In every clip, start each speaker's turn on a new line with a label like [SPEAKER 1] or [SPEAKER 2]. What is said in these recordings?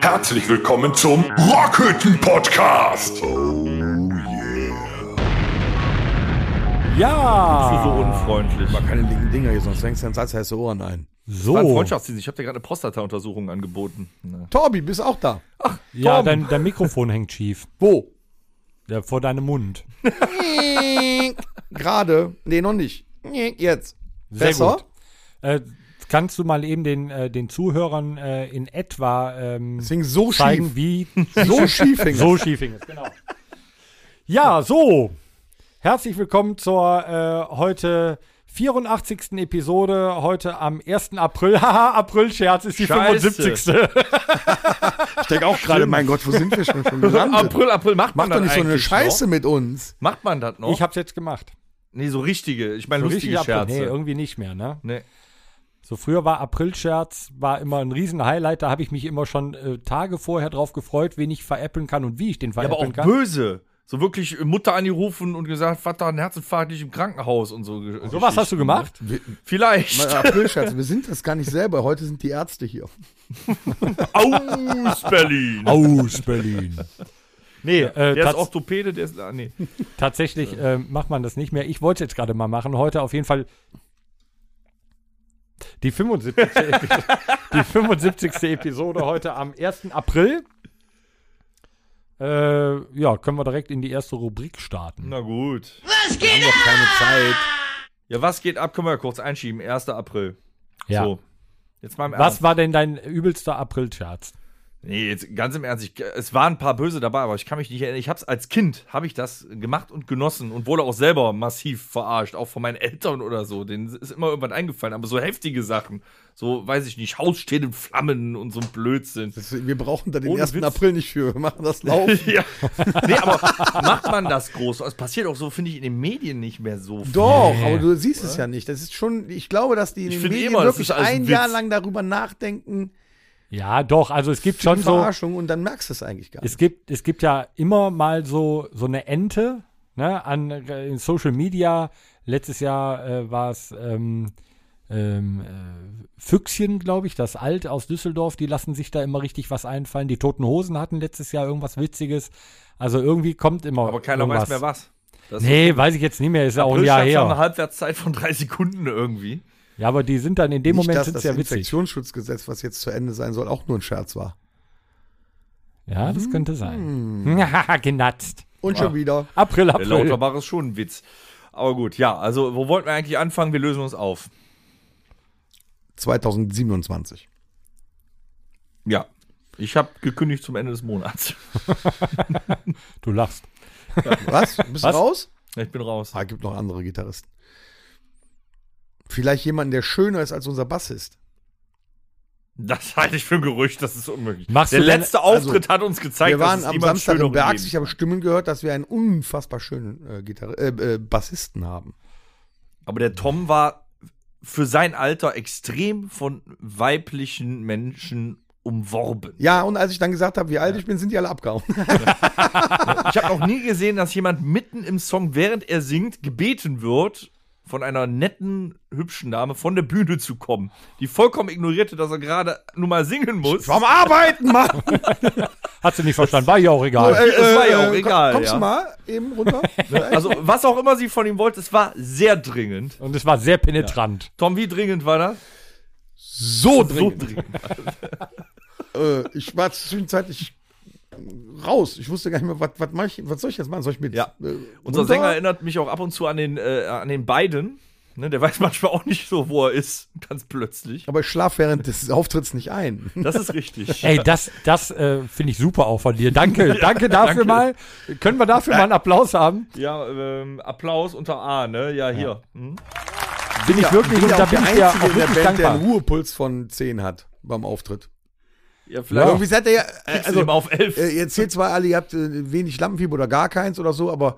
[SPEAKER 1] Herzlich willkommen zum Rockhütten Podcast. Oh
[SPEAKER 2] Ja!
[SPEAKER 3] Ah.
[SPEAKER 4] Bist du so unfreundlich.
[SPEAKER 2] Mach keine linken Dinger hier, sonst fängst du ganz als heiße Ohren ein.
[SPEAKER 3] Oh.
[SPEAKER 4] Das war ein
[SPEAKER 2] So.
[SPEAKER 4] Freundschaftsdienst. Ich habe dir gerade eine Prostata-Untersuchung angeboten. Ne. Na.
[SPEAKER 2] Torbi, bist auch da.
[SPEAKER 3] Ja,
[SPEAKER 2] Tom.
[SPEAKER 3] dein, dein Mikrofon hängt schief.
[SPEAKER 2] Wo?
[SPEAKER 3] Ja, vor deinem Mund.
[SPEAKER 2] Gerade. Nee, noch nicht. Jetzt.
[SPEAKER 3] Sehr
[SPEAKER 2] Besser?
[SPEAKER 3] gut. Äh, kannst du mal eben den, äh, den Zuhörern äh, in etwa ähm,
[SPEAKER 2] Deswegen so
[SPEAKER 3] zeigen,
[SPEAKER 2] schief.
[SPEAKER 3] wie
[SPEAKER 2] So schief hängt
[SPEAKER 3] so schief hing es, genau. Ja, so. Herzlich willkommen zur äh, heute 84. Episode, heute am 1. April. Haha, April-Scherz ist die
[SPEAKER 4] Scheiße.
[SPEAKER 3] 75.
[SPEAKER 2] Ich denke auch gerade, mein Gott, wo sind wir schon, schon gelandet?
[SPEAKER 4] April, April, macht man
[SPEAKER 2] Mach doch
[SPEAKER 4] das
[SPEAKER 2] nicht so eine
[SPEAKER 4] eigentlich
[SPEAKER 2] Scheiße
[SPEAKER 4] Noch?
[SPEAKER 2] mit uns.
[SPEAKER 4] Macht man das noch?
[SPEAKER 3] Ich hab's jetzt gemacht.
[SPEAKER 4] nee, so richtige. Ich meine
[SPEAKER 3] So
[SPEAKER 4] lustige
[SPEAKER 3] richtig April.
[SPEAKER 4] Scherze.
[SPEAKER 3] Nee, irgendwie nicht mehr, ne?
[SPEAKER 4] nee.
[SPEAKER 3] So früher war April-Scherz, war immer ein riesen Highlight, da habe ich mich immer schon äh, Tage vorher drauf gefreut, wen ich veräppeln kann und wie ich den
[SPEAKER 4] Ja, aber
[SPEAKER 3] veräppeln
[SPEAKER 4] auch
[SPEAKER 3] kann.
[SPEAKER 4] böse. So wirklich Mutter angerufen und gesagt, Vater, ein Herzinfarkt, ich im Krankenhaus und so. Ge-
[SPEAKER 3] So was hast du
[SPEAKER 4] Geschichten,
[SPEAKER 3] gemacht?
[SPEAKER 4] ne? Vielleicht.
[SPEAKER 2] Mal Aprilscherz, wir sind das gar nicht selber. Heute sind die Ärzte hier.
[SPEAKER 4] Aus Berlin.
[SPEAKER 3] Aus Berlin.
[SPEAKER 4] Nee,
[SPEAKER 3] äh,
[SPEAKER 4] der ist
[SPEAKER 3] tats-
[SPEAKER 4] Orthopäde, der ist. Ah, nee.
[SPEAKER 3] Tatsächlich äh, macht man das nicht mehr. Ich wollte es jetzt gerade mal machen. Heute auf jeden Fall die 75. Episode, die 75. Episode heute am 1. April. Äh, ja, können wir direkt in die erste Rubrik starten.
[SPEAKER 4] Na gut.
[SPEAKER 2] Wir haben doch keine Zeit.
[SPEAKER 4] Ja, was geht ab? Können wir kurz einschieben. 1. April.
[SPEAKER 3] Ja.
[SPEAKER 4] So. Jetzt mal im
[SPEAKER 3] Was war denn dein übelster April-Scherz?
[SPEAKER 4] Nee, jetzt ganz im Ernst, ich, es waren ein paar böse dabei, aber ich kann mich nicht erinnern. Ich hab's als Kind, habe ich das gemacht und genossen und wurde auch selber massiv verarscht, auch von meinen Eltern oder so. Denen ist immer irgendwann eingefallen, aber so heftige Sachen, so weiß ich nicht, Haus steht in Flammen und so ein Blödsinn.
[SPEAKER 2] Das- Wir brauchen da den
[SPEAKER 4] Ohne
[SPEAKER 2] 1.
[SPEAKER 4] Witz.
[SPEAKER 2] April nicht für. Wir machen das lauf.
[SPEAKER 4] ja. Nee, aber macht man das groß? Es passiert auch so, finde ich, in den Medien nicht mehr so viel.
[SPEAKER 2] Doch, aber du siehst es ja nicht. Das ist schon, ich glaube, dass die in
[SPEAKER 4] Ich
[SPEAKER 2] den
[SPEAKER 4] finde
[SPEAKER 2] Medien
[SPEAKER 4] immer, das
[SPEAKER 2] wirklich
[SPEAKER 4] ist alles ein
[SPEAKER 2] ein Jahr
[SPEAKER 4] Witz.
[SPEAKER 2] lang darüber nachdenken,
[SPEAKER 3] Ja, doch, also es gibt
[SPEAKER 2] für
[SPEAKER 3] schon
[SPEAKER 2] die
[SPEAKER 3] so.
[SPEAKER 2] Verarschung und dann merkst du es eigentlich gar nicht.
[SPEAKER 3] Es gibt, es gibt ja immer mal so, so eine Ente ne, an, äh, in Social Media. Letztes Jahr äh, war es ähm, ähm, äh, Füchschen, glaube ich, das Alt aus Düsseldorf. Die lassen sich da immer richtig was einfallen. Die Toten Hosen hatten letztes Jahr irgendwas Witziges. Also irgendwie kommt immer.
[SPEAKER 4] Aber keiner
[SPEAKER 3] irgendwas.
[SPEAKER 4] weiß mehr was. Das
[SPEAKER 3] Nee, weiß ich jetzt nicht mehr. Ist ja auch ein
[SPEAKER 4] April
[SPEAKER 3] Jahr
[SPEAKER 4] schafft
[SPEAKER 3] her.
[SPEAKER 4] Eine Halbwertszeit von drei Sekunden irgendwie.
[SPEAKER 3] Ja, aber die sind dann in dem
[SPEAKER 2] Nicht,
[SPEAKER 3] Moment
[SPEAKER 2] dass
[SPEAKER 3] sind
[SPEAKER 2] das
[SPEAKER 3] ja witzig.
[SPEAKER 2] Infektionsschutzgesetz, was jetzt zu Ende sein soll, auch nur ein Scherz war.
[SPEAKER 3] Ja,
[SPEAKER 4] Hm.
[SPEAKER 3] das könnte sein. Haha, genatzt.
[SPEAKER 2] Und schon wieder.
[SPEAKER 3] April,
[SPEAKER 4] Der
[SPEAKER 3] April.
[SPEAKER 4] Lauterbach ist schon ein Witz. Aber gut, ja, also wo wollten wir eigentlich anfangen? Wir lösen uns auf.
[SPEAKER 2] 2027.
[SPEAKER 4] Ja. Ich habe gekündigt zum Ende des Monats.
[SPEAKER 3] Du lachst.
[SPEAKER 2] Was? Bist du
[SPEAKER 3] Was?
[SPEAKER 2] raus?
[SPEAKER 4] Ich bin raus.
[SPEAKER 2] Ah, gibt noch andere Gitarristen. Vielleicht jemanden, der schöner ist als unser Bassist.
[SPEAKER 4] Das halte ich für ein Gerücht, das ist unmöglich.
[SPEAKER 3] Machst
[SPEAKER 4] der
[SPEAKER 3] du denn-
[SPEAKER 4] letzte Auftritt hat uns gezeigt,
[SPEAKER 2] also, wir waren
[SPEAKER 4] es
[SPEAKER 2] am
[SPEAKER 4] niemand
[SPEAKER 2] Samstag im
[SPEAKER 4] Schöneren
[SPEAKER 2] Berg.
[SPEAKER 4] gibt.
[SPEAKER 2] Ich habe Stimmen gehört, dass wir einen unfassbar schönen äh, Gitarre, äh, äh, Bassisten haben.
[SPEAKER 4] Aber der Tom war für sein Alter extrem von weiblichen Menschen umworben.
[SPEAKER 2] Ja, und als ich dann gesagt habe, wie alt ich bin, sind die alle abgehauen.
[SPEAKER 4] Ich habe noch nie gesehen, dass jemand mitten im Song, während er singt, gebeten wird, von einer netten, hübschen Dame von der Bühne zu kommen, die vollkommen ignorierte, dass er gerade nur mal singen muss.
[SPEAKER 2] Vom Arbeiten, Mann!
[SPEAKER 3] Hast du nicht verstanden? War ja auch egal.
[SPEAKER 4] das war ja auch egal,
[SPEAKER 2] Äh, Kommst
[SPEAKER 4] ja.
[SPEAKER 2] du mal eben runter?
[SPEAKER 4] Also, was auch immer sie von ihm wollte, es war sehr dringend.
[SPEAKER 3] Und es war sehr penetrant.
[SPEAKER 4] Tom, wie dringend war das?
[SPEAKER 2] so
[SPEAKER 4] So dringend.
[SPEAKER 2] äh, ich war zwischenzeitlich raus. Ich wusste gar nicht mehr, was, was, mach ich, was soll ich jetzt machen? Soll ich mit.
[SPEAKER 4] Ja.
[SPEAKER 2] Äh,
[SPEAKER 4] Unser
[SPEAKER 2] runter?
[SPEAKER 4] Sänger erinnert mich auch ab und zu an den, äh, an den beiden. Ne, der weiß manchmal auch nicht so, wo er ist, ganz plötzlich.
[SPEAKER 2] Aber ich schlaf während des Auftritts nicht ein.
[SPEAKER 4] Das ist richtig.
[SPEAKER 3] Ey, das, das äh, finde ich super auch von dir. Danke, danke dafür mal. Können wir dafür mal einen Applaus haben?
[SPEAKER 4] Ja, ähm, Applaus unter A, ne? Ja, hier. Hm?
[SPEAKER 3] Bin ich wirklich, und da bin ich dir auch
[SPEAKER 2] in der
[SPEAKER 3] wirklich
[SPEAKER 2] Band, der einen
[SPEAKER 3] dankbar.
[SPEAKER 2] Ruhepuls von 10 hat beim Auftritt.
[SPEAKER 4] Ja,
[SPEAKER 3] Ja.
[SPEAKER 2] Irgendwie seid ihr ja. Äh,
[SPEAKER 4] also,
[SPEAKER 2] also,
[SPEAKER 4] immer auf elf.
[SPEAKER 2] äh, jetzt hier zwar alle, ihr habt äh, wenig Lampenfieber oder gar keins oder so, aber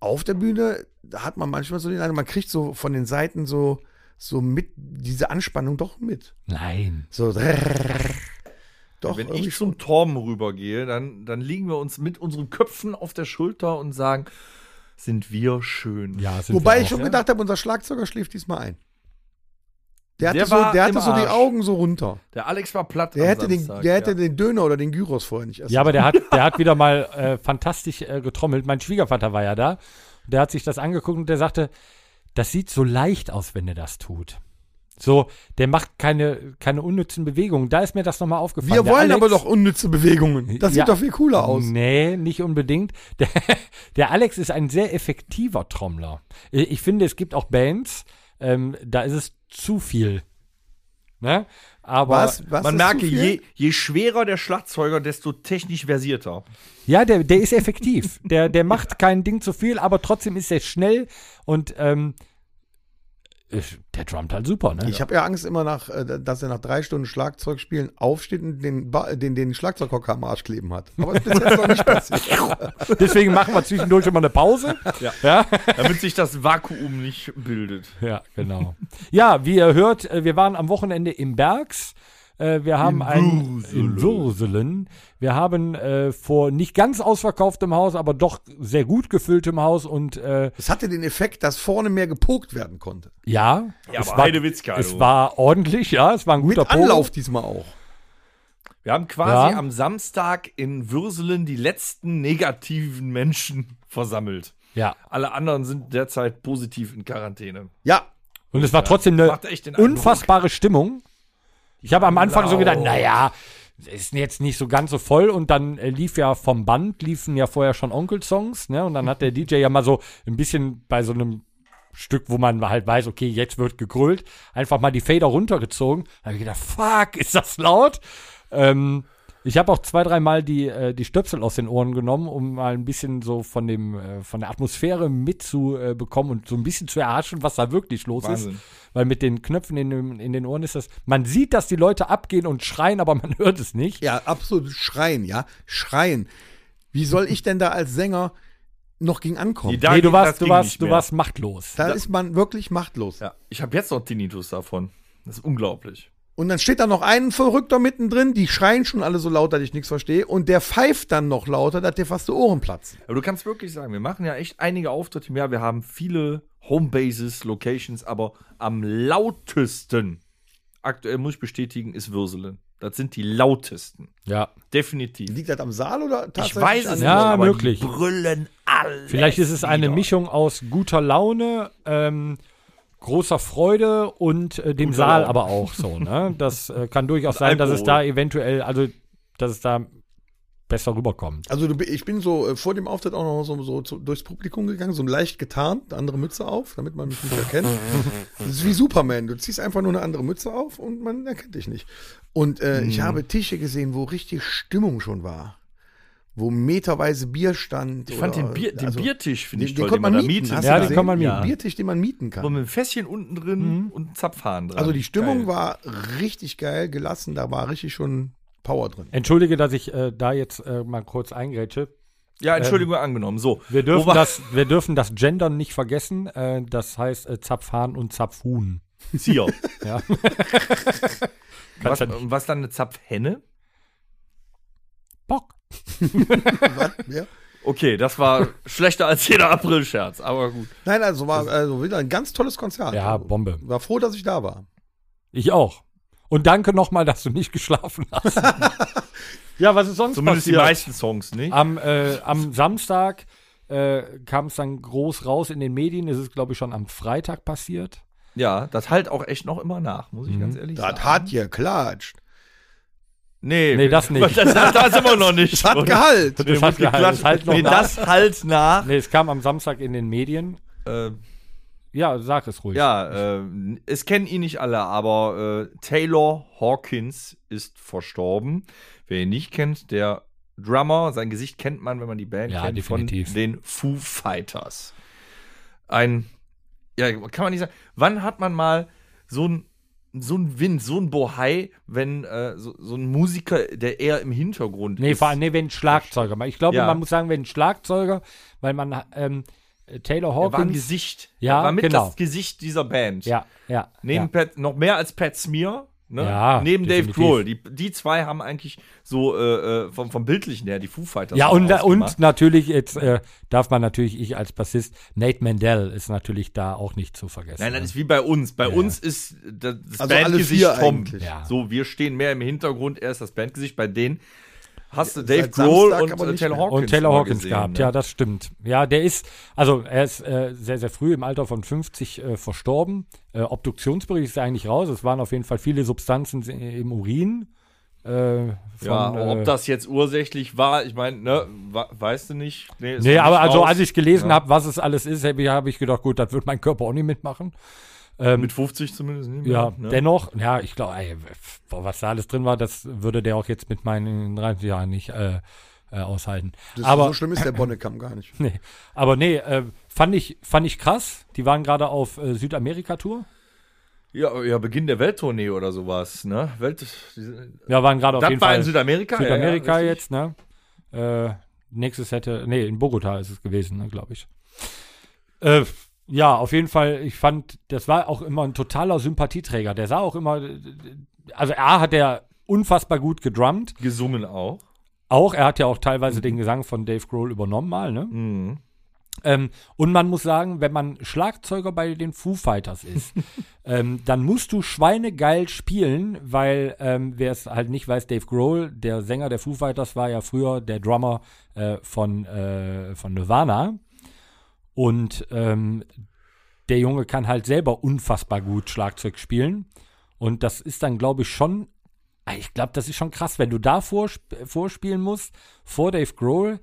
[SPEAKER 2] auf der Bühne da hat man manchmal so den Eindruck, man kriegt so von den Seiten so, so mit diese Anspannung doch mit.
[SPEAKER 3] Nein.
[SPEAKER 2] So. Doch,
[SPEAKER 4] Wenn
[SPEAKER 2] irgendwie
[SPEAKER 4] ich zum Torben rübergehe, dann, dann liegen wir uns mit unseren Köpfen auf der Schulter und sagen, sind wir schön.
[SPEAKER 3] Ja, sind
[SPEAKER 2] Wobei
[SPEAKER 3] wir
[SPEAKER 2] ich
[SPEAKER 3] auch.
[SPEAKER 2] schon gedacht habe, unser Schlagzeuger schläft diesmal ein. Der hatte,
[SPEAKER 4] Der
[SPEAKER 2] so,
[SPEAKER 4] war
[SPEAKER 2] der hatte
[SPEAKER 4] im
[SPEAKER 2] so die
[SPEAKER 4] Arsch.
[SPEAKER 2] Augen so runter.
[SPEAKER 4] Der Alex war platt.
[SPEAKER 2] Der
[SPEAKER 4] am
[SPEAKER 2] hätte, den,
[SPEAKER 4] Samstag,
[SPEAKER 2] der hätte
[SPEAKER 4] ja.
[SPEAKER 2] den Döner oder den Gyros vorher nicht essen.
[SPEAKER 3] Ja, aber der hat, der hat wieder mal äh, fantastisch äh, getrommelt. Mein Schwiegervater war ja da. Der hat sich das angeguckt und der sagte, das sieht so leicht aus, wenn er das tut. So, der macht keine, keine unnützen Bewegungen. Da ist mir das nochmal aufgefallen.
[SPEAKER 2] Wir
[SPEAKER 3] Der
[SPEAKER 2] wollen
[SPEAKER 3] Alex-
[SPEAKER 2] aber doch unnütze Bewegungen. Das
[SPEAKER 3] Ja.
[SPEAKER 2] sieht doch viel cooler aus.
[SPEAKER 3] Nee, nicht unbedingt. Der, der Alex ist ein sehr effektiver Trommler. Äh, Ich finde, es gibt auch Bands, ähm, da ist es zu viel. Ne? Aber
[SPEAKER 2] Was? Was
[SPEAKER 4] Man
[SPEAKER 2] ist
[SPEAKER 4] merke,
[SPEAKER 2] zu viel?
[SPEAKER 4] je, je schwerer der Schlagzeuger, desto technisch versierter.
[SPEAKER 3] Ja, der, der ist effektiv. Der, der macht kein Ding zu viel, aber trotzdem ist er schnell und ähm, ich, der drummt halt super, ne?
[SPEAKER 2] Ich habe ja Angst immer nach, äh, dass er nach drei Stunden Schlagzeug spielen aufsteht und den, Ba- äh, den, den Schlagzeughocker am Arsch kleben hat. Aber ist bis jetzt noch nicht passiert.
[SPEAKER 3] Deswegen machen wir zwischendurch immer eine Pause.
[SPEAKER 4] Ja.
[SPEAKER 3] ja?
[SPEAKER 4] Damit sich das Vakuum nicht bildet.
[SPEAKER 3] Ja, genau. Ja, wie ihr hört, äh, wir waren am Wochenende im Bergs. Äh, Wir haben ein in Würselen. Wir haben äh, vor nicht ganz ausverkauftem Haus, aber doch sehr gut gefülltem Haus und äh,
[SPEAKER 2] Es hatte den Effekt, dass vorne mehr gepokt werden konnte.
[SPEAKER 3] ja,
[SPEAKER 4] Ja,
[SPEAKER 3] es,
[SPEAKER 4] aber
[SPEAKER 3] war,
[SPEAKER 4] Heidewitzka,
[SPEAKER 3] es
[SPEAKER 4] du.
[SPEAKER 3] war ordentlich, ja, es war ein
[SPEAKER 2] Mit
[SPEAKER 3] guter Punkt.
[SPEAKER 2] Anlauf diesmal auch.
[SPEAKER 4] Wir haben quasi
[SPEAKER 3] Ja.
[SPEAKER 4] am Samstag in Würselen die letzten negativen Menschen versammelt.
[SPEAKER 3] Ja,
[SPEAKER 4] Alle anderen sind derzeit positiv in Quarantäne.
[SPEAKER 2] Ja,
[SPEAKER 3] und es war trotzdem eine
[SPEAKER 4] Macht echt den Eindruck.
[SPEAKER 3] unfassbare Stimmung. Ich habe am Anfang so gedacht,
[SPEAKER 4] Laut.
[SPEAKER 3] naja, ist jetzt nicht so ganz so voll und dann äh, lief ja vom Band, liefen ja vorher schon Onkel-Songs, ne? Und dann hat der DJ ja mal so ein bisschen bei so einem Stück, wo man halt weiß, okay, jetzt wird gegrölt, einfach mal die Fader runtergezogen. Da habe ich gedacht, fuck, ist das laut? Ähm, ich habe auch zwei, dreimal die, äh, die Stöpsel aus den Ohren genommen, um mal ein bisschen so von dem, äh, von der Atmosphäre mitzubekommen und so ein bisschen zu erhaschen, was da wirklich los
[SPEAKER 4] Wahnsinn.
[SPEAKER 3] ist. Weil mit den Knöpfen in, dem, in den Ohren ist das, man sieht, dass die Leute abgehen und schreien, aber man hört es nicht.
[SPEAKER 2] Ja, absolut schreien, ja. Schreien. Wie soll ich denn da als Sänger noch gegen ankommen?
[SPEAKER 4] Da
[SPEAKER 3] nee, du
[SPEAKER 4] ging- das
[SPEAKER 3] warst, du
[SPEAKER 4] ging
[SPEAKER 3] warst,
[SPEAKER 4] nicht
[SPEAKER 3] du
[SPEAKER 4] mehr.
[SPEAKER 3] warst machtlos.
[SPEAKER 2] Da ist man wirklich machtlos.
[SPEAKER 4] Ja, ich habe jetzt noch Tinnitus davon. Das ist unglaublich.
[SPEAKER 2] Und dann steht da noch ein Verrückter mittendrin, die schreien schon alle so laut, dass ich nichts verstehe. Und der pfeift dann noch lauter, dass dir fast die Ohren platzen.
[SPEAKER 4] Aber du kannst wirklich sagen, wir machen ja echt einige Auftritte im Jahr. Wir haben viele Homebases, Locations, aber am lautesten, aktuell muss ich bestätigen, ist Würselen. Das sind die lautesten.
[SPEAKER 3] Ja.
[SPEAKER 4] Definitiv.
[SPEAKER 2] Liegt das am Saal oder
[SPEAKER 4] Ich weiß es
[SPEAKER 2] an-
[SPEAKER 4] nicht,
[SPEAKER 3] Ja,
[SPEAKER 4] aber
[SPEAKER 3] möglich.
[SPEAKER 4] die brüllen alle.
[SPEAKER 3] Vielleicht ist es eine Mischung aus guter Laune, ähm, großer Freude und äh, dem
[SPEAKER 4] Guter
[SPEAKER 3] Saal
[SPEAKER 4] Laune.
[SPEAKER 3] aber auch so. Ne? Das äh, kann durchaus sein, dass es da
[SPEAKER 4] Alkohol.
[SPEAKER 3] eventuell, also dass es da besser rüberkommt.
[SPEAKER 2] Also du, bi- ich bin so äh, vor dem Auftritt auch noch so, so zu, durchs Publikum gegangen, so leicht getarnt, eine andere Mütze auf, damit man mich nicht erkennt. Das ist wie Superman, du ziehst einfach nur eine andere Mütze auf und man erkennt dich nicht. Und äh, ich habe Tische gesehen, wo richtig Stimmung schon war. Wo meterweise Bier stand.
[SPEAKER 4] Ich fand
[SPEAKER 2] oder-
[SPEAKER 4] den, Bier, den
[SPEAKER 2] also,
[SPEAKER 4] Biertisch, finde
[SPEAKER 2] den,
[SPEAKER 4] ich
[SPEAKER 2] den
[SPEAKER 4] toll,
[SPEAKER 2] konnte man
[SPEAKER 4] da
[SPEAKER 2] mieten. Hast
[SPEAKER 3] Ja,
[SPEAKER 2] du
[SPEAKER 3] den
[SPEAKER 2] gesehen?
[SPEAKER 3] kann man mieten.
[SPEAKER 2] Einen Biertisch, den man mieten kann.
[SPEAKER 4] Aber mit einem Fässchen unten drin
[SPEAKER 3] Mhm.
[SPEAKER 4] und einem Zapfhahn dran.
[SPEAKER 2] Also die Stimmung
[SPEAKER 4] Geil.
[SPEAKER 2] war richtig geil, gelassen, da war richtig schon Power drin.
[SPEAKER 3] Entschuldige, dass ich äh, da jetzt äh, mal kurz eingrätsche.
[SPEAKER 4] Ja, Entschuldigung, angenommen. So.
[SPEAKER 3] äh, Wir dürfen,
[SPEAKER 4] Wo war-
[SPEAKER 3] das, wir dürfen das Gendern nicht vergessen. Äh, das heißt äh, Zapfhahn und Zapfhuhn.
[SPEAKER 4] Zier.
[SPEAKER 3] Ja.
[SPEAKER 4] was,
[SPEAKER 3] Kannst ja
[SPEAKER 4] und was dann eine Zapfhenne?
[SPEAKER 3] Bock.
[SPEAKER 2] Ja.
[SPEAKER 4] Okay, das war schlechter als jeder April-Scherz, aber gut.
[SPEAKER 2] Nein, also war also wieder ein ganz tolles Konzert.
[SPEAKER 3] Ja,
[SPEAKER 2] Also,
[SPEAKER 3] Bombe.
[SPEAKER 2] War froh, dass ich da war.
[SPEAKER 3] Ich auch. Und danke nochmal, dass du nicht geschlafen hast. ja, was ist sonst
[SPEAKER 4] Zumindest die
[SPEAKER 3] passiert?
[SPEAKER 4] meisten Songs nicht.
[SPEAKER 3] Am, äh, am Samstag äh, kam es dann groß raus in den Medien. Es ist, glaube ich, schon am Freitag passiert.
[SPEAKER 4] Ja, das halt auch echt noch immer nach, muss
[SPEAKER 3] Mhm.
[SPEAKER 4] ich ganz ehrlich sagen.
[SPEAKER 2] Das hat geklatscht.
[SPEAKER 4] Nee,
[SPEAKER 3] Nee, das nicht.
[SPEAKER 4] Das, das, das immer noch nicht.
[SPEAKER 2] Das hat Gehalt.
[SPEAKER 3] Das hat gehalten. Das halt noch
[SPEAKER 4] nee,
[SPEAKER 3] nach.
[SPEAKER 4] das halt nach.
[SPEAKER 3] Nee, es kam am Samstag in den Medien.
[SPEAKER 4] Äh,
[SPEAKER 3] Ja, sag es ruhig.
[SPEAKER 4] ja, äh, es kennen ihn nicht alle, aber äh, Taylor Hawkins ist verstorben. Wer ihn nicht kennt, der Drummer, sein Gesicht kennt man, wenn man die Band
[SPEAKER 3] Ja,
[SPEAKER 4] kennt,
[SPEAKER 3] definitiv.
[SPEAKER 4] von den Foo Fighters. Ein, ja, kann man nicht sagen. Wann hat man mal so ein so ein Wind, so ein Bohai, wenn äh, so, so ein Musiker, der eher im Hintergrund
[SPEAKER 3] Nee,
[SPEAKER 4] ist.
[SPEAKER 3] vor allem, nee, wenn Schlagzeuger. Ich glaube,
[SPEAKER 4] Ja.
[SPEAKER 3] man muss sagen, wenn Schlagzeuger, weil man ähm, Taylor
[SPEAKER 4] Er war ein
[SPEAKER 3] Hawkins.
[SPEAKER 4] Gesicht.
[SPEAKER 3] Ja,
[SPEAKER 4] er war mit
[SPEAKER 3] genau.
[SPEAKER 4] das Gesicht dieser Band.
[SPEAKER 3] Ja, ja.
[SPEAKER 4] Neben
[SPEAKER 3] ja.
[SPEAKER 4] Pat, noch mehr als Pat Smear, Ne?
[SPEAKER 3] Ja,
[SPEAKER 4] Neben
[SPEAKER 3] definitiv.
[SPEAKER 4] Dave Grohl. Die, die zwei haben eigentlich so äh, äh, vom, vom Bildlichen her die Foo Fighters.
[SPEAKER 3] Ja,
[SPEAKER 4] mal
[SPEAKER 3] und,
[SPEAKER 4] ausgemacht.
[SPEAKER 3] und natürlich, jetzt äh, darf man natürlich, ich als Bassist, Nate Mandel ist natürlich da auch nicht zu vergessen.
[SPEAKER 4] Nein, das ist wie bei uns. Bei uns ist das das
[SPEAKER 2] Also alle
[SPEAKER 4] Bandgesicht
[SPEAKER 2] vier
[SPEAKER 4] vom.
[SPEAKER 2] eigentlich.
[SPEAKER 3] Ja.
[SPEAKER 4] So, wir stehen mehr im Hintergrund, er ist das Bandgesicht. Bei denen hast du Dave
[SPEAKER 2] seit
[SPEAKER 4] Grohl
[SPEAKER 2] Samstag
[SPEAKER 4] und
[SPEAKER 2] aber
[SPEAKER 4] äh,
[SPEAKER 2] nicht
[SPEAKER 4] Taylor
[SPEAKER 2] mehr.
[SPEAKER 4] Hawkins.
[SPEAKER 3] und Taylor
[SPEAKER 4] mal
[SPEAKER 3] Hawkins
[SPEAKER 4] gesehen,
[SPEAKER 3] gehabt,
[SPEAKER 4] ne?
[SPEAKER 3] ja, das stimmt. Ja, der ist, also er ist äh, sehr, sehr früh im Alter von 50 äh, verstorben. Äh, Obduktionsbericht ist eigentlich raus. Es waren auf jeden Fall viele Substanzen im Urin. Äh, von,
[SPEAKER 4] Ja,
[SPEAKER 3] äh,
[SPEAKER 4] ob das jetzt ursächlich war, ich meine, ne, wa- weißt du nicht. Nee, ist
[SPEAKER 3] Nee,
[SPEAKER 4] noch
[SPEAKER 3] aber
[SPEAKER 4] nicht
[SPEAKER 3] also
[SPEAKER 4] raus.
[SPEAKER 3] als ich gelesen
[SPEAKER 4] Ja.
[SPEAKER 3] habe, was es alles ist, habe ich, hab ich gedacht, gut, das wird mein Körper auch nicht mitmachen.
[SPEAKER 4] Mit 50 zumindest nicht
[SPEAKER 3] Ja,
[SPEAKER 4] ne?
[SPEAKER 3] dennoch, ja, ich glaube, ey, pf, was da alles drin war, das würde der auch jetzt mit meinen 30 Jahren nicht äh, äh, aushalten.
[SPEAKER 2] Das
[SPEAKER 3] aber,
[SPEAKER 2] so schlimm ist der Bonnekamp gar nicht.
[SPEAKER 3] nee, aber nee, äh, fand, ich, fand ich krass. Die waren gerade auf äh, Südamerika-Tour.
[SPEAKER 4] Ja, ja, Beginn der Welttournee oder sowas, ne? Welt, diese,
[SPEAKER 3] Ja, waren gerade auf
[SPEAKER 4] das
[SPEAKER 3] jeden
[SPEAKER 4] war
[SPEAKER 3] Fall
[SPEAKER 4] in Südamerika. ja,
[SPEAKER 3] Südamerika
[SPEAKER 4] ja,
[SPEAKER 3] jetzt,
[SPEAKER 4] richtig.
[SPEAKER 3] ne? Äh, nächstes hätte, nee, in Bogota ist es gewesen, ne, glaube ich. Äh, ja, auf jeden Fall, ich fand, das war auch immer ein totaler Sympathieträger. Der sah auch immer, also A hat er unfassbar gut gedrummt.
[SPEAKER 4] Gesungen auch.
[SPEAKER 3] Auch, er hat ja auch teilweise den Gesang von Dave Grohl übernommen mal, ne?
[SPEAKER 4] Mhm.
[SPEAKER 3] Ähm, und man muss sagen, wenn man Schlagzeuger bei den Foo Fighters ist, ähm, dann musst du schweinegeil spielen, weil ähm, wer es halt nicht weiß, Dave Grohl, der Sänger der Foo Fighters, war ja früher der Drummer äh, von, äh, von Nirvana. Und ähm, der Junge kann halt selber unfassbar gut Schlagzeug spielen. Und das ist dann, glaube ich, schon, Ah, ich glaube, das ist schon krass, wenn du da vorsp vorspielen musst, vor Dave Grohl,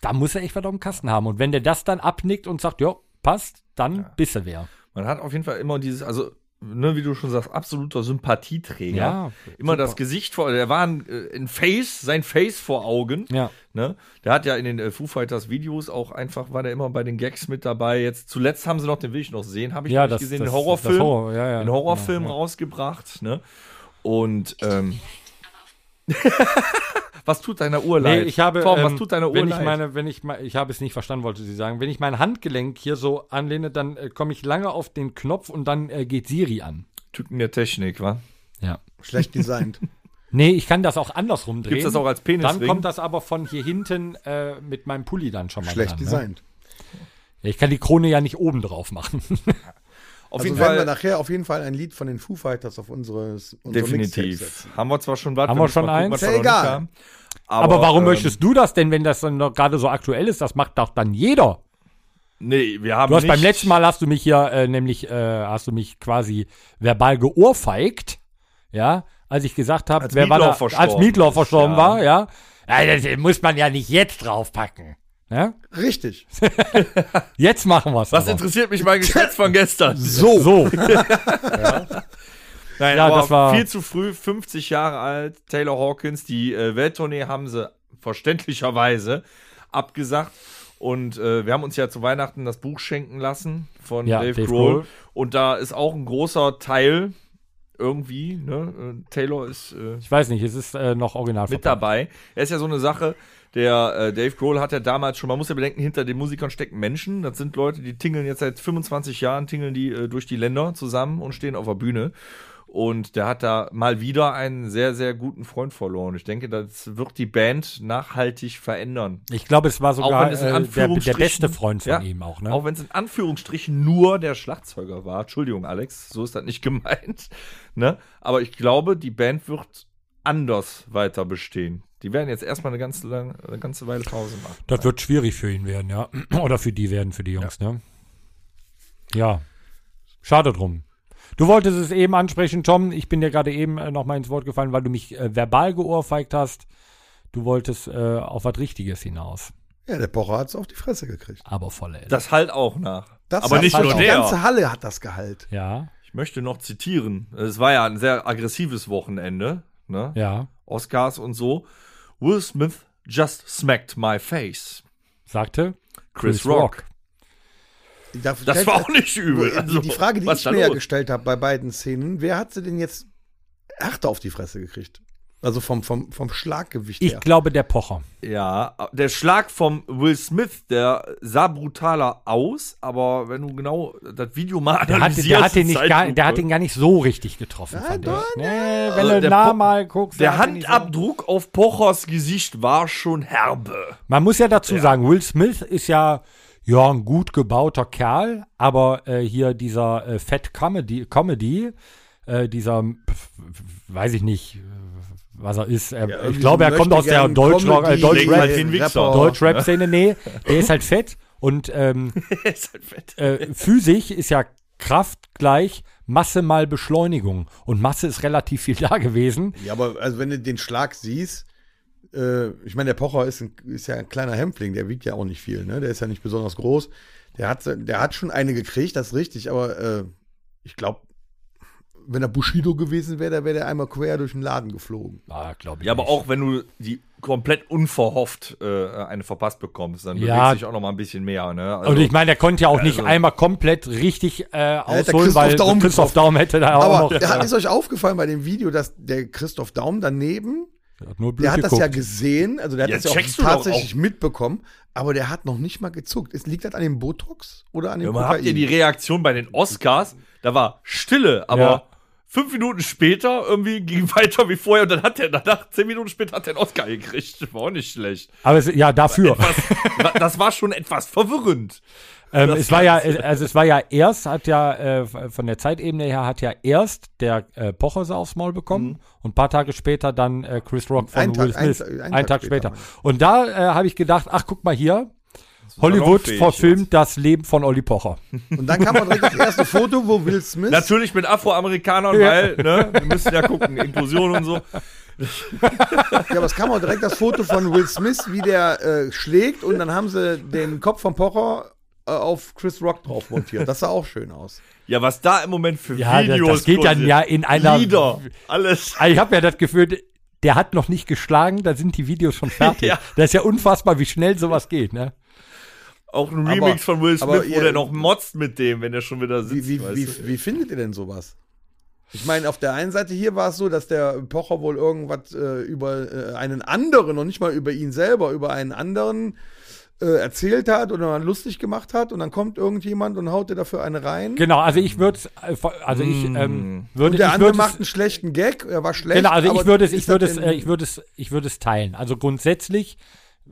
[SPEAKER 3] da muss er echt was auf dem Kasten haben. Und wenn der das dann abnickt und sagt, ja, passt, dann bist du wer.
[SPEAKER 4] Man hat auf jeden Fall immer dieses, also, ne, wie du schon sagst, absoluter Sympathieträger.
[SPEAKER 3] Ja,
[SPEAKER 4] immer das Gesicht vor, der war ein, äh, ein Face, sein Face vor Augen.
[SPEAKER 3] Ja.
[SPEAKER 4] Ne? Der hat ja in den äh, Foo Fighters Videos auch einfach, war der immer bei den Gags mit dabei. Jetzt zuletzt haben sie noch, den will ich noch sehen, habe ich
[SPEAKER 3] Ja,
[SPEAKER 4] noch nicht
[SPEAKER 3] das-
[SPEAKER 4] gesehen,
[SPEAKER 3] das-
[SPEAKER 4] den Horrorfilm,
[SPEAKER 3] das Horror- ja, ja,
[SPEAKER 4] den Horrorfilm
[SPEAKER 3] genau,
[SPEAKER 4] rausgebracht. Ne? Und ähm, was tut deiner Uhr
[SPEAKER 3] Nee,
[SPEAKER 4] leid?
[SPEAKER 3] ich habe,
[SPEAKER 4] Tom, was
[SPEAKER 3] ähm,
[SPEAKER 4] tut deiner Uhr
[SPEAKER 3] wenn ich
[SPEAKER 4] leid?
[SPEAKER 3] meine, wenn ich mal, ich habe es nicht verstanden, wollte sie sagen. Wenn ich mein Handgelenk hier so anlehne, dann äh, komme ich lange auf den Knopf und dann äh, geht Siri an.
[SPEAKER 4] Tücken der Technik, wa?
[SPEAKER 3] Ja.
[SPEAKER 2] Schlecht designt.
[SPEAKER 3] Nee, ich kann das auch andersrum drehen.
[SPEAKER 4] Gibt's das auch als Penisring?
[SPEAKER 3] Dann kommt das aber von hier hinten äh, mit meinem Pulli dann schon mal
[SPEAKER 2] Schlecht
[SPEAKER 3] dran,
[SPEAKER 2] designt.
[SPEAKER 3] Ne? Ich kann die Krone ja nicht oben drauf machen.
[SPEAKER 4] Auf
[SPEAKER 2] Also
[SPEAKER 4] jeden
[SPEAKER 2] werden wir
[SPEAKER 4] Fall,
[SPEAKER 2] nachher auf jeden Fall ein Lied von den Foo Fighters auf unseres unsere Mixtape
[SPEAKER 4] definitiv.
[SPEAKER 2] setzen.
[SPEAKER 4] Haben wir zwar schon was,
[SPEAKER 3] Haben wir
[SPEAKER 4] müssen
[SPEAKER 3] schon
[SPEAKER 4] mal
[SPEAKER 3] eins?
[SPEAKER 4] gucken, was
[SPEAKER 2] Ist ja
[SPEAKER 4] wir noch nicht
[SPEAKER 2] egal.
[SPEAKER 4] haben.
[SPEAKER 3] aber warum
[SPEAKER 4] ähm,
[SPEAKER 3] möchtest du das denn, wenn das dann noch gerade so aktuell ist? Das macht doch dann jeder.
[SPEAKER 4] Nee, wir haben
[SPEAKER 3] Du hast beim
[SPEAKER 4] nicht-
[SPEAKER 3] letzten Mal hast du mich hier äh, nämlich äh, hast du mich quasi verbal geohrfeigt, ja, als ich gesagt habe,
[SPEAKER 4] Als
[SPEAKER 3] wer war da,
[SPEAKER 4] Meatloaf verstorben
[SPEAKER 3] als Mietlauf
[SPEAKER 4] ist,
[SPEAKER 3] verstorben
[SPEAKER 4] ja.
[SPEAKER 3] war, ja. ja. Das muss man ja nicht jetzt draufpacken. Ja?
[SPEAKER 2] Richtig.
[SPEAKER 3] Jetzt machen wir es.
[SPEAKER 4] Was interessiert mich mein Geschätz von gestern?
[SPEAKER 3] So. so.
[SPEAKER 4] Nein,
[SPEAKER 3] Ja,
[SPEAKER 4] aber
[SPEAKER 3] das war-
[SPEAKER 4] viel zu früh, 50 Jahre alt, Taylor Hawkins. Die äh, Welttournee haben sie verständlicherweise abgesagt. Und äh, wir haben uns ja zu Weihnachten das Buch schenken lassen von
[SPEAKER 3] Ja,
[SPEAKER 4] Dave,
[SPEAKER 3] Dave
[SPEAKER 4] Grohl.
[SPEAKER 3] Grohl.
[SPEAKER 4] Und da ist auch ein großer Teil irgendwie, ne? äh, Taylor ist äh,
[SPEAKER 3] Ich weiß nicht, es ist äh, noch original.
[SPEAKER 4] mit
[SPEAKER 3] verpackt.
[SPEAKER 4] dabei. Er ist ja so eine Sache, der äh, Dave Grohl hat ja damals schon, man muss ja bedenken, hinter den Musikern stecken Menschen. Das sind Leute, die tingeln jetzt seit 25 Jahren, tingeln die äh, durch die Länder zusammen und stehen auf der Bühne. Und der hat da mal wieder einen sehr, sehr guten Freund verloren. Ich denke, das wird die Band nachhaltig verändern.
[SPEAKER 3] Ich glaube, es war sogar
[SPEAKER 4] wenn es in
[SPEAKER 3] äh, der, der
[SPEAKER 4] Anführungsstrichen-
[SPEAKER 3] beste Freund von
[SPEAKER 4] Ja.
[SPEAKER 3] ihm auch, ne?
[SPEAKER 4] Auch wenn es in Anführungsstrichen nur der Schlagzeuger war. Entschuldigung, Alex, so ist das nicht gemeint. Ne? Aber ich glaube, die Band wird anders weiter bestehen. Die werden jetzt erstmal eine ganze, lang, eine ganze Weile Pause machen.
[SPEAKER 3] Das wird schwierig für ihn werden, ja. Oder für die werden, für die Jungs, ne? Ja. Schade drum. Du wolltest es eben ansprechen, Tom. Ich bin dir gerade eben äh, nochmal ins Wort gefallen, weil du mich äh, verbal geohrfeigt hast. Du wolltest äh, auf was Richtiges hinaus.
[SPEAKER 2] Ja, der Pocher hat es auf die Fresse gekriegt.
[SPEAKER 3] Aber volle Elle.
[SPEAKER 4] Das halt auch nach.
[SPEAKER 2] Das
[SPEAKER 4] Aber
[SPEAKER 2] hat
[SPEAKER 4] nicht
[SPEAKER 2] halt
[SPEAKER 4] nur
[SPEAKER 2] auch-
[SPEAKER 4] der.
[SPEAKER 2] Die ganze Halle hat das Gehalt.
[SPEAKER 3] Ja,
[SPEAKER 4] Ich möchte noch zitieren. Es war ja ein sehr aggressives Wochenende. Ne?
[SPEAKER 3] ja.
[SPEAKER 4] Oscars und so. Will Smith just smacked my face.
[SPEAKER 3] Sagte
[SPEAKER 4] Chris, Rock.
[SPEAKER 2] Da-
[SPEAKER 4] Das war auch nicht übel.
[SPEAKER 2] Die-
[SPEAKER 4] Also,
[SPEAKER 2] die Frage, die
[SPEAKER 4] was
[SPEAKER 2] ich
[SPEAKER 4] da
[SPEAKER 2] mir ja
[SPEAKER 4] los?
[SPEAKER 2] gestellt habe bei beiden Szenen, wer hat sie denn jetzt härter auf die Fresse gekriegt? Also vom, vom, vom Schlaggewicht
[SPEAKER 3] Ich
[SPEAKER 2] her.
[SPEAKER 3] glaube, der Pocher.
[SPEAKER 4] Ja, der Schlag vom Will Smith, der sah brutaler aus, aber wenn du genau das Video mal
[SPEAKER 3] Der hat,
[SPEAKER 4] analysierst,
[SPEAKER 3] der, hat den nicht
[SPEAKER 4] zeigt
[SPEAKER 3] gar,
[SPEAKER 4] du-
[SPEAKER 3] der hat den gar nicht so richtig getroffen, fand ich. Nee, wenn
[SPEAKER 4] Also
[SPEAKER 3] du
[SPEAKER 4] der
[SPEAKER 3] nah
[SPEAKER 4] Po-
[SPEAKER 3] mal guckst.
[SPEAKER 4] der
[SPEAKER 3] hat er nicht so-
[SPEAKER 4] Handabdruck auf Pochers Gesicht war schon herbe.
[SPEAKER 3] Man muss ja dazu sagen, Will Smith ist ja, ja ein gut gebauter Kerl, aber äh, hier dieser äh, Fat Comedy, Comedy äh, dieser, pf, weiß ich nicht, äh, was er ist. Er, ich glaube, er kommt aus der Deutschrock, äh,
[SPEAKER 4] Comedy-
[SPEAKER 3] Deutschrap,
[SPEAKER 4] Legen wir Wichser.
[SPEAKER 3] Deutschrap-Szene. Nee, der ist halt fett und ähm,
[SPEAKER 4] ist halt fett.
[SPEAKER 3] äh, Physik ist ja Kraft gleich Masse mal Beschleunigung. Und Masse ist relativ viel da gewesen.
[SPEAKER 2] Ja, aber also wenn du den Schlag siehst, äh, ich meine, der Pocher ist, ein, ist ja ein kleiner Hämpfling, der wiegt ja auch nicht viel, ne? Der ist ja nicht besonders groß. Der hat, se- der hat schon eine gekriegt, das ist richtig, aber äh, ich glaube, wenn er Bushido gewesen wäre, da wäre der einmal quer durch den Laden geflogen.
[SPEAKER 3] Ah, glaube ich.
[SPEAKER 4] Ja, aber
[SPEAKER 3] nicht.
[SPEAKER 4] auch wenn du die komplett unverhofft äh, eine verpasst bekommst, dann
[SPEAKER 3] Ja.
[SPEAKER 4] bewegst du dich auch noch mal ein bisschen mehr. Ne? Also,
[SPEAKER 3] und ich meine, der konnte ja auch nicht
[SPEAKER 4] also-
[SPEAKER 3] einmal komplett richtig äh,
[SPEAKER 2] hätte
[SPEAKER 3] ausholen,
[SPEAKER 2] Christoph
[SPEAKER 3] weil
[SPEAKER 2] Daum
[SPEAKER 3] Christoph
[SPEAKER 2] getroffen.
[SPEAKER 3] Daum hätte da auch
[SPEAKER 2] aber
[SPEAKER 3] noch.
[SPEAKER 2] hat, ist euch aufgefallen bei dem Video, dass der Christoph Daum daneben,
[SPEAKER 3] hat nur blöd
[SPEAKER 2] der hat das
[SPEAKER 3] geguckt.
[SPEAKER 2] ja gesehen, also der hat
[SPEAKER 4] Ja,
[SPEAKER 2] das ja
[SPEAKER 4] checkst
[SPEAKER 2] auch
[SPEAKER 4] du doch
[SPEAKER 2] tatsächlich mitbekommen, aber der hat noch nicht mal gezuckt. Ist, liegt das an dem Botox oder an dem
[SPEAKER 4] Ja, aber habt ihr die
[SPEAKER 2] Kokain?
[SPEAKER 4] Reaktion bei den Oscars? Da war Stille, aber
[SPEAKER 3] Ja.
[SPEAKER 4] fünf Minuten später irgendwie ging weiter wie vorher und dann hat er danach, zehn Minuten später hat er einen Oscar gekriegt. War auch nicht schlecht.
[SPEAKER 3] Aber es, ja, dafür.
[SPEAKER 4] Was, das war schon etwas verwirrend.
[SPEAKER 3] Ähm, es war ja, äh, also es war ja erst, hat ja äh, von der Zeitebene her hat ja erst der äh, Pocher sie aufs Maul bekommen und ein paar Tage später dann äh, Chris Rock von
[SPEAKER 2] Mhm. Ein Tag-
[SPEAKER 3] Will Smith.
[SPEAKER 2] ein- ein
[SPEAKER 3] einen
[SPEAKER 2] Tag
[SPEAKER 3] Tag
[SPEAKER 2] später,
[SPEAKER 3] später. Und da äh, habe ich gedacht, ach guck mal hier, Hollywood
[SPEAKER 4] salonfähig
[SPEAKER 3] verfilmt das Leben von Olli Pocher.
[SPEAKER 2] Und dann kam auch direkt das erste Foto, wo Will Smith
[SPEAKER 4] Natürlich mit Afroamerikanern,
[SPEAKER 3] Ja.
[SPEAKER 4] weil, ne, wir müssen ja gucken, Inklusion und so.
[SPEAKER 2] Ja, aber es kam auch direkt das Foto von Will Smith, wie der äh, schlägt und dann haben sie den Kopf von Pocher äh, auf Chris Rock drauf montiert. Das sah auch schön aus.
[SPEAKER 4] Ja, was da im Moment für
[SPEAKER 3] Ja, das-
[SPEAKER 4] Videos
[SPEAKER 3] das geht dann
[SPEAKER 4] kursieren.
[SPEAKER 3] ja in einer-
[SPEAKER 4] Lieder, alles.
[SPEAKER 3] Also ich habe ja das Gefühl, der hat noch nicht geschlagen, da sind die Videos schon fertig.
[SPEAKER 4] Ja.
[SPEAKER 3] Das ist ja unfassbar, wie schnell sowas geht, ne?
[SPEAKER 4] Auch ein
[SPEAKER 2] Aber-
[SPEAKER 4] Remix von Will
[SPEAKER 2] aber
[SPEAKER 4] Smith, wo
[SPEAKER 2] ihr-
[SPEAKER 4] der noch motzt mit dem, wenn der schon wieder sitzt.
[SPEAKER 2] Wie, wie,
[SPEAKER 4] weißt du.
[SPEAKER 2] wie, wie findet ihr denn sowas? Ich meine, auf der einen Seite hier war es so, dass der Pocher wohl irgendwas äh, über äh, einen anderen und nicht mal über ihn selber, über einen anderen äh, erzählt hat oder lustig gemacht hat und dann kommt irgendjemand und haut dir dafür eine rein.
[SPEAKER 3] Genau, also ich würde also ich ähm, würde
[SPEAKER 2] Und der
[SPEAKER 3] ich
[SPEAKER 2] andere
[SPEAKER 3] würd's-
[SPEAKER 2] macht einen schlechten Gag, er war schlecht.
[SPEAKER 3] Genau, also
[SPEAKER 2] aber
[SPEAKER 3] ich würde es,
[SPEAKER 2] ist
[SPEAKER 3] ich würde
[SPEAKER 2] das
[SPEAKER 3] es,
[SPEAKER 2] denn-
[SPEAKER 3] äh, ich würde es, ich würde es teilen. Also grundsätzlich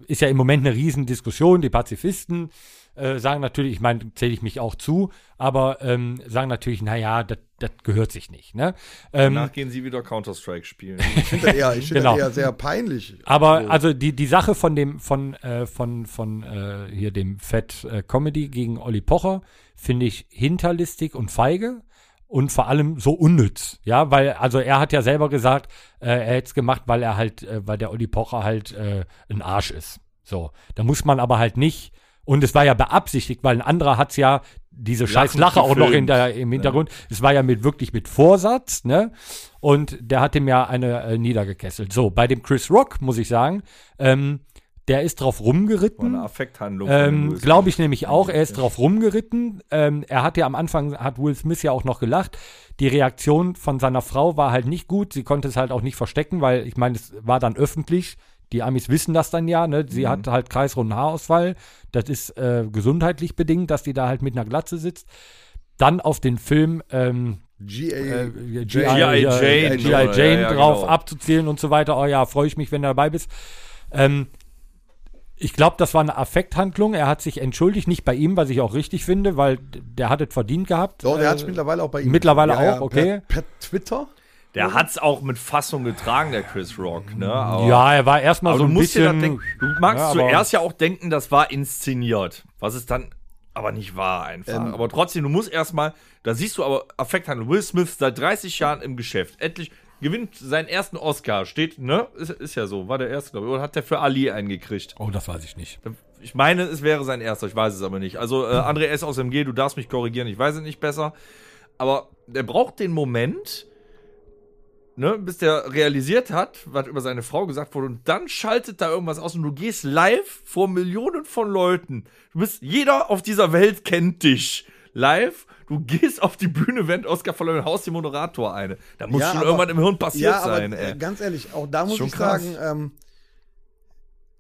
[SPEAKER 3] ist ja im Moment eine Riesendiskussion. Die Pazifisten äh, sagen natürlich, ich meine, zähle ich mich auch zu, aber ähm, sagen natürlich, naja, das gehört sich nicht. Ne? Ähm,
[SPEAKER 4] Danach gehen sie wieder Counter-Strike spielen.
[SPEAKER 2] Ich finde das eher, ich finde das
[SPEAKER 3] Genau.
[SPEAKER 2] eher sehr peinlich.
[SPEAKER 3] aber also die, die Sache von dem, von, äh, von, von äh, hier dem Fat äh, Comedy gegen Olli Pocher finde ich hinterlistig und feige. Und vor allem so unnütz, ja, weil, also er hat ja selber gesagt, äh, er hätte es gemacht, weil er halt, äh, weil der Olli Pocher halt äh, ein Arsch ist. So. Da muss man aber halt nicht, und es war ja beabsichtigt, weil ein anderer hat's ja diese scheiß
[SPEAKER 4] Lachend
[SPEAKER 3] Lache auch noch in
[SPEAKER 4] gefilmt.
[SPEAKER 3] der, im Hintergrund. Es war ja mit wirklich mit Vorsatz, ne? Und der hat ihm ja eine äh, niedergekesselt. So, bei dem Chris Rock muss ich sagen, ähm, der ist drauf
[SPEAKER 4] War eine
[SPEAKER 3] rumgeritten.
[SPEAKER 4] Affekthandlung. von dem
[SPEAKER 3] Ähm,
[SPEAKER 4] Will
[SPEAKER 3] Glaube
[SPEAKER 4] Smith.
[SPEAKER 3] ich nämlich auch. Er ist drauf rumgeritten. Ähm, er hat ja am Anfang, hat Will Smith ja auch noch gelacht. Die Reaktion von seiner Frau war halt nicht gut. Sie konnte es halt auch nicht verstecken, weil ich meine, es war dann öffentlich. Die Amis wissen das dann ja. Ne?
[SPEAKER 4] Mhm.
[SPEAKER 3] Sie hat halt kreisrunden Haarausfall. Das ist äh, gesundheitlich bedingt, dass die da halt mit einer Glatze sitzt. Dann auf den Film ähm,
[SPEAKER 2] G.A.
[SPEAKER 3] äh, G.I.
[SPEAKER 4] G.I.
[SPEAKER 3] ja,
[SPEAKER 4] Jane,
[SPEAKER 3] äh, G.I. Jane
[SPEAKER 4] oder? Ja, ja,
[SPEAKER 3] drauf
[SPEAKER 4] genau.
[SPEAKER 3] abzuzählen und so weiter. Oh ja, freue ich mich, wenn du dabei bist. Ähm, ich glaube, das war eine Affekthandlung. Er hat sich entschuldigt, nicht bei ihm, was ich auch richtig finde, weil der hat es verdient gehabt.
[SPEAKER 2] Doch, der
[SPEAKER 3] Äh,
[SPEAKER 2] hat es mittlerweile auch bei ihm.
[SPEAKER 3] mittlerweile auch, okay.
[SPEAKER 2] Per, per Twitter?
[SPEAKER 4] Der hat's auch mit Fassung getragen, der Chris Rock. Ne? Aber,
[SPEAKER 3] ja, er war erstmal
[SPEAKER 4] aber
[SPEAKER 3] so
[SPEAKER 4] du
[SPEAKER 3] ein
[SPEAKER 4] musst dir das
[SPEAKER 3] bisschen.
[SPEAKER 4] denken. Du magst
[SPEAKER 3] Ja, aber-
[SPEAKER 4] zuerst ja auch denken, das war inszeniert. Was es dann aber nicht war einfach.
[SPEAKER 3] Ähm,
[SPEAKER 4] aber trotzdem, du musst erstmal, da siehst du aber Affekthandel. Will Smith seit 30 Jahren im Geschäft. Endlich gewinnt seinen ersten Oscar. Steht, ne? Ist, ist ja so, war der erste, glaube ich. Oder hat der für Ali eingekriegt?
[SPEAKER 3] oh, das weiß ich nicht.
[SPEAKER 4] Ich meine, es wäre sein erster, ich weiß es aber nicht. Also äh, André S. aus MG, du darfst mich korrigieren, ich weiß es nicht besser. Aber der braucht den Moment, ne, bis der realisiert hat, was über seine Frau gesagt wurde. Und dann schaltet da irgendwas aus und du gehst live vor Millionen von Leuten. Du bist, jeder auf dieser Welt kennt dich. Live. du gehst auf die Bühne, während Oscar verloren und haust den Moderator eine. Da muss
[SPEAKER 2] Ja,
[SPEAKER 4] schon
[SPEAKER 2] aber-
[SPEAKER 4] irgendwann im Hirn passiert
[SPEAKER 2] ja,
[SPEAKER 4] sein,
[SPEAKER 2] aber,
[SPEAKER 4] ey.
[SPEAKER 2] äh, Ganz ehrlich, auch da muss
[SPEAKER 4] schon
[SPEAKER 2] ich
[SPEAKER 4] krass.
[SPEAKER 2] sagen, ähm,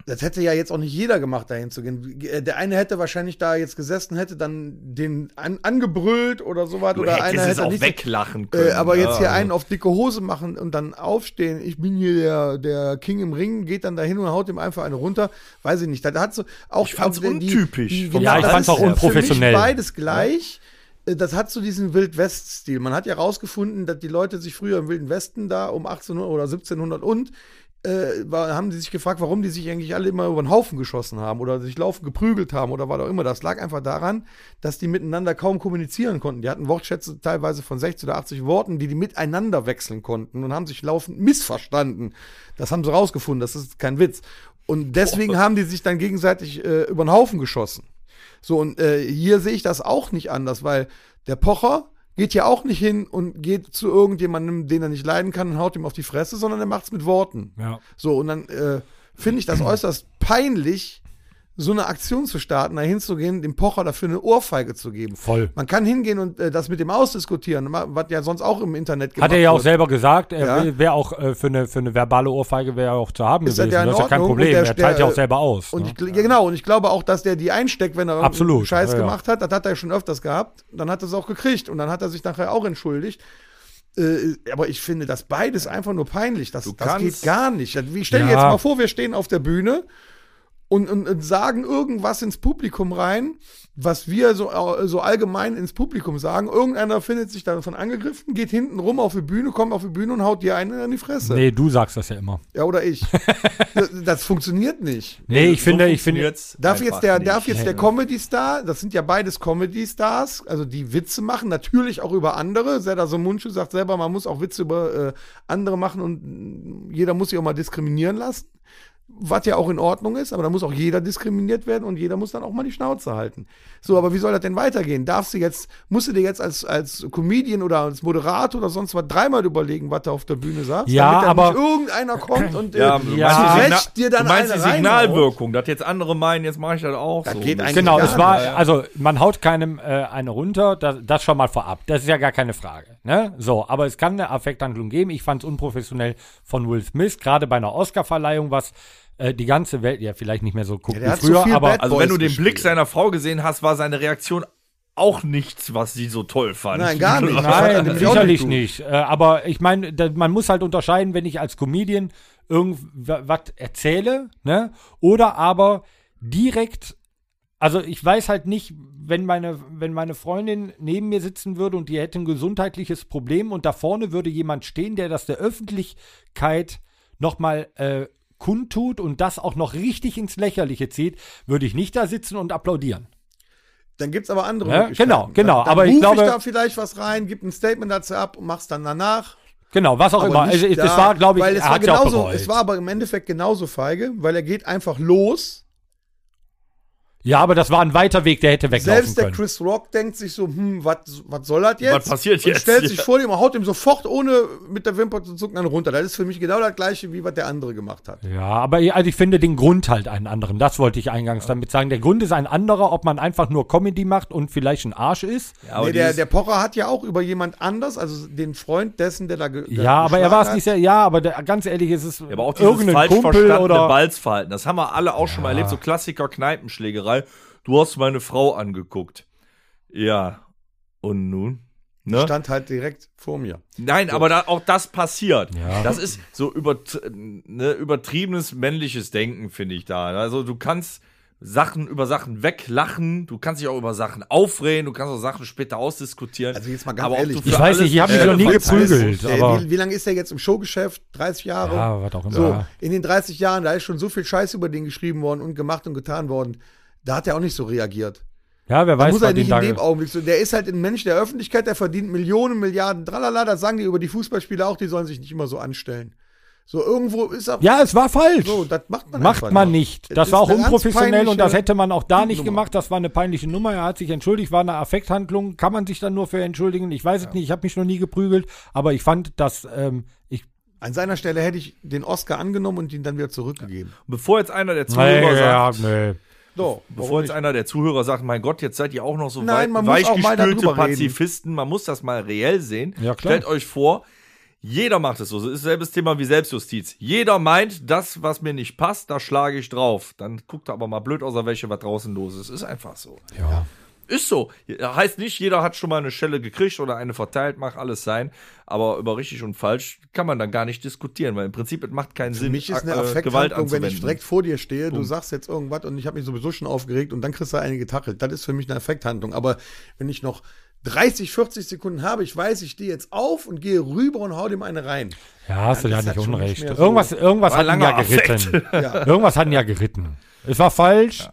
[SPEAKER 2] das hätte ja jetzt auch nicht jeder gemacht, dahin zu gehen. Äh, Der eine hätte wahrscheinlich da jetzt gesessen, hätte dann den an, angebrüllt oder sowas.
[SPEAKER 4] Du
[SPEAKER 2] Oder
[SPEAKER 4] hättest
[SPEAKER 2] einer
[SPEAKER 4] es
[SPEAKER 2] hätte
[SPEAKER 4] auch
[SPEAKER 2] nicht
[SPEAKER 4] weglachen können. ne?
[SPEAKER 2] Äh, aber jetzt hier
[SPEAKER 4] ja. also.
[SPEAKER 2] einen auf dicke Hose machen und dann aufstehen, ich bin hier der, der King im Ring, geht dann dahin und haut ihm einfach eine runter, weiß ich nicht. Da hat so auch,
[SPEAKER 4] Ich fand's
[SPEAKER 2] auch die- die-
[SPEAKER 4] untypisch
[SPEAKER 2] die- genau,
[SPEAKER 4] vom
[SPEAKER 3] Ja, ich
[SPEAKER 2] das
[SPEAKER 3] fand's
[SPEAKER 2] ist
[SPEAKER 3] auch unprofessionell.
[SPEAKER 2] Für mich beides gleich. Äh, Das hat so diesen Wild-West-Stil. Man hat ja rausgefunden, dass die Leute sich früher im Wilden Westen da um 1800 oder 1700 und äh, war, haben die sich gefragt, warum die sich eigentlich alle immer über den Haufen geschossen haben oder sich laufen geprügelt haben oder was auch immer. Das lag einfach daran, dass die miteinander kaum kommunizieren konnten. Die hatten Wortschätze teilweise von 60 oder 80 Worten, die die miteinander wechseln konnten und haben sich laufend missverstanden. Das haben sie rausgefunden, das ist kein Witz. Und deswegen haben die sich dann gegenseitig äh, über den Haufen geschossen. So, und äh, hier sehe ich das auch nicht anders, weil der Pocher geht ja auch nicht hin und geht zu irgendjemandem, den er nicht leiden kann und haut ihm auf die Fresse, sondern er macht's mit Worten.
[SPEAKER 3] Ja.
[SPEAKER 2] So, und dann äh, finde ich das äußerst peinlich, so eine Aktion zu starten, da hinzugehen, dem Pocher dafür eine Ohrfeige zu geben.
[SPEAKER 3] Voll.
[SPEAKER 2] Man kann hingehen und äh, das mit dem ausdiskutieren, ma- was ja sonst auch im Internet
[SPEAKER 3] Hat er ja auch
[SPEAKER 2] wird.
[SPEAKER 3] selber gesagt, er
[SPEAKER 2] Ja.
[SPEAKER 3] wäre auch äh, für, eine, für eine verbale Ohrfeige wäre er auch zu haben
[SPEAKER 2] Ist das
[SPEAKER 3] gewesen.
[SPEAKER 2] ja in
[SPEAKER 3] das ist ja kein
[SPEAKER 2] Ordnung.
[SPEAKER 3] Problem.
[SPEAKER 2] Und der-
[SPEAKER 3] er teilt ja auch
[SPEAKER 2] der-
[SPEAKER 3] selber aus.
[SPEAKER 2] Und
[SPEAKER 3] ne?
[SPEAKER 2] ich, gl- ja, genau, und ich glaube auch, dass der die einsteckt, wenn er irgendeinen
[SPEAKER 3] Absolut,
[SPEAKER 2] Scheiß
[SPEAKER 3] ja, ja.
[SPEAKER 2] gemacht hat. Das hat er schon öfters gehabt. Dann hat er es auch gekriegt und dann hat er sich nachher auch entschuldigt. Äh, aber ich finde das beides einfach nur peinlich. Das, das
[SPEAKER 4] kannst-
[SPEAKER 2] geht gar nicht. Das- Wie, stell
[SPEAKER 3] Ja.
[SPEAKER 2] dir jetzt mal vor, wir stehen auf der Bühne und, und, und sagen irgendwas ins Publikum rein, was wir so, äh, so allgemein ins Publikum sagen. Irgendeiner findet sich davon angegriffen, geht hinten rum auf die Bühne, kommt auf die Bühne und haut dir einen an die Fresse.
[SPEAKER 3] nee, du sagst das ja immer.
[SPEAKER 2] Ja, oder ich. das, das funktioniert nicht.
[SPEAKER 3] Nee, ich
[SPEAKER 4] So
[SPEAKER 3] finde, ich finde,
[SPEAKER 4] funktioniert's
[SPEAKER 2] Darf
[SPEAKER 4] einfach
[SPEAKER 2] jetzt, der,
[SPEAKER 4] nicht.
[SPEAKER 2] darf jetzt der Comedy Star, das sind ja beides Comedy Stars, also die Witze machen, natürlich auch über andere. Serdar Somuncu sagt selber, man muss auch Witze über äh, andere machen und mh, jeder muss sich auch mal diskriminieren lassen. Was ja auch in Ordnung ist, aber da muss auch jeder diskriminiert werden und jeder muss dann auch mal die Schnauze halten. So, aber wie soll das denn weitergehen? Darfst du jetzt, musst du dir jetzt als, als Comedian oder als Moderator oder sonst was dreimal überlegen, was du auf der Bühne sagst?
[SPEAKER 3] Ja,
[SPEAKER 2] damit dann
[SPEAKER 3] aber-
[SPEAKER 2] nicht irgendeiner kommt und
[SPEAKER 4] Ja,
[SPEAKER 2] äh,
[SPEAKER 4] du
[SPEAKER 3] Ja.
[SPEAKER 4] meinst, die
[SPEAKER 2] zu Recht
[SPEAKER 4] Signa-
[SPEAKER 2] dir dann
[SPEAKER 4] du meinst die
[SPEAKER 2] eine reinhaut.
[SPEAKER 4] Signalwirkung, dass jetzt andere meinen, jetzt mache ich das auch.
[SPEAKER 2] Das
[SPEAKER 4] so.
[SPEAKER 2] geht eigentlich
[SPEAKER 3] Genau,
[SPEAKER 2] gar
[SPEAKER 3] es war,
[SPEAKER 2] nicht.
[SPEAKER 3] also man haut keinem äh, eine runter, das, das schon mal vorab. Das ist ja gar keine Frage. Ne? So, aber es kann eine Affekthandlung geben. Ich fand es unprofessionell von Will Smith, gerade bei einer Oscar-Verleihung, was äh, die ganze Welt ja vielleicht nicht mehr so guckt
[SPEAKER 2] der
[SPEAKER 3] wie
[SPEAKER 2] hat so
[SPEAKER 3] früher,
[SPEAKER 2] viel
[SPEAKER 3] aber
[SPEAKER 2] Bad
[SPEAKER 4] Also, wenn
[SPEAKER 2] Boys
[SPEAKER 4] du den
[SPEAKER 2] gespielt.
[SPEAKER 4] Blick seiner Frau gesehen hast, war seine Reaktion auch nichts, was sie so toll fand.
[SPEAKER 2] Nein, gar nicht. Das hat er
[SPEAKER 3] Nein,
[SPEAKER 2] nämlich auch
[SPEAKER 3] sicherlich
[SPEAKER 2] tun.
[SPEAKER 3] nicht. Äh, Aber ich meine, da- man muss halt unterscheiden, wenn ich als Comedian irgendwas erzähle, ne? Oder aber direkt, also ich weiß halt nicht, wenn meine, wenn meine Freundin neben mir sitzen würde und die hätte ein gesundheitliches Problem und da vorne würde jemand stehen, der das der Öffentlichkeit nochmal äh, kundtut und das auch noch richtig ins Lächerliche zieht, würde ich nicht da sitzen und applaudieren.
[SPEAKER 2] Dann gibt's aber andere
[SPEAKER 3] Ja,
[SPEAKER 2] Möglichkeiten.
[SPEAKER 3] genau, genau,
[SPEAKER 2] Dann, dann
[SPEAKER 3] aber ich
[SPEAKER 2] ruf
[SPEAKER 3] glaube-
[SPEAKER 2] ich da vielleicht was rein, gib ein Statement dazu ab und mach's dann danach.
[SPEAKER 3] Genau, was auch immer.
[SPEAKER 2] nicht
[SPEAKER 3] Also, es
[SPEAKER 2] da,
[SPEAKER 3] es war, glaube ich,
[SPEAKER 2] weil es
[SPEAKER 3] er
[SPEAKER 2] war
[SPEAKER 3] hat's ja auch
[SPEAKER 2] genauso,
[SPEAKER 3] bereut.
[SPEAKER 2] es war aber im Endeffekt genauso feige, weil er geht einfach los.
[SPEAKER 3] Ja, aber das war ein weiter Weg, der hätte weglaufen
[SPEAKER 2] Selbst der
[SPEAKER 3] können.
[SPEAKER 2] Chris Rock denkt sich so, hm, was was soll das jetzt?
[SPEAKER 4] Was passiert
[SPEAKER 2] und
[SPEAKER 4] jetzt?
[SPEAKER 2] stellt sich
[SPEAKER 4] Ja.
[SPEAKER 2] vor dem und haut ihm sofort ohne mit der Wimper zu zucken dann runter. Das ist für mich genau das gleiche, wie was der andere gemacht hat.
[SPEAKER 3] ja, aber ich- also ich finde den Grund halt einen anderen. Das wollte ich eingangs damit sagen. Der Grund ist ein anderer, ob man einfach nur Comedy macht und vielleicht ein Arsch ist.
[SPEAKER 4] Ja, aber
[SPEAKER 2] nee, der,
[SPEAKER 4] dieses-
[SPEAKER 2] der Pocher hat ja auch über jemand anders, also den Freund dessen, der da ge
[SPEAKER 3] Ja, aber er war es nicht sehr. Ja, aber der, ganz ehrlich, es ist
[SPEAKER 4] Ja, aber auch dieses
[SPEAKER 3] irgendein
[SPEAKER 4] falsch
[SPEAKER 3] Kumpel
[SPEAKER 4] verstandene
[SPEAKER 3] oder.
[SPEAKER 4] Balzverhalten. Das haben wir alle auch schon mal erlebt. So Klassiker Kneipenschlägerei. Du hast meine Frau angeguckt. Ja. Und nun? Ne?
[SPEAKER 2] stand halt direkt vor mir.
[SPEAKER 4] Nein, aber da, auch das passiert.
[SPEAKER 3] Ja.
[SPEAKER 4] Das ist so übert ne, übertriebenes männliches Denken, finde ich da. Also du kannst Sachen über Sachen weglachen, du kannst dich auch über Sachen aufregen, du kannst auch Sachen später ausdiskutieren.
[SPEAKER 2] Also jetzt mal ganz
[SPEAKER 4] ob
[SPEAKER 2] ehrlich,
[SPEAKER 4] du
[SPEAKER 3] Ich
[SPEAKER 4] für
[SPEAKER 3] weiß nicht, ich hab mich
[SPEAKER 4] alles-
[SPEAKER 3] noch nie
[SPEAKER 4] äh,
[SPEAKER 3] geprügelt,
[SPEAKER 2] Der,
[SPEAKER 3] aber-
[SPEAKER 2] wie, wie lange ist er jetzt im Showgeschäft? 30 Jahre?
[SPEAKER 3] Ja, was auch immer.
[SPEAKER 2] So, in den 30 Jahren, da ist schon so viel Scheiß über den geschrieben worden und gemacht und getan worden. Da hat er auch nicht so reagiert.
[SPEAKER 3] Ja, wer
[SPEAKER 2] Da
[SPEAKER 3] weiß,
[SPEAKER 2] muss er
[SPEAKER 3] was
[SPEAKER 2] nicht
[SPEAKER 3] den
[SPEAKER 2] in
[SPEAKER 3] da.
[SPEAKER 2] dem Augenblick so. Der ist halt ein Mensch der Öffentlichkeit, der verdient Millionen, Milliarden, tralala. Das sagen die über die Fußballspieler auch, die sollen sich nicht immer so anstellen. So, irgendwo ist er.
[SPEAKER 3] Ja, es war falsch.
[SPEAKER 2] so, das macht man
[SPEAKER 3] Macht
[SPEAKER 2] einfach
[SPEAKER 3] man nicht. Das
[SPEAKER 2] ist
[SPEAKER 3] war auch
[SPEAKER 2] eine ganz
[SPEAKER 3] unprofessionell und das
[SPEAKER 2] peinliche-
[SPEAKER 3] hätte man auch da nicht
[SPEAKER 2] Nummer.
[SPEAKER 3] gemacht. Das war eine peinliche Nummer. Er hat sich entschuldigt, war eine Affekthandlung. Kann man sich dann nur für entschuldigen? Ich weiß es nicht. Ich habe mich noch nie geprügelt, aber ich fand, dass ähm, ich
[SPEAKER 2] An seiner Stelle hätte ich den Oscar angenommen und ihn dann wieder zurückgegeben.
[SPEAKER 4] Bevor jetzt einer der Zuhörer
[SPEAKER 3] Nee,
[SPEAKER 4] sagt,
[SPEAKER 3] ja, nee.
[SPEAKER 2] Doch,
[SPEAKER 4] Bevor jetzt einer der Zuhörer sagt, mein Gott, jetzt seid ihr auch noch so
[SPEAKER 2] Nein, man muss auch mal
[SPEAKER 4] weichgespülte
[SPEAKER 2] darüber reden.
[SPEAKER 4] Pazifisten, man muss das mal reell sehen.
[SPEAKER 3] Ja, klar.
[SPEAKER 4] Stellt euch vor, jeder macht es so. Es ist selbes Thema wie Selbstjustiz. Jeder meint, das, was mir nicht passt, da schlage ich drauf. Dann guckt er aber mal blöd aus der Wäsche, was draußen los ist. Ist einfach so.
[SPEAKER 3] Ja.
[SPEAKER 4] Ist so. Heißt nicht, jeder hat schon mal eine Schelle gekriegt oder eine verteilt, mag alles sein. Aber über richtig und falsch kann man dann gar nicht diskutieren, weil im Prinzip es macht keinen
[SPEAKER 2] Für
[SPEAKER 4] Sinn,
[SPEAKER 2] mich ist eine
[SPEAKER 4] äh,
[SPEAKER 2] Affekthandlung, wenn ich
[SPEAKER 4] anzuwenden.
[SPEAKER 2] direkt vor dir stehe, du sagst jetzt irgendwas und ich habe mich sowieso schon aufgeregt und dann kriegst du eine getachelt. Das ist für mich eine Affekthandlung. Aber wenn ich noch 30, 40 Sekunden habe, ich weiß, ich stehe jetzt auf und gehe rüber und hau dem eine rein.
[SPEAKER 3] Ja, hast du ja
[SPEAKER 2] ist
[SPEAKER 3] nicht
[SPEAKER 2] das schon nicht
[SPEAKER 3] unrecht.
[SPEAKER 2] mehr so.
[SPEAKER 3] irgendwas irgendwas
[SPEAKER 4] War
[SPEAKER 3] hat ihn
[SPEAKER 4] langer
[SPEAKER 3] ja geritten.
[SPEAKER 2] Ja.
[SPEAKER 3] Irgendwas hat ihn ja geritten. Es war falsch.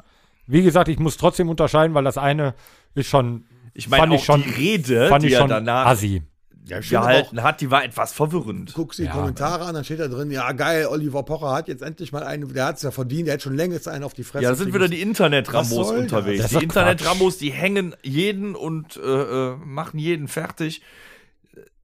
[SPEAKER 3] Wie gesagt, ich muss trotzdem unterscheiden, weil das eine ist schon.
[SPEAKER 4] Ich meine,
[SPEAKER 3] fand
[SPEAKER 4] auch die Rede,
[SPEAKER 3] fand
[SPEAKER 4] die
[SPEAKER 3] ich
[SPEAKER 4] er
[SPEAKER 3] schon
[SPEAKER 4] danach-
[SPEAKER 3] assi.
[SPEAKER 2] Ja, schön, aber auch-
[SPEAKER 4] gehalten hat, die war etwas verwirrend.
[SPEAKER 2] guckst die
[SPEAKER 3] Ja.
[SPEAKER 4] ne?
[SPEAKER 2] Kommentare an, dann steht da drin, ja geil, Oliver Pocher hat jetzt endlich mal einen, der hat es ja verdient, der hat schon längst einen auf die Fresse.
[SPEAKER 4] Ja, da sind wieder die
[SPEAKER 2] Was
[SPEAKER 4] Internet-Rambos
[SPEAKER 2] soll das?
[SPEAKER 4] unterwegs.
[SPEAKER 3] Das ist
[SPEAKER 4] Die
[SPEAKER 3] doch
[SPEAKER 4] Internet-Rambos, die hängen jeden und äh, äh, machen jeden fertig.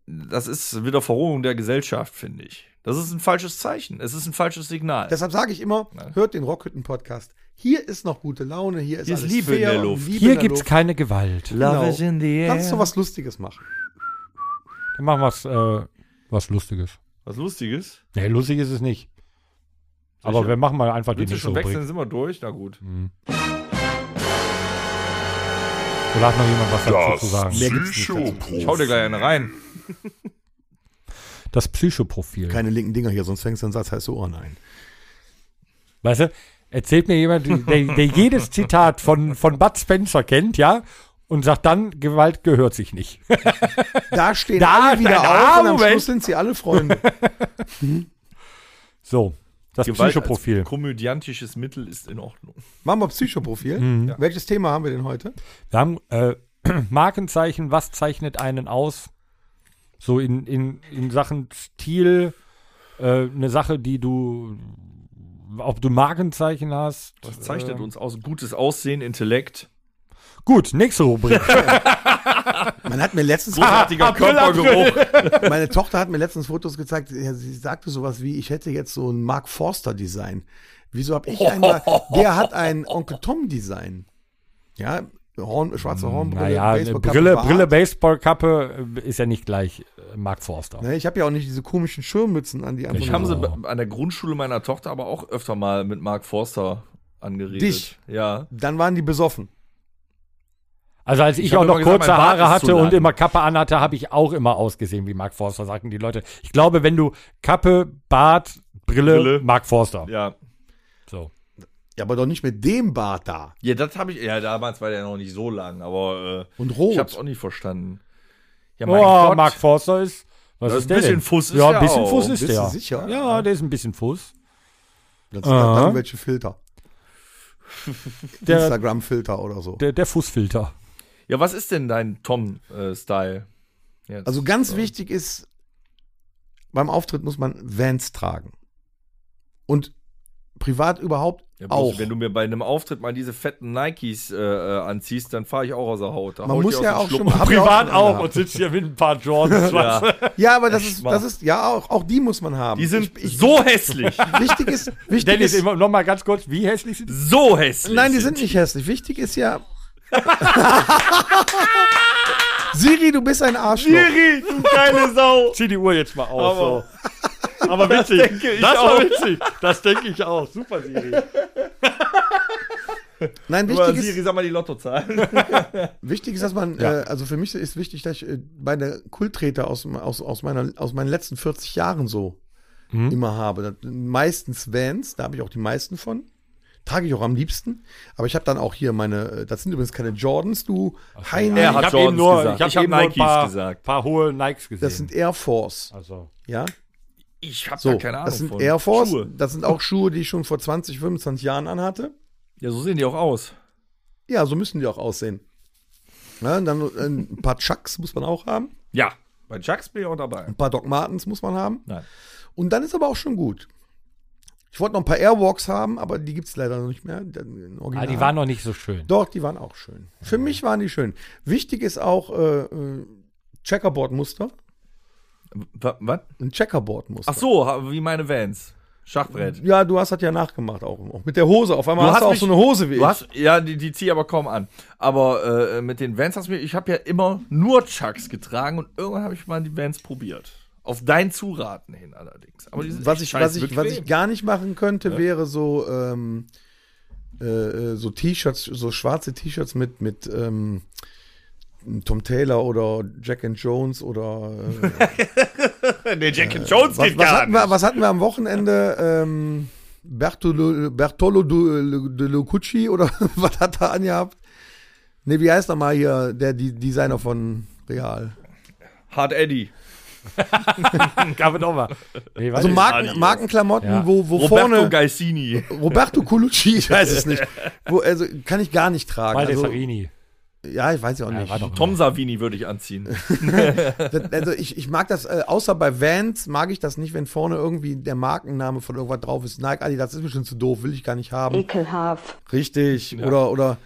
[SPEAKER 4] Das ist wieder Verrohung der Gesellschaft, finde ich. Das ist ein falsches Zeichen. Es ist ein falsches Signal.
[SPEAKER 2] Deshalb sage ich immer, hört den Rockhütten-Podcast. Hier ist noch gute Laune, hier ist,
[SPEAKER 4] Hier ist
[SPEAKER 2] alles
[SPEAKER 4] Liebe in
[SPEAKER 2] fair
[SPEAKER 4] der
[SPEAKER 2] und
[SPEAKER 4] Luft.
[SPEAKER 2] Liebe
[SPEAKER 3] Hier
[SPEAKER 2] in der
[SPEAKER 3] gibt's
[SPEAKER 2] Luft.
[SPEAKER 3] keine Gewalt.
[SPEAKER 2] Genau.
[SPEAKER 4] the
[SPEAKER 2] Kannst du was Lustiges machen?
[SPEAKER 3] Dann machen wir's, äh, was Lustiges.
[SPEAKER 4] Was Lustiges?
[SPEAKER 3] Nee, lustig ist es nicht. Aber
[SPEAKER 4] Sicher?
[SPEAKER 3] wir machen mal einfach die
[SPEAKER 4] Willst du
[SPEAKER 3] nächste
[SPEAKER 4] schon
[SPEAKER 3] Rubrik.
[SPEAKER 4] wechseln? Sind wir durch? Na gut.
[SPEAKER 3] Da hat noch jemand was dazu
[SPEAKER 1] Das
[SPEAKER 3] zu sagen.
[SPEAKER 4] Ich hau dir
[SPEAKER 1] Psychoprof.
[SPEAKER 4] gleich eine rein.
[SPEAKER 3] Das Psychoprofil.
[SPEAKER 2] Keine linken Dinger hier, sonst fängst du den Satz oh heiße Ohren ein.
[SPEAKER 3] Weißt du, erzählt mir jemand, der, der jedes Zitat von, von Bud Spencer kennt, ja, und sagt dann, Gewalt gehört sich nicht.
[SPEAKER 2] Da stehen
[SPEAKER 3] Da-
[SPEAKER 2] alle wieder
[SPEAKER 3] da-
[SPEAKER 2] auf und am
[SPEAKER 3] Moment.
[SPEAKER 2] Schluss sind sie alle Freunde.
[SPEAKER 3] So, das
[SPEAKER 4] Gewalt
[SPEAKER 3] Psychoprofil.
[SPEAKER 4] als komödiantisches Mittel ist in Ordnung.
[SPEAKER 2] Machen wir Psychoprofil.
[SPEAKER 3] Mhm.
[SPEAKER 2] Ja. Welches Thema haben wir denn heute?
[SPEAKER 3] Wir haben äh, Markenzeichen, was zeichnet einen aus? So in, in, in Sachen Stil, äh, eine Sache, die du, ob du Markenzeichen hast.
[SPEAKER 4] Das zeichnet uns aus. Gutes Aussehen, Intellekt.
[SPEAKER 3] Gut, nächste Rubrik.
[SPEAKER 2] Man hat mir letztens,
[SPEAKER 4] Großartiger Körpergeruch.
[SPEAKER 2] meine Tochter hat mir letztens Fotos gezeigt, ja, sie sagte sowas wie, ich hätte jetzt so ein Mark Forster Design. Wieso hab ich einen, der hat ein Onkel Tom Design. Ja, Horn, schwarze Hornbrille,
[SPEAKER 3] Hm, naja, eine
[SPEAKER 2] Baseballkappe,
[SPEAKER 3] Brille,
[SPEAKER 2] Bart.
[SPEAKER 3] Brille, Baseballkappe äh, ist ja nicht gleich äh, Mark Forster.
[SPEAKER 2] Ne, Ich habe ja auch nicht diese komischen Schirmmützen an, die einfach
[SPEAKER 4] Ich
[SPEAKER 2] nur-
[SPEAKER 4] habe sie be- an der Grundschule meiner Tochter aber auch öfter mal mit Mark Forster angeredet.
[SPEAKER 2] Dich?
[SPEAKER 4] Ja.
[SPEAKER 2] Dann waren die besoffen.
[SPEAKER 3] Also als ich,
[SPEAKER 4] hab
[SPEAKER 3] auch
[SPEAKER 4] immer
[SPEAKER 3] noch
[SPEAKER 4] gesagt,
[SPEAKER 3] kurze
[SPEAKER 4] mein Bart
[SPEAKER 3] Haare
[SPEAKER 4] ist zu
[SPEAKER 3] hatte und
[SPEAKER 4] lang.
[SPEAKER 3] immer Kappe anhatte, habe ich auch immer ausgesehen wie Mark Forster, sagten die Leute. Ich glaube, wenn du Kappe, Bart, Brille,
[SPEAKER 4] Brille.
[SPEAKER 3] Mark Forster.
[SPEAKER 4] Ja.
[SPEAKER 3] So.
[SPEAKER 2] Ja, aber doch nicht mit dem Bart da.
[SPEAKER 4] Ja, das habe ich. Ja, damals war der noch nicht so lang, aber äh,
[SPEAKER 2] Und rot.
[SPEAKER 4] ich habe es auch nicht verstanden. Ja,
[SPEAKER 3] Oh, Mark Forster ist. Was
[SPEAKER 4] Ja,
[SPEAKER 3] ist
[SPEAKER 4] ein
[SPEAKER 3] der
[SPEAKER 4] bisschen
[SPEAKER 3] denn?
[SPEAKER 4] Fuß ist
[SPEAKER 3] ja,
[SPEAKER 4] der
[SPEAKER 3] ein bisschen
[SPEAKER 4] auch.
[SPEAKER 3] Fuß ist
[SPEAKER 2] Bist du
[SPEAKER 3] der.
[SPEAKER 2] sicher?
[SPEAKER 3] Ja, der ist ein bisschen Fuß.
[SPEAKER 2] Das sind dann
[SPEAKER 3] Aha.
[SPEAKER 2] irgendwelche Filter.
[SPEAKER 3] Der,
[SPEAKER 2] Instagram-Filter oder so.
[SPEAKER 3] der, der Fußfilter.
[SPEAKER 4] Ja, was ist denn dein Tom-Style? jetzt?
[SPEAKER 2] Also ganz wichtig ist, beim Auftritt muss man Vans tragen. Und privat überhaupt
[SPEAKER 4] ja, bloß,
[SPEAKER 2] auch.
[SPEAKER 4] Wenn du mir bei einem Auftritt mal diese fetten Nikes äh, äh, anziehst, dann fahre ich auch außer Haut. Da
[SPEAKER 2] Man
[SPEAKER 4] hau ich
[SPEAKER 2] muss
[SPEAKER 4] dir aus
[SPEAKER 2] ja
[SPEAKER 4] dem Schlupf.
[SPEAKER 2] auch schon- Hab ich auch schon angehabt.
[SPEAKER 3] sitzt hier mit ein paar Jordans.
[SPEAKER 4] Ja.
[SPEAKER 2] ja, aber das ist,
[SPEAKER 4] schwach.
[SPEAKER 2] das ist, ja, auch, auch die muss man haben.
[SPEAKER 4] Die sind
[SPEAKER 2] Ich- ich-
[SPEAKER 4] so hässlich.
[SPEAKER 2] Wichtig ist, wichtig
[SPEAKER 3] Dennis,
[SPEAKER 2] ist,
[SPEAKER 3] immer, noch mal ganz kurz, wie hässlich sind die?
[SPEAKER 4] so hässlich.
[SPEAKER 2] nein, die sind nicht hässlich. Wichtig ist ja. Siri, du bist ein Arschloch.
[SPEAKER 4] Siri, du geile Sau.
[SPEAKER 3] Zieh die Uhr jetzt mal
[SPEAKER 4] Aber-
[SPEAKER 3] aus. so. aber witzig. Das,
[SPEAKER 4] denke ich
[SPEAKER 3] war
[SPEAKER 4] auch.
[SPEAKER 3] witzig. Das denke ich auch. Super, Siri.
[SPEAKER 2] Nein,
[SPEAKER 4] Aber
[SPEAKER 2] wichtig ist,
[SPEAKER 4] Siri, sag mal die Lottozahlen.
[SPEAKER 2] Wichtig ist, dass man, äh, also für mich ist wichtig, dass ich äh, meine Kulträter aus, aus, aus, meiner, aus meinen letzten 40 Jahren so
[SPEAKER 4] Mhm.
[SPEAKER 2] immer habe. Das, meistens Vans, da habe ich auch die meisten von. Trage ich auch am liebsten. Aber ich habe dann auch hier meine, äh, das sind übrigens keine Jordans, du Heini.
[SPEAKER 4] Er
[SPEAKER 3] Ich
[SPEAKER 4] hat
[SPEAKER 3] habe
[SPEAKER 4] Jordans
[SPEAKER 3] eben nur,
[SPEAKER 4] gesagt.
[SPEAKER 3] ich hab
[SPEAKER 4] Ich hab
[SPEAKER 3] eben nur ein
[SPEAKER 4] Nikes
[SPEAKER 3] paar,
[SPEAKER 4] gesagt.
[SPEAKER 3] paar hohe Nikes gesehen.
[SPEAKER 2] Das sind Air Force.
[SPEAKER 3] also,
[SPEAKER 2] Ja,
[SPEAKER 4] Ich hab
[SPEAKER 2] so.
[SPEAKER 4] da keine Ahnung.
[SPEAKER 2] das sind
[SPEAKER 4] von.
[SPEAKER 2] Air Force.
[SPEAKER 4] Schuhe.
[SPEAKER 2] Das sind auch Schuhe, die ich schon vor 20, 25 Jahren anhatte.
[SPEAKER 4] Ja, so sehen die auch aus.
[SPEAKER 2] Ja, so müssen die auch aussehen. Ja, und dann äh, ein paar Chucks muss man auch haben.
[SPEAKER 4] Ja. Bei Chucks bin ich auch dabei.
[SPEAKER 2] Ein paar Doc Martens muss man haben.
[SPEAKER 4] Nein.
[SPEAKER 2] Und dann ist aber auch schon gut. Ich wollte noch ein paar Airwalks haben, aber die gibt es leider noch nicht mehr. Den
[SPEAKER 3] ah,
[SPEAKER 2] Original.
[SPEAKER 3] die waren noch nicht so schön.
[SPEAKER 2] Doch, die waren auch schön. Für mich waren die schön. Wichtig ist auch äh, äh, Checkerboard-Muster.
[SPEAKER 4] Was?
[SPEAKER 2] Ein Checkerboard-Muster.
[SPEAKER 4] Ach so, ha- wie meine Vans. Schachbrett.
[SPEAKER 2] Ja, du hast das ja nachgemacht auch. auch mit der Hose. Auf einmal
[SPEAKER 4] Du
[SPEAKER 2] hast,
[SPEAKER 4] hast
[SPEAKER 2] du auch
[SPEAKER 4] mich-
[SPEAKER 2] so eine Hose wie ich.
[SPEAKER 4] Du hast, ja, die, die ziehe ich aber kaum an. Aber äh, mit den Vans hast du mir, ich habe ja immer nur Chucks getragen und irgendwann habe ich mal die Vans probiert. Auf dein Zuraten hin allerdings. Aber die sind
[SPEAKER 2] was
[SPEAKER 4] echt
[SPEAKER 2] ich, was,
[SPEAKER 4] scheiß
[SPEAKER 2] ich, was ich
[SPEAKER 4] bequem.
[SPEAKER 2] gar nicht machen könnte, wäre so, ähm, äh, äh, so T-Shirts, so schwarze T-Shirts mit, mit ähm, Tom Taylor oder Jack and Jones oder äh,
[SPEAKER 4] Nee, Jack and Jones
[SPEAKER 2] was,
[SPEAKER 4] geht
[SPEAKER 2] was,
[SPEAKER 4] gar
[SPEAKER 2] hatten
[SPEAKER 4] nicht.
[SPEAKER 2] wir, was hatten wir am Wochenende? Ähm, Bertolo, Bertolo äh, de, de Locucci oder was hat er angehabt? Ne, wie heißt nochmal hier der die Designer von Real?
[SPEAKER 4] Hard Eddie.
[SPEAKER 3] Gab es auch mal. Nee,
[SPEAKER 2] Also
[SPEAKER 3] warte.
[SPEAKER 2] Marken, Markenklamotten,
[SPEAKER 3] Ja.
[SPEAKER 2] wo, wo
[SPEAKER 4] Roberto
[SPEAKER 2] vorne
[SPEAKER 4] Gaisini.
[SPEAKER 2] Roberto Colucci, ich weiß es nicht. Wo, also kann ich gar nicht tragen.
[SPEAKER 3] Walter
[SPEAKER 2] Also,
[SPEAKER 3] Sarini.
[SPEAKER 2] ja, ich weiß ja auch
[SPEAKER 3] Ja,
[SPEAKER 2] nicht.
[SPEAKER 3] war doch
[SPEAKER 4] Tom Savini würde ich
[SPEAKER 2] Äh,
[SPEAKER 4] anziehen.
[SPEAKER 2] Das- Also ich, ich mag das, äh, außer bei Vans mag ich das nicht, wenn vorne irgendwie der Markenname von irgendwas drauf ist. Nike, Adi, das ist mir schon zu doof, will ich gar nicht haben.
[SPEAKER 5] Ekelhaft.
[SPEAKER 2] Richtig. Oder, oder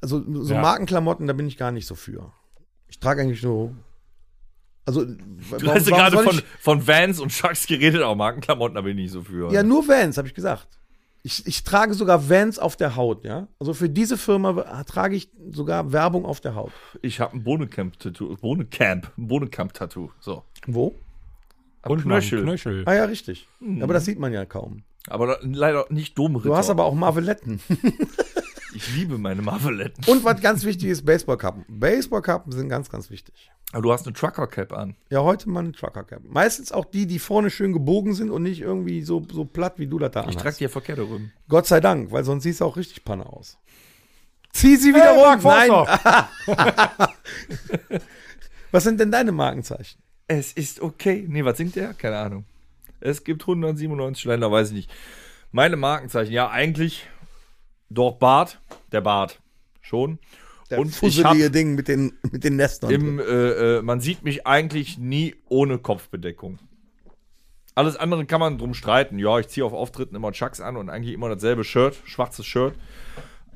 [SPEAKER 2] also so
[SPEAKER 3] Ja.
[SPEAKER 2] Markenklamotten, da bin ich gar nicht so für. Ich trage eigentlich nur. Also,
[SPEAKER 4] Du hast ja gerade von, von Vans und Chucks geredet, aber Markenklamotten, da bin ich nicht so für.
[SPEAKER 2] Ja, nur Vans, habe ich gesagt. Ich, ich trage sogar Vans auf der Haut, ja. Also für diese Firma äh, trage ich sogar Werbung auf der Haut.
[SPEAKER 4] Ich habe ein Bohnenkamp-Tattoo. Bohnenkamp. Ein Bohnenkamp-Tattoo. So.
[SPEAKER 2] Wo?
[SPEAKER 3] Und
[SPEAKER 4] Knöchel.
[SPEAKER 3] Knöchel.
[SPEAKER 2] Ah ja, richtig.
[SPEAKER 4] Hm.
[SPEAKER 2] Aber das sieht man ja kaum.
[SPEAKER 4] Aber da, leider nicht dumm,
[SPEAKER 2] Du hast aber auch Marveletten.
[SPEAKER 4] Ich liebe meine Marveletten.
[SPEAKER 2] Und was ganz wichtig ist, Baseballkappen. Baseballkappen sind ganz, ganz wichtig.
[SPEAKER 4] Aber du hast eine Trucker-Cap an.
[SPEAKER 2] Ja, heute mal eine Truckerkappe. Meistens auch die, die vorne schön gebogen sind und nicht irgendwie so, so platt, wie du das da
[SPEAKER 4] Ich
[SPEAKER 2] anhast.
[SPEAKER 4] trage die ja verkehrt herum.
[SPEAKER 2] Gott sei Dank, weil sonst siehst du auch richtig Panne aus. Zieh sie wieder
[SPEAKER 3] Hey, Mark
[SPEAKER 2] rum. Nein.
[SPEAKER 3] Forster.
[SPEAKER 2] Was sind denn deine Markenzeichen?
[SPEAKER 4] Es ist okay. Nee, was singt der? Keine Ahnung. Es gibt 197 Länder, weiß ich nicht. Meine Markenzeichen, ja, eigentlich doch Bart. Der Bart. Schon. und ich hab
[SPEAKER 2] fusselige Ding mit den, mit den Nestern.
[SPEAKER 4] im, äh, äh, man sieht mich eigentlich nie ohne Kopfbedeckung. Alles andere kann man drum streiten. Ja, ich ziehe auf Auftritten immer Chucks an und eigentlich immer dasselbe Shirt, schwarzes Shirt.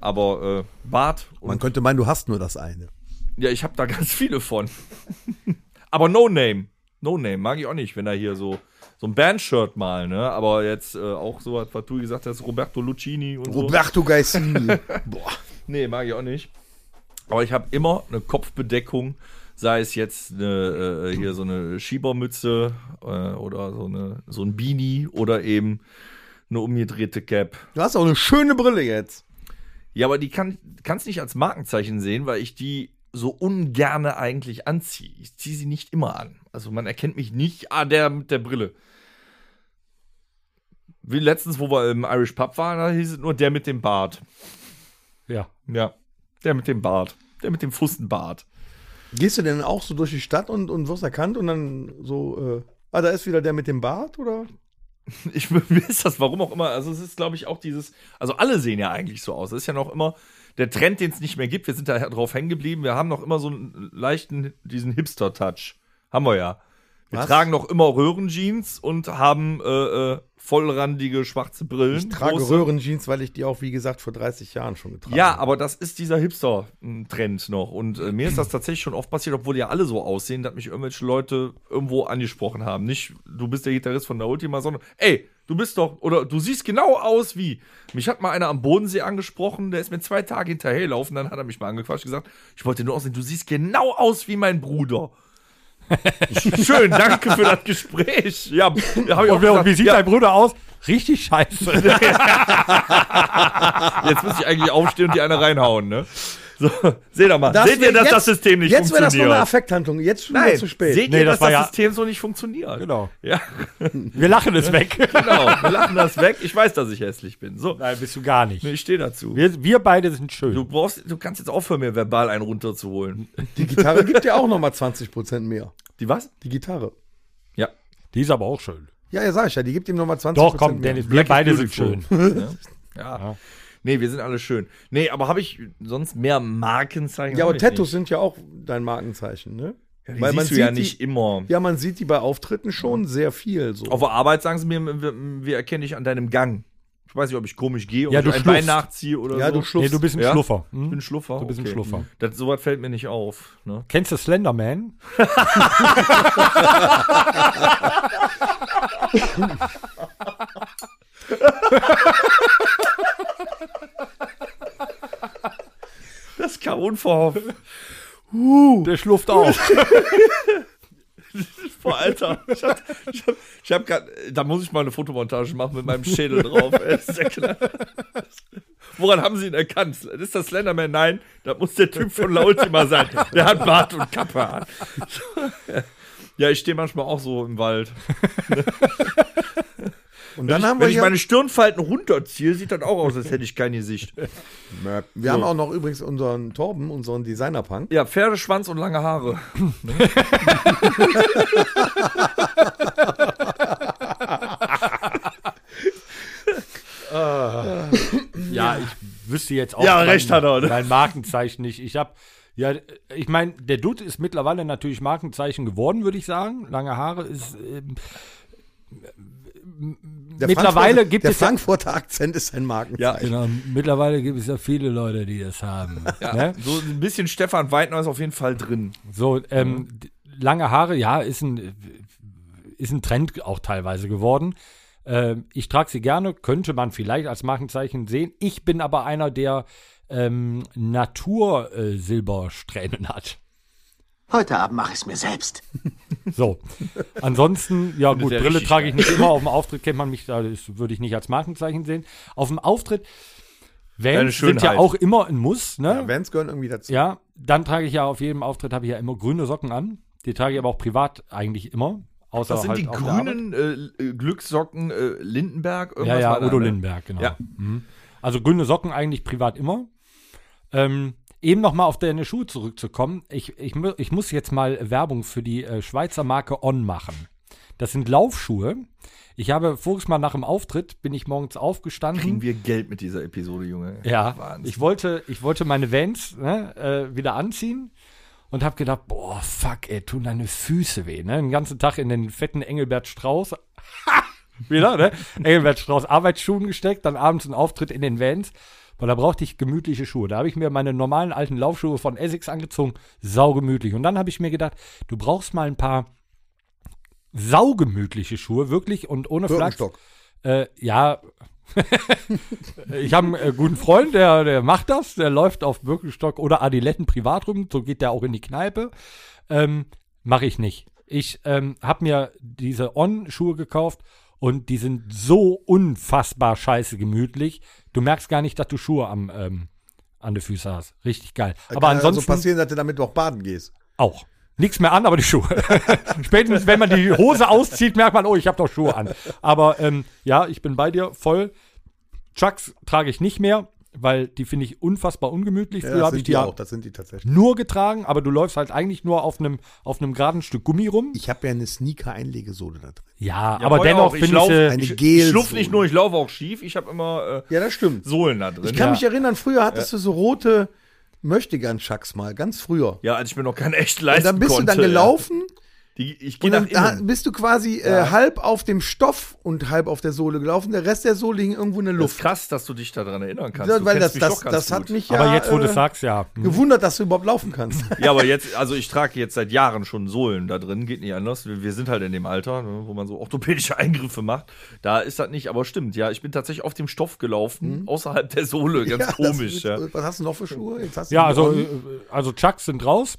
[SPEAKER 4] Aber äh, Bart und
[SPEAKER 2] Man könnte meinen, du hast nur das eine.
[SPEAKER 4] Ja, ich hab da ganz viele von. Aber No Name. No Name mag ich auch nicht, wenn er hier so, so ein Bandshirt mal, ne? Aber jetzt äh, auch so, was was du gesagt hast, Roberto Lucchini und
[SPEAKER 2] Roberto Gaisini. Boah.
[SPEAKER 4] so. Nee, mag ich auch nicht. Aber ich hab immer eine Kopfbedeckung, sei es jetzt eine, äh, hier so eine Schiebermütze äh, oder so, eine, so ein Beanie oder eben eine umgedrehte Cap.
[SPEAKER 2] Du hast auch eine schöne Brille jetzt.
[SPEAKER 4] Ja, aber die kann kannst nicht als Markenzeichen sehen, weil ich die so ungerne eigentlich anziehe. Ich ziehe sie nicht immer an. Also man erkennt mich nicht, ah, der mit der Brille. Wie letztens, wo wir im Irish Pub waren, da hieß es nur der mit dem Bart.
[SPEAKER 3] Ja.
[SPEAKER 4] Ja, der mit dem Bart. Der mit dem Fustenbart.
[SPEAKER 2] Gehst du denn auch so durch die Stadt und, und wirst erkannt und dann so, äh, ah, da ist wieder der mit dem Bart, oder?
[SPEAKER 4] Ich mir ist das, warum auch immer. Also es ist, glaube ich, auch dieses, also alle sehen ja eigentlich so aus. Es ist ja noch immer der Trend, den es nicht mehr gibt. Wir sind da drauf hängen geblieben. Wir haben noch immer so einen leichten, diesen Hipster-Touch. Haben wir ja. Wir
[SPEAKER 2] Was?
[SPEAKER 4] tragen noch immer Röhrenjeans und haben äh, äh, vollrandige schwarze Brillen.
[SPEAKER 2] Ich trage
[SPEAKER 4] große.
[SPEAKER 2] Röhrenjeans, weil ich die auch, wie gesagt, vor 30 Jahren schon getragen
[SPEAKER 4] Ja, aber das ist dieser Hipster-Trend noch. Und äh, mir ist das tatsächlich schon oft passiert, obwohl ja alle so aussehen, dass mich irgendwelche Leute irgendwo angesprochen haben. Nicht, du bist der Gitarrist von der Ultima, sondern, ey, du bist doch, oder du siehst genau aus wie. Mich hat mal einer am Bodensee angesprochen, der ist mir zwei Tage hinterhergelaufen, dann hat er mich mal angequatscht und gesagt, ich wollte nur aussehen, du siehst genau aus wie mein Bruder. Schön, danke für das Gespräch. Ja, hab ich auch
[SPEAKER 3] Und, wer- und wie
[SPEAKER 4] gesagt,
[SPEAKER 3] sieht
[SPEAKER 4] ja,
[SPEAKER 3] dein Bruder aus? Richtig scheiße.
[SPEAKER 4] Jetzt muss ich eigentlich aufstehen und die eine reinhauen, ne? So, seht doch mal.
[SPEAKER 2] Das
[SPEAKER 4] seht ihr,
[SPEAKER 2] wär
[SPEAKER 4] dass
[SPEAKER 2] jetzt-
[SPEAKER 4] das System nicht
[SPEAKER 2] Jetzt wäre
[SPEAKER 4] funktioniert?
[SPEAKER 2] das nur eine Affekthandlung. Jetzt schon wieder zu spät.
[SPEAKER 4] Seht
[SPEAKER 3] Nee,
[SPEAKER 4] ihr,
[SPEAKER 3] das
[SPEAKER 4] dass
[SPEAKER 3] war
[SPEAKER 4] das
[SPEAKER 3] ja-
[SPEAKER 4] System so nicht funktioniert?
[SPEAKER 3] genau.
[SPEAKER 4] Ja,
[SPEAKER 3] Wir lachen es weg.
[SPEAKER 4] genau. Wir lachen das weg. Ich weiß, dass ich hässlich bin. So,
[SPEAKER 3] Nein, bist du gar nicht.
[SPEAKER 4] nee, ich stehe dazu.
[SPEAKER 3] Wir, wir beide sind schön.
[SPEAKER 4] Du brauchst, du kannst jetzt aufhören, mir verbal einen runterzuholen.
[SPEAKER 2] Die Gitarre gibt ja auch nochmal 20% mehr.
[SPEAKER 4] Die was?
[SPEAKER 2] Die Gitarre.
[SPEAKER 4] Ja.
[SPEAKER 3] Die ist aber auch schön.
[SPEAKER 2] Ja, ja, sag ich ja, die gibt ihm nochmal 20%
[SPEAKER 3] Doch, komm,
[SPEAKER 2] mehr.
[SPEAKER 3] Dennis, wir beide sind schön.
[SPEAKER 4] Ja. ja.
[SPEAKER 3] Ja.
[SPEAKER 4] Nee, wir sind alle schön. Nee, aber habe ich sonst mehr Markenzeichen?
[SPEAKER 2] Ja,
[SPEAKER 4] Hab
[SPEAKER 2] aber
[SPEAKER 4] ich
[SPEAKER 2] Tattoos
[SPEAKER 4] nicht.
[SPEAKER 2] sind ja auch dein Markenzeichen, ne?
[SPEAKER 4] Ja, die siehst du ja nicht
[SPEAKER 2] die,
[SPEAKER 4] immer.
[SPEAKER 2] Ja, man sieht die bei Auftritten schon sehr viel so.
[SPEAKER 4] Auf der Arbeit sagen sie mir, wir, wir erkennen dich an deinem Gang. Ich weiß nicht, ob ich komisch gehe oder
[SPEAKER 3] Ja,
[SPEAKER 4] ob
[SPEAKER 3] du
[SPEAKER 4] ich ein Bein
[SPEAKER 3] schluffst.
[SPEAKER 4] nachziehe oder
[SPEAKER 2] ja,
[SPEAKER 4] so.
[SPEAKER 2] du schluckst.
[SPEAKER 3] bist
[SPEAKER 4] Ja?
[SPEAKER 3] Hm?
[SPEAKER 4] Ich bin Schluffer. Hm.
[SPEAKER 3] Du bist ein Schluffer.
[SPEAKER 4] Das, so was fällt mir nicht auf. Ne?
[SPEAKER 3] Kennst du Slenderman?
[SPEAKER 4] Boah,
[SPEAKER 3] Der schlurft auf.
[SPEAKER 4] boah Alter. Ich hab, ich hab, ich hab grad, da muss ich mal eine Fotomontage machen mit meinem Schädel drauf. Ey, ist ja klar. Woran haben sie ihn erkannt? Ist das Slenderman? Nein, das muss der Typ von La Ultima sein. Der hat Bart und Kappe an. Ja, ich stehe manchmal auch so im Wald.
[SPEAKER 2] Und dann haben wir
[SPEAKER 4] Wenn ich
[SPEAKER 2] hier,
[SPEAKER 4] meine Stirnfalten runterziehe, sieht das auch aus, als hätte ich kein Gesicht.
[SPEAKER 2] wir haben auch noch übrigens unseren Torben, unseren Designer-Punk.
[SPEAKER 4] Ja, Pferdeschwanz und lange Haare.
[SPEAKER 3] ja, ich wüsste jetzt auch.
[SPEAKER 4] Ja,
[SPEAKER 3] mein-
[SPEAKER 4] recht hat er, ne?
[SPEAKER 3] Mein Markenzeichen nicht. Ich habe, ja, ich meine, der Dude ist mittlerweile natürlich Markenzeichen geworden, würde ich sagen. Lange Haare ist. Ähm,
[SPEAKER 2] Der
[SPEAKER 3] Mittlerweile
[SPEAKER 2] Frankfurter-
[SPEAKER 3] gibt
[SPEAKER 2] der
[SPEAKER 3] es ja-
[SPEAKER 2] Frankfurter Akzent ist ein Markenzeichen.
[SPEAKER 3] Genau, mittlerweile gibt es ja viele Leute, die das haben. Ne?
[SPEAKER 4] So ein bisschen Stefan Weidner ist auf jeden Fall drin.
[SPEAKER 3] So, ähm, d- lange Haare, ja, ist ein, ist ein Trend auch teilweise geworden. Ähm, ich trage sie gerne, könnte man vielleicht als Markenzeichen sehen. Ich bin aber einer, der ähm, Natur-Silbersträhnen hat.
[SPEAKER 5] Heute Abend mache ich es mir selbst.
[SPEAKER 3] So. Ansonsten, ja gut,
[SPEAKER 4] ja
[SPEAKER 3] Brille
[SPEAKER 4] richtig
[SPEAKER 3] trage ich nicht immer. Auf dem Auftritt kennt man mich, da das würde ich nicht als Markenzeichen sehen. Auf dem Auftritt,
[SPEAKER 4] Deine
[SPEAKER 3] Vans sind ja
[SPEAKER 4] Schönheit.
[SPEAKER 3] auch immer ein Muss, ne?
[SPEAKER 2] Ja, Vans gehören irgendwie dazu.
[SPEAKER 3] Ja, dann trage ich ja auf jedem Auftritt habe ich ja immer grüne Socken an. Die trage ich aber auch privat eigentlich immer. Außer
[SPEAKER 4] Das sind
[SPEAKER 3] halt
[SPEAKER 4] die
[SPEAKER 3] auf der Arbeit.
[SPEAKER 4] grünen äh, äh, Glückssocken äh, Lindenberg.
[SPEAKER 3] Ja,
[SPEAKER 4] irgendwas war
[SPEAKER 3] ja,
[SPEAKER 4] da,
[SPEAKER 3] Udo
[SPEAKER 4] ne?
[SPEAKER 3] Lindenberg, genau.
[SPEAKER 4] Ja.
[SPEAKER 3] Mhm. Also grüne Socken eigentlich privat immer. Ähm, eben nochmal auf deine Schuhe zurückzukommen. Ich, ich, mu- ich muss jetzt mal Werbung für die äh, Schweizer Marke On machen. Das sind Laufschuhe. Ich habe voriges Mal nach dem Auftritt, bin ich morgens aufgestanden.
[SPEAKER 4] Kriegen wir Geld mit dieser Episode, Junge.
[SPEAKER 3] Ja,
[SPEAKER 4] Wahnsinn.
[SPEAKER 3] ich wollte, ich wollte meine Vans ne, äh, wieder anziehen und habe gedacht, boah, fuck, ey, tun deine Füße weh, ne? Den ganzen Tag in den fetten Engelbert Strauß, wieder, ne? Engelbert Strauß Arbeitsschuhen gesteckt, dann abends ein Auftritt in den Vans. Weil da brauchte ich gemütliche Schuhe. Da habe ich mir meine normalen alten Laufschuhe von Essex angezogen, saugemütlich. Und dann habe ich mir gedacht, du brauchst mal ein paar saugemütliche Schuhe, wirklich und ohne Flachs.
[SPEAKER 2] Birkenstock.
[SPEAKER 3] Äh, ja. ich habe einen äh, guten Freund, der, der macht das, der läuft auf Birkenstock oder Adiletten privat rum, so geht der auch in die Kneipe. Ähm, Mache ich nicht. Ich ähm, habe mir diese On-Schuhe gekauft und die sind so unfassbar scheiße gemütlich. Du merkst gar nicht, dass du Schuhe am, ähm, an den Füßen hast. Richtig geil. Aber
[SPEAKER 2] Also Kann ja so
[SPEAKER 3] ansonsten
[SPEAKER 2] passieren, dass du damit auch baden gehst.
[SPEAKER 3] auch. Nichts mehr an, aber die Schuhe. Spätestens, wenn man die Hose auszieht, merkt man, oh, ich habe doch Schuhe an. Aber ähm, ja, ich bin bei dir voll. Chucks trage ich nicht mehr, weil die finde ich unfassbar ungemütlich. Früher
[SPEAKER 2] das
[SPEAKER 3] habe
[SPEAKER 2] sind
[SPEAKER 3] ich die ja
[SPEAKER 2] auch. Das sind die tatsächlich.
[SPEAKER 3] nur getragen, aber du läufst halt eigentlich nur auf einem auf einem geraden Stück Gummi rum.
[SPEAKER 2] Ich habe ja eine Sneaker-Einlegesohle da drin.
[SPEAKER 3] Ja,
[SPEAKER 4] Ja,
[SPEAKER 3] aber
[SPEAKER 4] heute
[SPEAKER 3] dennoch
[SPEAKER 4] auch. Ich
[SPEAKER 3] finde ich,
[SPEAKER 4] lauf-
[SPEAKER 3] äh,
[SPEAKER 2] Eine
[SPEAKER 4] ich, ich
[SPEAKER 2] Gelsohle.
[SPEAKER 4] schlupf nicht nur, ich laufe auch schief. Ich habe immer äh,
[SPEAKER 2] Ja, das stimmt.
[SPEAKER 4] Sohlen da drin.
[SPEAKER 2] Ich kann
[SPEAKER 3] Ja.
[SPEAKER 2] mich erinnern, früher hattest du so rote Möchtegern-Schacks mal, ganz früher.
[SPEAKER 4] ja, als ich mir noch keinen echt
[SPEAKER 2] Und
[SPEAKER 4] leisten
[SPEAKER 2] dann bist
[SPEAKER 4] konnte.
[SPEAKER 2] du dann
[SPEAKER 4] ja.
[SPEAKER 2] gelaufen
[SPEAKER 4] Die, ich gehe
[SPEAKER 2] und
[SPEAKER 4] nach
[SPEAKER 2] dann da
[SPEAKER 4] innen.
[SPEAKER 2] bist du quasi äh, halb auf dem Stoff und halb auf der Sohle gelaufen. Der Rest der Sohle hing irgendwo in der
[SPEAKER 4] Das ist
[SPEAKER 2] Luft.
[SPEAKER 4] krass, dass du dich daran erinnern kannst.
[SPEAKER 2] Ja,
[SPEAKER 4] Du
[SPEAKER 2] weil das,
[SPEAKER 4] kennst mich
[SPEAKER 2] das,
[SPEAKER 4] doch ganz
[SPEAKER 2] das hat
[SPEAKER 4] gut.
[SPEAKER 2] mich ja
[SPEAKER 3] aber jetzt, wo du
[SPEAKER 2] äh,
[SPEAKER 3] es sagst, ja. hm.
[SPEAKER 2] gewundert, dass du überhaupt laufen kannst.
[SPEAKER 4] Ja, aber jetzt, also ich trage jetzt seit Jahren schon Sohlen da drin, geht nicht anders. Wir wir sind halt in dem Alter, ne, wo man so orthopädische Eingriffe macht. Da ist das nicht, aber stimmt, ja, ich bin tatsächlich auf dem Stoff gelaufen, außerhalb der Sohle, ganz
[SPEAKER 2] Mhm. das
[SPEAKER 4] komisch,
[SPEAKER 2] ist-
[SPEAKER 4] ja.
[SPEAKER 2] Was hast du noch für Schuhe? Jetzt hast du
[SPEAKER 3] Ja,
[SPEAKER 2] die
[SPEAKER 3] also,
[SPEAKER 2] On.
[SPEAKER 3] äh, also Chucks sind raus.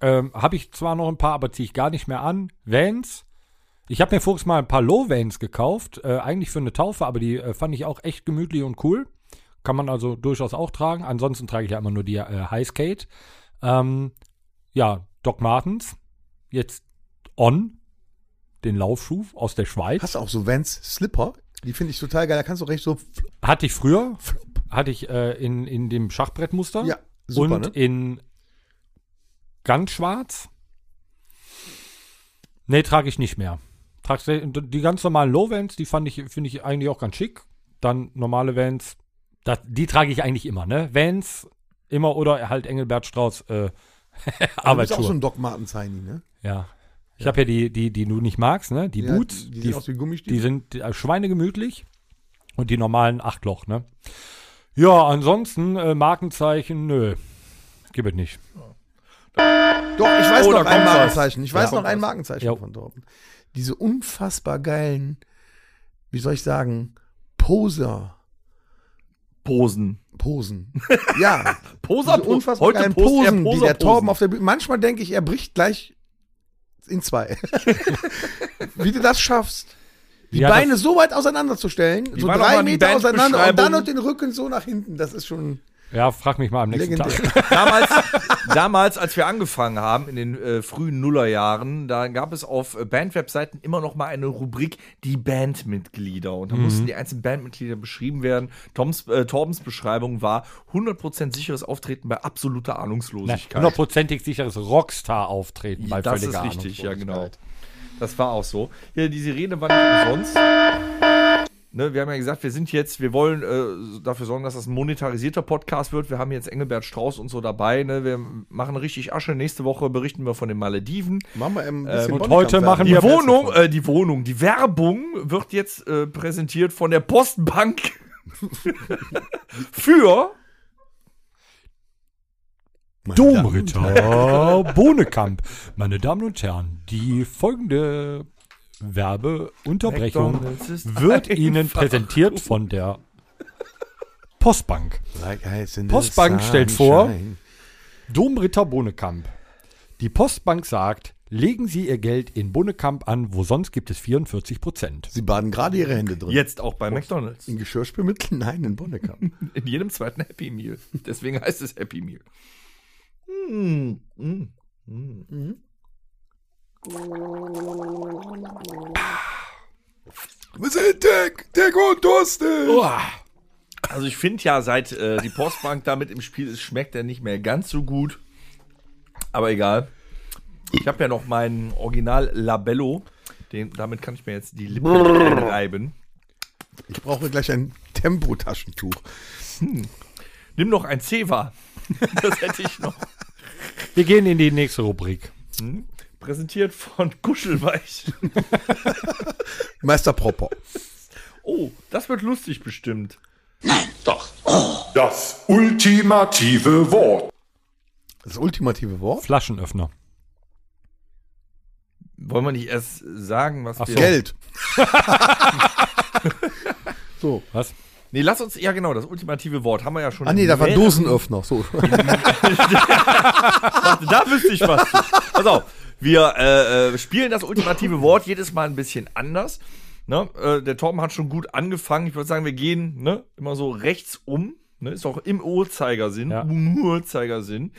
[SPEAKER 3] Ähm, habe ich zwar noch ein paar, aber ziehe ich gar nicht mehr an. Vans. Ich habe mir voriges Mal ein paar Low-Vans gekauft, äh, eigentlich für eine Taufe, aber die äh, fand ich auch echt gemütlich und cool. Kann man also durchaus auch tragen. Ansonsten trage ich ja immer nur die äh, Highskate. Ähm, ja, Doc Martens. Jetzt On. Den Laufschuh aus der Schweiz.
[SPEAKER 2] hast du auch so Vans Slipper? Die finde ich total geil. Da kannst du recht so.
[SPEAKER 3] Hatte ich früher. Hatte ich äh, in, in dem Schachbrettmuster.
[SPEAKER 2] Ja, super,
[SPEAKER 3] und
[SPEAKER 2] ne?
[SPEAKER 3] in ganz schwarz? Nee, trage ich nicht mehr. Trag, die ganz normalen Low-Vans, die fand ich, finde ich eigentlich auch ganz schick. Dann normale Vans, das, die trage ich eigentlich immer, ne? Vans immer oder halt Engelbert Strauß äh,
[SPEAKER 2] Also Du bist auch
[SPEAKER 3] Arbeitsschuhe.
[SPEAKER 2] so ein Doc Martens Heini, ne?
[SPEAKER 3] ja. Ich habe ja die, die, die du nicht magst, ne? Die
[SPEAKER 2] Ja,
[SPEAKER 3] Boots,
[SPEAKER 2] die, die sehen aus wie
[SPEAKER 3] die
[SPEAKER 2] Gummistiefel.
[SPEAKER 3] sind äh, schweinegemütlich und die normalen Achtloch, ne? Ja, ansonsten äh, Markenzeichen, nö. Gib es nicht.
[SPEAKER 2] Doch, ich weiß
[SPEAKER 4] Oh, da
[SPEAKER 2] noch ein
[SPEAKER 4] kommt was.
[SPEAKER 2] Markenzeichen. Ich weiß
[SPEAKER 4] Ja.
[SPEAKER 2] noch ein Markenzeichen
[SPEAKER 3] Ja.
[SPEAKER 2] von Torben. Diese unfassbar geilen, wie soll ich sagen, Poser.
[SPEAKER 4] Posen.
[SPEAKER 2] Posen. Ja.
[SPEAKER 4] Poser
[SPEAKER 2] diese unfassbar
[SPEAKER 4] Heute
[SPEAKER 2] geilen
[SPEAKER 4] post er
[SPEAKER 2] Posen, die der
[SPEAKER 4] Poser-Posen.
[SPEAKER 2] Torben auf der Bühne. Manchmal denke ich, er bricht gleich in zwei. Wie du das schaffst. Die
[SPEAKER 3] Ja, das-
[SPEAKER 2] Beine so weit auseinanderzustellen, so
[SPEAKER 4] war noch mal
[SPEAKER 2] drei
[SPEAKER 4] die
[SPEAKER 2] Meter auseinander und dann
[SPEAKER 4] Bandbeschreibung.
[SPEAKER 2] und den Rücken so nach hinten. Das ist schon
[SPEAKER 3] Ja, frag mich mal am nächsten
[SPEAKER 2] legendär.
[SPEAKER 3] Tag.
[SPEAKER 4] damals, damals, als wir angefangen haben in den äh, frühen Nullerjahren, da gab es auf äh, Bandwebseiten immer noch mal eine Rubrik die Bandmitglieder und da mussten die einzelnen Bandmitglieder beschrieben werden. Toms, äh, Torbens Beschreibung war 100% sicheres Auftreten bei absoluter
[SPEAKER 3] Na,
[SPEAKER 4] Ahnungslosigkeit.
[SPEAKER 3] Hundertprozentig sicheres Rockstar-Auftreten bei
[SPEAKER 4] das
[SPEAKER 3] völliger
[SPEAKER 4] ist richtig, ja genau.
[SPEAKER 3] Ahnungslosigkeit.
[SPEAKER 4] Das war auch so. Hier, diese Rede war nicht umsonst. Ne, wir haben ja gesagt, wir sind jetzt, wir wollen äh, dafür sorgen, dass das ein monetarisierter Podcast wird. Wir haben jetzt Engelbert Strauß und so dabei. Ne? Wir machen richtig Asche. Nächste Woche berichten wir von den Malediven.
[SPEAKER 2] Machen wir ein bisschen
[SPEAKER 3] und
[SPEAKER 2] Bonnie
[SPEAKER 3] Äh, heute
[SPEAKER 2] Kampf
[SPEAKER 3] machen
[SPEAKER 2] werden.
[SPEAKER 4] Die
[SPEAKER 3] wir-
[SPEAKER 4] Wohnung, äh, die Wohnung, die Werbung wird jetzt äh, präsentiert von der Postbank für
[SPEAKER 3] Domritter Bohnekamp. Meine Damen und Herren, die folgende Werbeunterbrechung
[SPEAKER 4] McDonald's ist
[SPEAKER 3] wird Ihnen
[SPEAKER 4] einfach
[SPEAKER 3] präsentiert von der Postbank.
[SPEAKER 2] Like ice in the
[SPEAKER 3] Postbank stellt vor-
[SPEAKER 2] sunshine.
[SPEAKER 3] Domritter Bohnekamp. Die Postbank sagt, legen Sie Ihr Geld in Bohnekamp an, wo sonst gibt es 44 Prozent.
[SPEAKER 2] Sie baden gerade ihre Hände drin.
[SPEAKER 4] jetzt auch bei McDonald's.
[SPEAKER 2] In Geschirrspülmittel? Nein, in Bonnekamp.
[SPEAKER 4] In jedem zweiten Happy Meal. Deswegen heißt es Happy Meal. Ah.
[SPEAKER 2] Wir sind dick, dick und durstig.
[SPEAKER 4] Also ich finde ja, seit äh, die Postbank damit im Spiel ist, schmeckt er nicht mehr ganz so gut. Aber egal. Ich habe ja noch meinen Original Labello. Den, damit kann ich mir jetzt die Lippen reiben.
[SPEAKER 2] Ich brauche gleich ein Tempotaschentuch.
[SPEAKER 4] Nimm noch ein Ceva. Das hätte ich noch.
[SPEAKER 3] Wir gehen in die nächste Rubrik.
[SPEAKER 4] Präsentiert von Kuschelweich.
[SPEAKER 2] Meister Propper.
[SPEAKER 4] Oh, das wird lustig bestimmt.
[SPEAKER 1] Das ultimative Wort.
[SPEAKER 2] Das ultimative Wort?
[SPEAKER 3] Flaschenöffner.
[SPEAKER 4] Wollen wir nicht erst sagen, was
[SPEAKER 3] Ach
[SPEAKER 4] wir...
[SPEAKER 3] so.
[SPEAKER 2] Geld. so.
[SPEAKER 3] Was?
[SPEAKER 4] Nee, lass uns... Ja genau, das ultimative Wort haben wir ja schon...
[SPEAKER 2] Ah nee, da war
[SPEAKER 4] mehrere-
[SPEAKER 2] Dosenöffner. So.
[SPEAKER 4] Da wüsste ich was. Pass auf, wir äh, äh, spielen das ultimative Wort jedes Mal ein bisschen anders. Ne? Äh, der Torben hat schon gut angefangen. Ich würde sagen, wir gehen ne, immer so rechts um. Ne? Ist auch im Uhrzeigersinn.
[SPEAKER 3] Ja.
[SPEAKER 4] Im Uhrzeigersinn.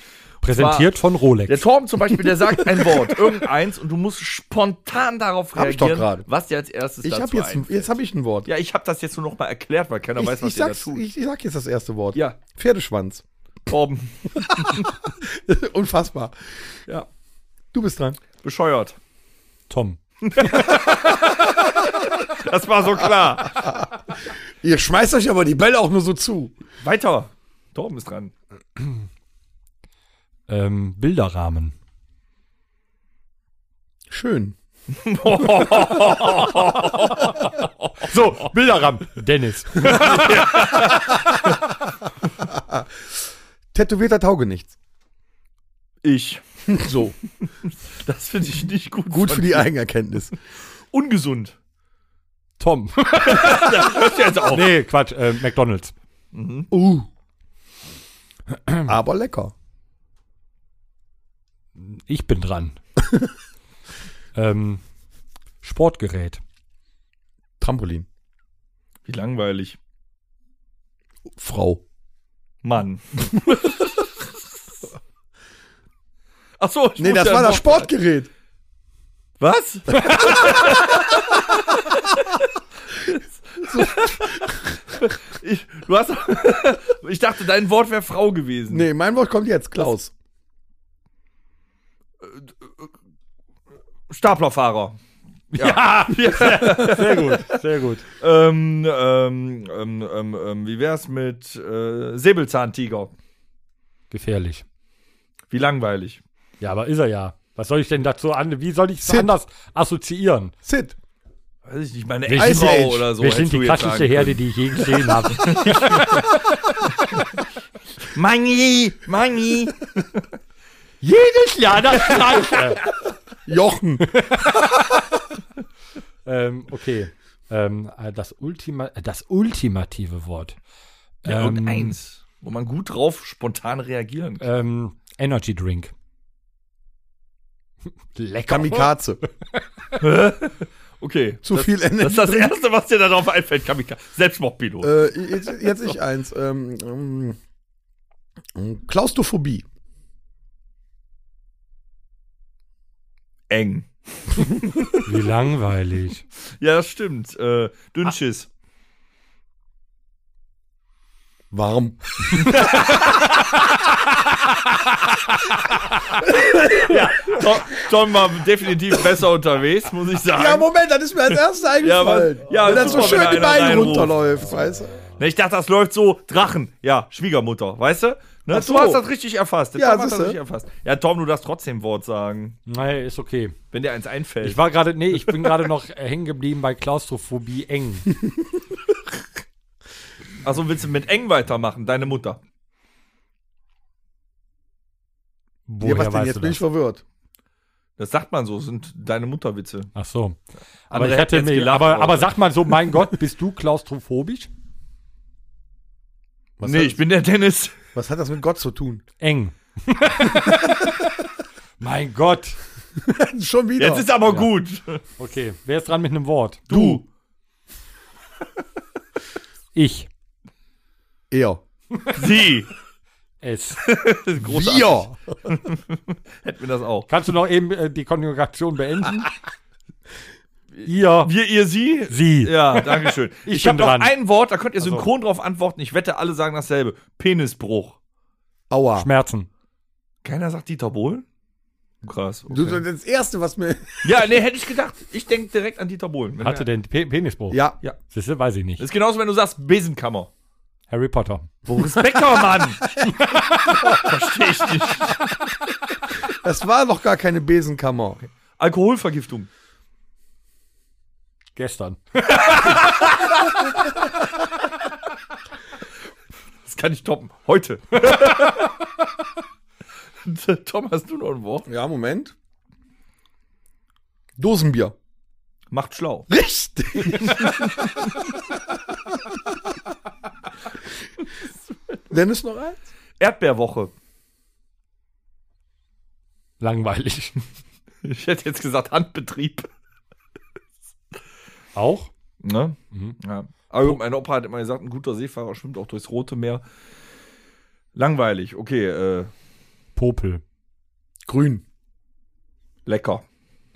[SPEAKER 3] Präsentiert von
[SPEAKER 4] Der
[SPEAKER 3] Rolex.
[SPEAKER 4] Torben zum Beispiel, der sagt ein Wort, irgendeins, und du musst spontan darauf
[SPEAKER 2] Hab ich doch
[SPEAKER 4] reagieren,
[SPEAKER 2] gerade.
[SPEAKER 4] was dir als erstes
[SPEAKER 2] Ich habe
[SPEAKER 4] dazu
[SPEAKER 2] jetzt,
[SPEAKER 4] einfällt.
[SPEAKER 2] jetzt habe ich ein Wort.
[SPEAKER 4] Ja, ich habe das jetzt nur noch mal erklärt, weil keiner
[SPEAKER 2] ich,
[SPEAKER 4] weiß,
[SPEAKER 2] ich,
[SPEAKER 4] was der da
[SPEAKER 2] sag's,
[SPEAKER 4] tut.
[SPEAKER 2] ich, ich sag jetzt das erste Wort.
[SPEAKER 4] Ja,
[SPEAKER 2] Pferdeschwanz.
[SPEAKER 4] Torben,
[SPEAKER 2] Unfassbar.
[SPEAKER 4] Ja.
[SPEAKER 2] Du bist dran.
[SPEAKER 4] bescheuert.
[SPEAKER 3] Tom.
[SPEAKER 4] Das war so klar.
[SPEAKER 2] Ihr schmeißt euch aber die Bälle auch nur so zu.
[SPEAKER 4] Weiter. Torben ist dran.
[SPEAKER 3] Ähm, Bilderrahmen.
[SPEAKER 2] Schön.
[SPEAKER 3] So, Bilderrahmen. Dennis.
[SPEAKER 2] Tätowierter Taugenichts.
[SPEAKER 4] Ich.
[SPEAKER 2] So.
[SPEAKER 4] Das finde ich nicht gut.
[SPEAKER 2] Gut für die Eigenerkenntnis.
[SPEAKER 4] Ungesund.
[SPEAKER 3] Tom.
[SPEAKER 4] Hört jetzt auf.
[SPEAKER 3] Nee, Quatsch. Äh, McDonalds.
[SPEAKER 2] Uh. Aber lecker.
[SPEAKER 3] Ich bin dran. ähm, Sportgerät.
[SPEAKER 2] Trampolin.
[SPEAKER 4] Wie langweilig.
[SPEAKER 2] Frau.
[SPEAKER 4] Mann. Ach so, ich
[SPEAKER 2] Nee,
[SPEAKER 4] muss
[SPEAKER 2] das
[SPEAKER 4] ja
[SPEAKER 2] war
[SPEAKER 4] noch-
[SPEAKER 2] das Sportgerät.
[SPEAKER 4] Was? ich, du hast, ich dachte, dein Wort wäre Frau gewesen.
[SPEAKER 2] Nee, mein Wort kommt jetzt. Klaus.
[SPEAKER 4] Staplerfahrer. Ja.
[SPEAKER 3] Sehr gut, sehr gut.
[SPEAKER 4] ähm, ähm, ähm, ähm, ähm, wie wär's mit äh, Säbelzahntiger?
[SPEAKER 3] Gefährlich.
[SPEAKER 4] Wie langweilig.
[SPEAKER 3] Ja, aber ist er ja. Was soll ich denn dazu an? Wie soll ich es
[SPEAKER 2] Sid.
[SPEAKER 3] anders assoziieren?
[SPEAKER 2] Sid.
[SPEAKER 4] Weiß ich nicht, meine
[SPEAKER 3] Wir
[SPEAKER 2] sind-
[SPEAKER 4] Eisfrau oder so.
[SPEAKER 3] Wir sind
[SPEAKER 4] hättest
[SPEAKER 3] die
[SPEAKER 4] du jetzt
[SPEAKER 3] krasseste
[SPEAKER 4] sagen
[SPEAKER 3] Herde, die ich je gesehen habe.
[SPEAKER 4] Mangi, Mangi.
[SPEAKER 3] Jedes Jahr das Gleiche.
[SPEAKER 2] Jochen.
[SPEAKER 3] ähm, okay. Ähm, äh, das, Ultima das äh, ultimative Wort.
[SPEAKER 4] Ja,
[SPEAKER 3] Ähm,
[SPEAKER 4] irgendeins. wo man gut drauf spontan reagieren kann.
[SPEAKER 3] Ähm, Energy Drink. Lecker.
[SPEAKER 2] Kamikaze.
[SPEAKER 4] Okay.
[SPEAKER 2] Zu
[SPEAKER 4] das,
[SPEAKER 2] viel Energy.
[SPEAKER 4] Das ist das Erste, was dir darauf einfällt, Kamika. Selbstmordpilot.
[SPEAKER 2] Äh, jetzt, jetzt ich eins. Ähm, ähm, ähm, Klaustrophobie.
[SPEAKER 4] Eng.
[SPEAKER 3] Wie langweilig.
[SPEAKER 4] Ja, das stimmt. Äh, Dünnschiss.
[SPEAKER 2] Warm.
[SPEAKER 4] Tom, Tom war definitiv besser unterwegs, muss ich sagen.
[SPEAKER 2] Ja, Moment, das ist mir als erstes eingefallen.
[SPEAKER 4] aber- ja,
[SPEAKER 2] wenn dann so
[SPEAKER 4] super, wenn
[SPEAKER 2] schön die
[SPEAKER 4] einer
[SPEAKER 2] Beine
[SPEAKER 4] reinruft.
[SPEAKER 2] runterläuft, weißt du?
[SPEAKER 4] Ne, ich dachte, das läuft so Drachen. Ja, Schwiegermutter, weißt du? Ne?
[SPEAKER 2] Ach so.
[SPEAKER 4] Du hast das richtig erfasst. Der
[SPEAKER 2] Ja,
[SPEAKER 4] Tom hat das
[SPEAKER 2] siehste.
[SPEAKER 4] richtig erfasst. Ja, Tom, du darfst trotzdem Wort sagen,
[SPEAKER 3] Nein, ist okay.
[SPEAKER 4] wenn dir eins einfällt.
[SPEAKER 3] Ich war gerade, nee, ich bin gerade noch äh, hängen geblieben bei Klaustrophobie eng.
[SPEAKER 4] Achso, willst du mit eng weitermachen? Deine Mutter.
[SPEAKER 2] Ja,
[SPEAKER 3] Woher
[SPEAKER 2] was denn?
[SPEAKER 3] weißt
[SPEAKER 2] Jetzt
[SPEAKER 3] du
[SPEAKER 2] bin
[SPEAKER 3] das?
[SPEAKER 2] ich verwirrt.
[SPEAKER 4] Das sagt man so, sind deine Mutterwitze.
[SPEAKER 3] Ach so. Aber,
[SPEAKER 4] Andere
[SPEAKER 3] ich
[SPEAKER 4] hätten
[SPEAKER 3] hatte
[SPEAKER 4] jetzt
[SPEAKER 3] mir,
[SPEAKER 4] gelacht,
[SPEAKER 3] aber,
[SPEAKER 4] Leute.
[SPEAKER 3] aber sag mal so, mein Gott, bist du klaustrophobisch?
[SPEAKER 2] Was,
[SPEAKER 4] nee,
[SPEAKER 2] hat,
[SPEAKER 4] ich bin der Dennis.
[SPEAKER 2] was hat das mit Gott zu tun?
[SPEAKER 3] Eng. mein Gott.
[SPEAKER 2] Schon wieder.
[SPEAKER 4] Jetzt ist aber gut.
[SPEAKER 3] Okay, wer ist dran mit einem Wort?
[SPEAKER 4] Du.
[SPEAKER 3] Ich.
[SPEAKER 2] er.
[SPEAKER 4] Sie.
[SPEAKER 3] Es.
[SPEAKER 4] Großartig.
[SPEAKER 2] Wir.
[SPEAKER 4] Hätten wir das auch.
[SPEAKER 3] Kannst du noch eben äh, die Konjugation beenden? Ihr.
[SPEAKER 4] Wir, ihr, sie?
[SPEAKER 3] Sie.
[SPEAKER 4] Ja, danke schön.
[SPEAKER 3] Ich
[SPEAKER 4] hab
[SPEAKER 3] bin
[SPEAKER 4] noch
[SPEAKER 3] dran.
[SPEAKER 4] ein Wort, da könnt ihr synchron drauf antworten. Ich wette, alle sagen dasselbe. Penisbruch.
[SPEAKER 2] Aua.
[SPEAKER 3] Schmerzen.
[SPEAKER 4] Keiner sagt Dieter Bohlen? Krass. Okay.
[SPEAKER 2] Du, das Erste, was mir.
[SPEAKER 4] Ja, nee, hätte ich gedacht. Ich denke direkt an Dieter Bohlen. Wenn
[SPEAKER 3] Hatte denn Pe Penisbruch?
[SPEAKER 2] Ja.
[SPEAKER 4] Ja.
[SPEAKER 3] Siehst du, weiß ich
[SPEAKER 4] Das
[SPEAKER 3] nicht.
[SPEAKER 4] ist genauso, wenn du sagst Besenkammer.
[SPEAKER 3] Harry Potter.
[SPEAKER 4] Boris Becker, Mann. Verstehe ich nicht.
[SPEAKER 2] Das war doch gar keine Besenkammer.
[SPEAKER 4] Alkoholvergiftung.
[SPEAKER 3] Gestern.
[SPEAKER 4] Das kann ich toppen. Heute. Tom, hast du noch ein Wort?
[SPEAKER 2] Ja, Moment. Dosenbier.
[SPEAKER 4] Macht schlau.
[SPEAKER 2] Richtig. Dennis noch eins?
[SPEAKER 4] Erdbeerwoche.
[SPEAKER 3] Langweilig.
[SPEAKER 4] Ich hätte jetzt gesagt Handbetrieb.
[SPEAKER 3] Auch?
[SPEAKER 4] Ne?
[SPEAKER 3] Mhm.
[SPEAKER 4] Ja. Aber mein Opa hat immer gesagt, ein guter Seefahrer schwimmt auch durchs Rote Meer. Langweilig. Okay, äh,
[SPEAKER 3] Popel.
[SPEAKER 2] Grün.
[SPEAKER 4] lecker.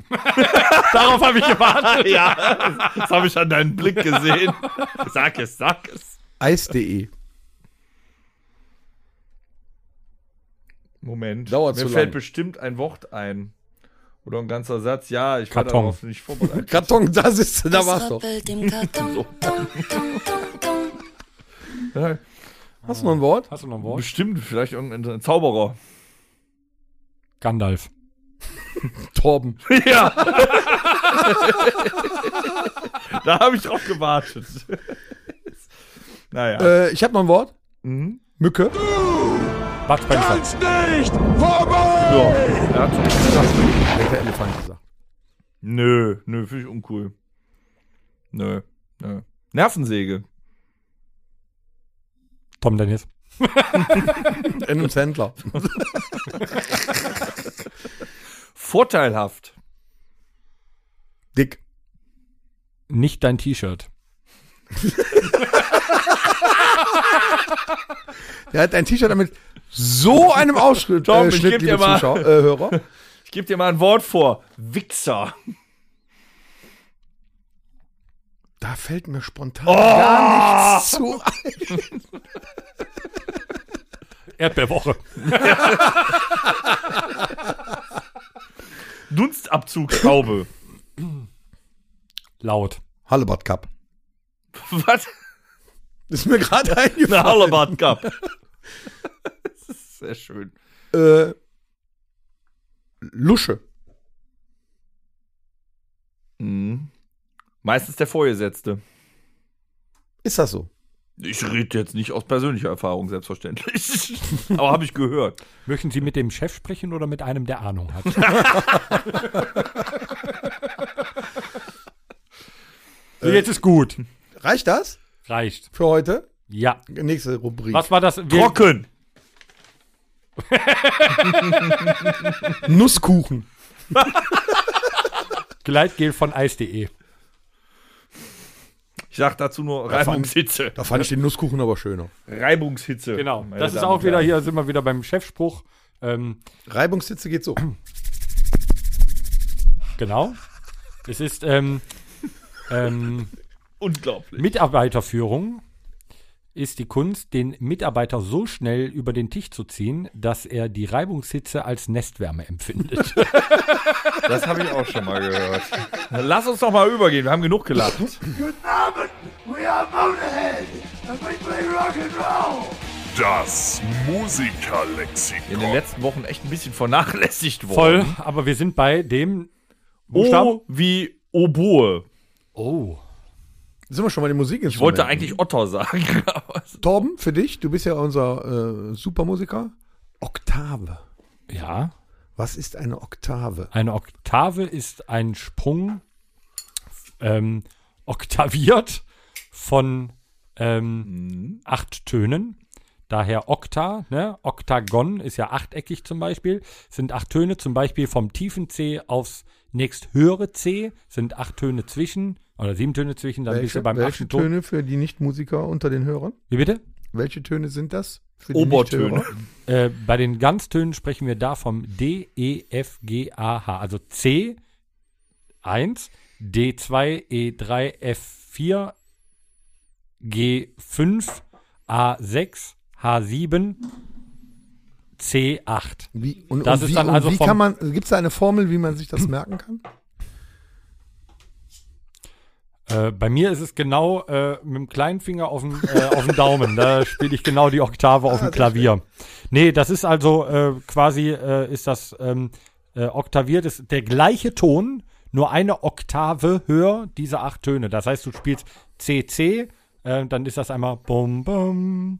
[SPEAKER 3] Darauf habe ich gewartet.
[SPEAKER 4] Ja, das habe ich an deinem Blick gesehen. Sag es, sag es.
[SPEAKER 2] Eis.de.
[SPEAKER 4] Moment.
[SPEAKER 2] Dauert
[SPEAKER 4] Mir
[SPEAKER 2] zu
[SPEAKER 4] fällt
[SPEAKER 2] lang.
[SPEAKER 4] bestimmt ein Wort ein. Oder ein ganzer Satz. Ja, ich war
[SPEAKER 3] Karton.
[SPEAKER 4] darauf nicht vorbereitet.
[SPEAKER 2] Karton, da sitzt du, da war's doch.
[SPEAKER 6] rappelt im Karton. Dum, dum, dum, dum.
[SPEAKER 4] Ja,
[SPEAKER 2] Hast du noch ein Wort?
[SPEAKER 3] Hast du noch ein Wort?
[SPEAKER 4] Bestimmt, vielleicht irgendein Zauberer.
[SPEAKER 3] Gandalf.
[SPEAKER 2] Torben.
[SPEAKER 4] Ja. da habe ich drauf gewartet. naja.
[SPEAKER 2] Äh, ich habe noch ein Wort.
[SPEAKER 4] Mhm.
[SPEAKER 2] Mücke.
[SPEAKER 3] Bud Spencer.
[SPEAKER 4] Ja. Er hat schon gesagt.
[SPEAKER 2] Hat der Elefant gesagt.
[SPEAKER 4] Nö, nö, finde ich uncool. Nö, nö. Nervensäge.
[SPEAKER 3] Tom Dennis.
[SPEAKER 2] Adam Sandler.
[SPEAKER 4] Vorteilhaft.
[SPEAKER 2] Dick.
[SPEAKER 3] Nicht dein T-Shirt.
[SPEAKER 2] Der hat ein T-Shirt damit so einem Ausschnitt,
[SPEAKER 4] Tom,
[SPEAKER 2] äh,
[SPEAKER 4] ich
[SPEAKER 2] Schnitt,
[SPEAKER 4] geb
[SPEAKER 2] liebe
[SPEAKER 4] dir mal-
[SPEAKER 2] Zuschauer, äh, Hörer.
[SPEAKER 4] Ich gebe dir mal ein Wort vor. Wichser.
[SPEAKER 2] Da fällt mir
[SPEAKER 4] Oh!
[SPEAKER 2] spontan gar nichts zu ein.
[SPEAKER 3] Erdbeerwoche.
[SPEAKER 4] Dunstabzugschraube.
[SPEAKER 3] Laut.
[SPEAKER 2] Hallebad Cup.
[SPEAKER 4] Was?
[SPEAKER 2] Ist mir gerade
[SPEAKER 4] Eine
[SPEAKER 2] eingefallen.
[SPEAKER 4] Hallebad Cup. Das ist sehr schön.
[SPEAKER 2] Äh, Lusche.
[SPEAKER 4] Mhm. Meistens der Vorgesetzte.
[SPEAKER 2] Ist das so?
[SPEAKER 4] Ich rede jetzt nicht aus persönlicher Erfahrung, selbstverständlich. Aber habe ich gehört.
[SPEAKER 3] Möchten Sie mit dem Chef sprechen oder mit einem, der Ahnung hat? So, Jetzt ist gut.
[SPEAKER 2] Reicht das
[SPEAKER 3] Reicht.
[SPEAKER 2] für heute?
[SPEAKER 3] Ja.
[SPEAKER 2] Nächste Rubrik.
[SPEAKER 3] Was war das? Wir-
[SPEAKER 4] Trocken.
[SPEAKER 2] Nusskuchen.
[SPEAKER 3] Gleitgel von Eis.de.
[SPEAKER 4] Ich sag dazu nur Reibungshitze.
[SPEAKER 2] Da fand ich den Nusskuchen aber schöner.
[SPEAKER 4] Reibungshitze.
[SPEAKER 3] Genau.
[SPEAKER 4] meine
[SPEAKER 3] Das ist
[SPEAKER 4] Damen
[SPEAKER 3] auch
[SPEAKER 4] und
[SPEAKER 3] wieder
[SPEAKER 4] Herren.
[SPEAKER 3] hier, sind wir wieder beim Chefspruch. Ähm,
[SPEAKER 2] Reibungssitze geht so.
[SPEAKER 3] genau. Es ist ähm, ähm,
[SPEAKER 4] Unglaublich.
[SPEAKER 3] Mitarbeiterführung ist die Kunst, den Mitarbeiter so schnell über den Tisch zu ziehen, dass er die Reibungshitze als Nestwärme empfindet.
[SPEAKER 4] Das habe ich auch schon mal gehört. Lass uns doch mal übergehen. Wir haben genug gelacht.
[SPEAKER 1] Das Musikerlexikon.
[SPEAKER 4] In den letzten Wochen echt ein bisschen vernachlässigt
[SPEAKER 3] Voll,
[SPEAKER 4] worden.
[SPEAKER 3] aber wir sind bei dem
[SPEAKER 4] O wie Oboe.
[SPEAKER 3] Oh.
[SPEAKER 2] Sind wir schon mal in
[SPEAKER 4] Ich
[SPEAKER 2] Musikinstrumenten?
[SPEAKER 4] wollte eigentlich Otter sagen. aber es-
[SPEAKER 2] Torben, für dich, du bist ja unser äh, Supermusiker. Oktave.
[SPEAKER 3] Ja.
[SPEAKER 2] Was ist eine Oktave?
[SPEAKER 3] Eine Oktave ist ein Sprung ähm, oktaviert von ähm,
[SPEAKER 2] Mhm.
[SPEAKER 3] acht Tönen. Daher Okta, ne? Oktagon ist ja achteckig zum Beispiel, sind acht Töne zum Beispiel vom tiefen C aufs nächst höhere C sind acht Töne zwischen oder sieben Töne zwischen, dann bist du beim
[SPEAKER 2] welche
[SPEAKER 3] achten Ton.
[SPEAKER 2] Töne für die Nichtmusiker unter den Hörern?
[SPEAKER 3] Wie bitte?
[SPEAKER 2] Welche Töne sind das? Für die
[SPEAKER 4] Obertöne.
[SPEAKER 2] Nichthörer?
[SPEAKER 3] Äh, bei den Ganztönen sprechen wir da vom D, E, F, G, A, H. Also C 1, D2, E3, F4, G5, A6, H7, C8.
[SPEAKER 2] Wie, und,
[SPEAKER 3] Das
[SPEAKER 2] und
[SPEAKER 3] ist
[SPEAKER 2] wie,
[SPEAKER 3] dann
[SPEAKER 2] und
[SPEAKER 3] also
[SPEAKER 2] wie
[SPEAKER 3] vom-
[SPEAKER 2] kann man, gibt es da eine Formel, wie man sich das merken kann?
[SPEAKER 3] Äh, bei mir ist es genau äh, mit dem kleinen Finger auf dem, äh, auf dem Daumen. Da spiele ich genau die Oktave auf dem Klavier. Nee, das ist also äh, quasi, äh, ist das ähm, äh, oktaviert, ist der gleiche Ton, nur eine Oktave höher, diese acht Töne. Das heißt, du spielst CC, äh, dann ist das einmal bum, bum.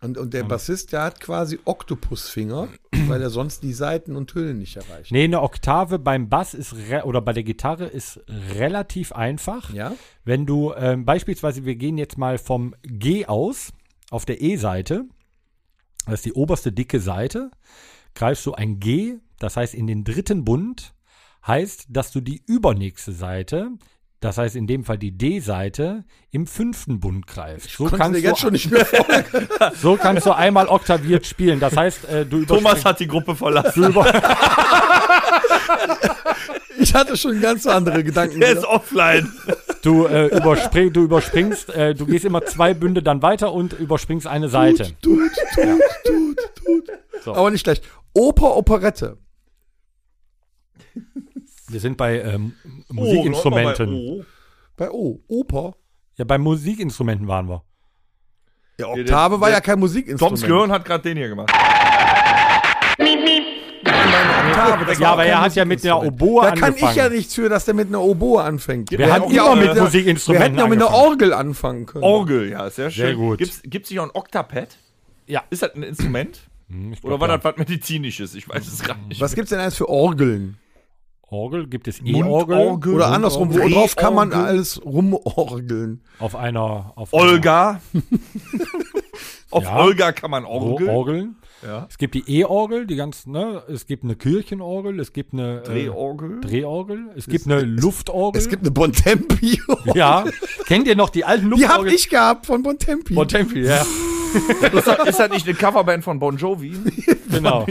[SPEAKER 2] Und, und der Bassist, der hat quasi Oktopusfinger, weil er sonst die Saiten und Töne nicht erreicht.
[SPEAKER 3] Nee, eine Oktave beim Bass ist, re oder bei der Gitarre ist relativ einfach.
[SPEAKER 2] Ja?
[SPEAKER 3] Wenn du ähm, beispielsweise, wir gehen jetzt mal vom G aus, auf der E-Seite, das ist die oberste dicke Seite, greifst du ein G, das heißt in den dritten Bund, heißt, dass du die übernächste Seite, das heißt in dem Fall die D-Seite, im fünften Bund greifst. So
[SPEAKER 2] Kannst du
[SPEAKER 3] kannst,
[SPEAKER 2] dir jetzt schon
[SPEAKER 3] du,
[SPEAKER 2] nicht mehr vorstellen.
[SPEAKER 3] so kannst du einmal oktaviert spielen. Das heißt, äh, du
[SPEAKER 4] Thomas
[SPEAKER 3] überspringst-
[SPEAKER 4] hat die Gruppe verlassen.
[SPEAKER 3] du über
[SPEAKER 2] Ich hatte schon ganz andere Gedanken.
[SPEAKER 4] Er ist offline.
[SPEAKER 3] du, äh, überspring, du überspringst, äh, du gehst immer zwei Bünde dann weiter und überspringst eine Seite.
[SPEAKER 2] tut, tut, tut, tut. Aber nicht schlecht. Oper, Operette.
[SPEAKER 3] Wir sind bei ähm,
[SPEAKER 2] Oh,
[SPEAKER 3] Musikinstrumenten.
[SPEAKER 4] Oh,
[SPEAKER 2] Bei O. Oper.
[SPEAKER 3] Ja, bei Musikinstrumenten waren wir.
[SPEAKER 2] Ja,
[SPEAKER 4] der-
[SPEAKER 2] Oktave war
[SPEAKER 4] der-
[SPEAKER 2] ja kein Musikinstrument.
[SPEAKER 4] Toms Gehirn hat gerade den hier gemacht.
[SPEAKER 2] Oktave, das
[SPEAKER 3] Ja,
[SPEAKER 2] war
[SPEAKER 3] aber
[SPEAKER 2] auch
[SPEAKER 3] er
[SPEAKER 2] kein
[SPEAKER 3] hat ja mit einer
[SPEAKER 2] Musikinstrument.
[SPEAKER 3] Oboe
[SPEAKER 2] Da
[SPEAKER 3] angefangen.
[SPEAKER 2] kann ich ja nichts für, dass der mit einer Oboe anfängt.
[SPEAKER 3] Wir haben
[SPEAKER 2] hätten
[SPEAKER 3] immer
[SPEAKER 2] auch
[SPEAKER 3] mit
[SPEAKER 2] einer- Wir
[SPEAKER 3] Musikinstrumenten
[SPEAKER 2] hätten auch mit einer
[SPEAKER 3] angefangen.
[SPEAKER 2] Orgel anfangen können.
[SPEAKER 4] Orgel, ja, sehr schön.
[SPEAKER 3] Sehr gut.
[SPEAKER 4] Gibt's, gibt's nicht auch ein Oktapad?
[SPEAKER 3] Ja.
[SPEAKER 4] Ist das ein Instrument?
[SPEAKER 3] Ich glaub,
[SPEAKER 4] Oder war
[SPEAKER 3] ja.
[SPEAKER 4] das was Medizinisches? Ich weiß es gerade nicht.
[SPEAKER 2] Was gibt's denn alles für Orgeln?
[SPEAKER 3] Orgel? Gibt es
[SPEAKER 4] Mundorgel?
[SPEAKER 3] E-Orgel?
[SPEAKER 2] Oder andersrum,
[SPEAKER 4] Orgel.
[SPEAKER 2] worauf kann man
[SPEAKER 4] Drehorgel.
[SPEAKER 2] alles rumorgeln?
[SPEAKER 3] Auf einer. Auf
[SPEAKER 4] Olga. Auf
[SPEAKER 3] Ja.
[SPEAKER 4] Olga kann man
[SPEAKER 3] Einer Orgel?
[SPEAKER 4] Orgel.
[SPEAKER 3] Orgeln.
[SPEAKER 4] Ja.
[SPEAKER 3] Es gibt die E-Orgel, die ganz, ne? Es gibt eine Kirchenorgel, es gibt eine. Äh,
[SPEAKER 4] Drehorgel.
[SPEAKER 3] Drehorgel. Es gibt eine Luftorgel.
[SPEAKER 2] Es gibt eine Bontempi.
[SPEAKER 3] ja. Kennt ihr noch die alten
[SPEAKER 2] Die habe
[SPEAKER 3] Luftorgeln?
[SPEAKER 2] ich gehabt von Bontempi.
[SPEAKER 3] Bontempi, ja.
[SPEAKER 4] Ist das, ist das nicht eine Coverband von Bon Jovi?
[SPEAKER 3] genau.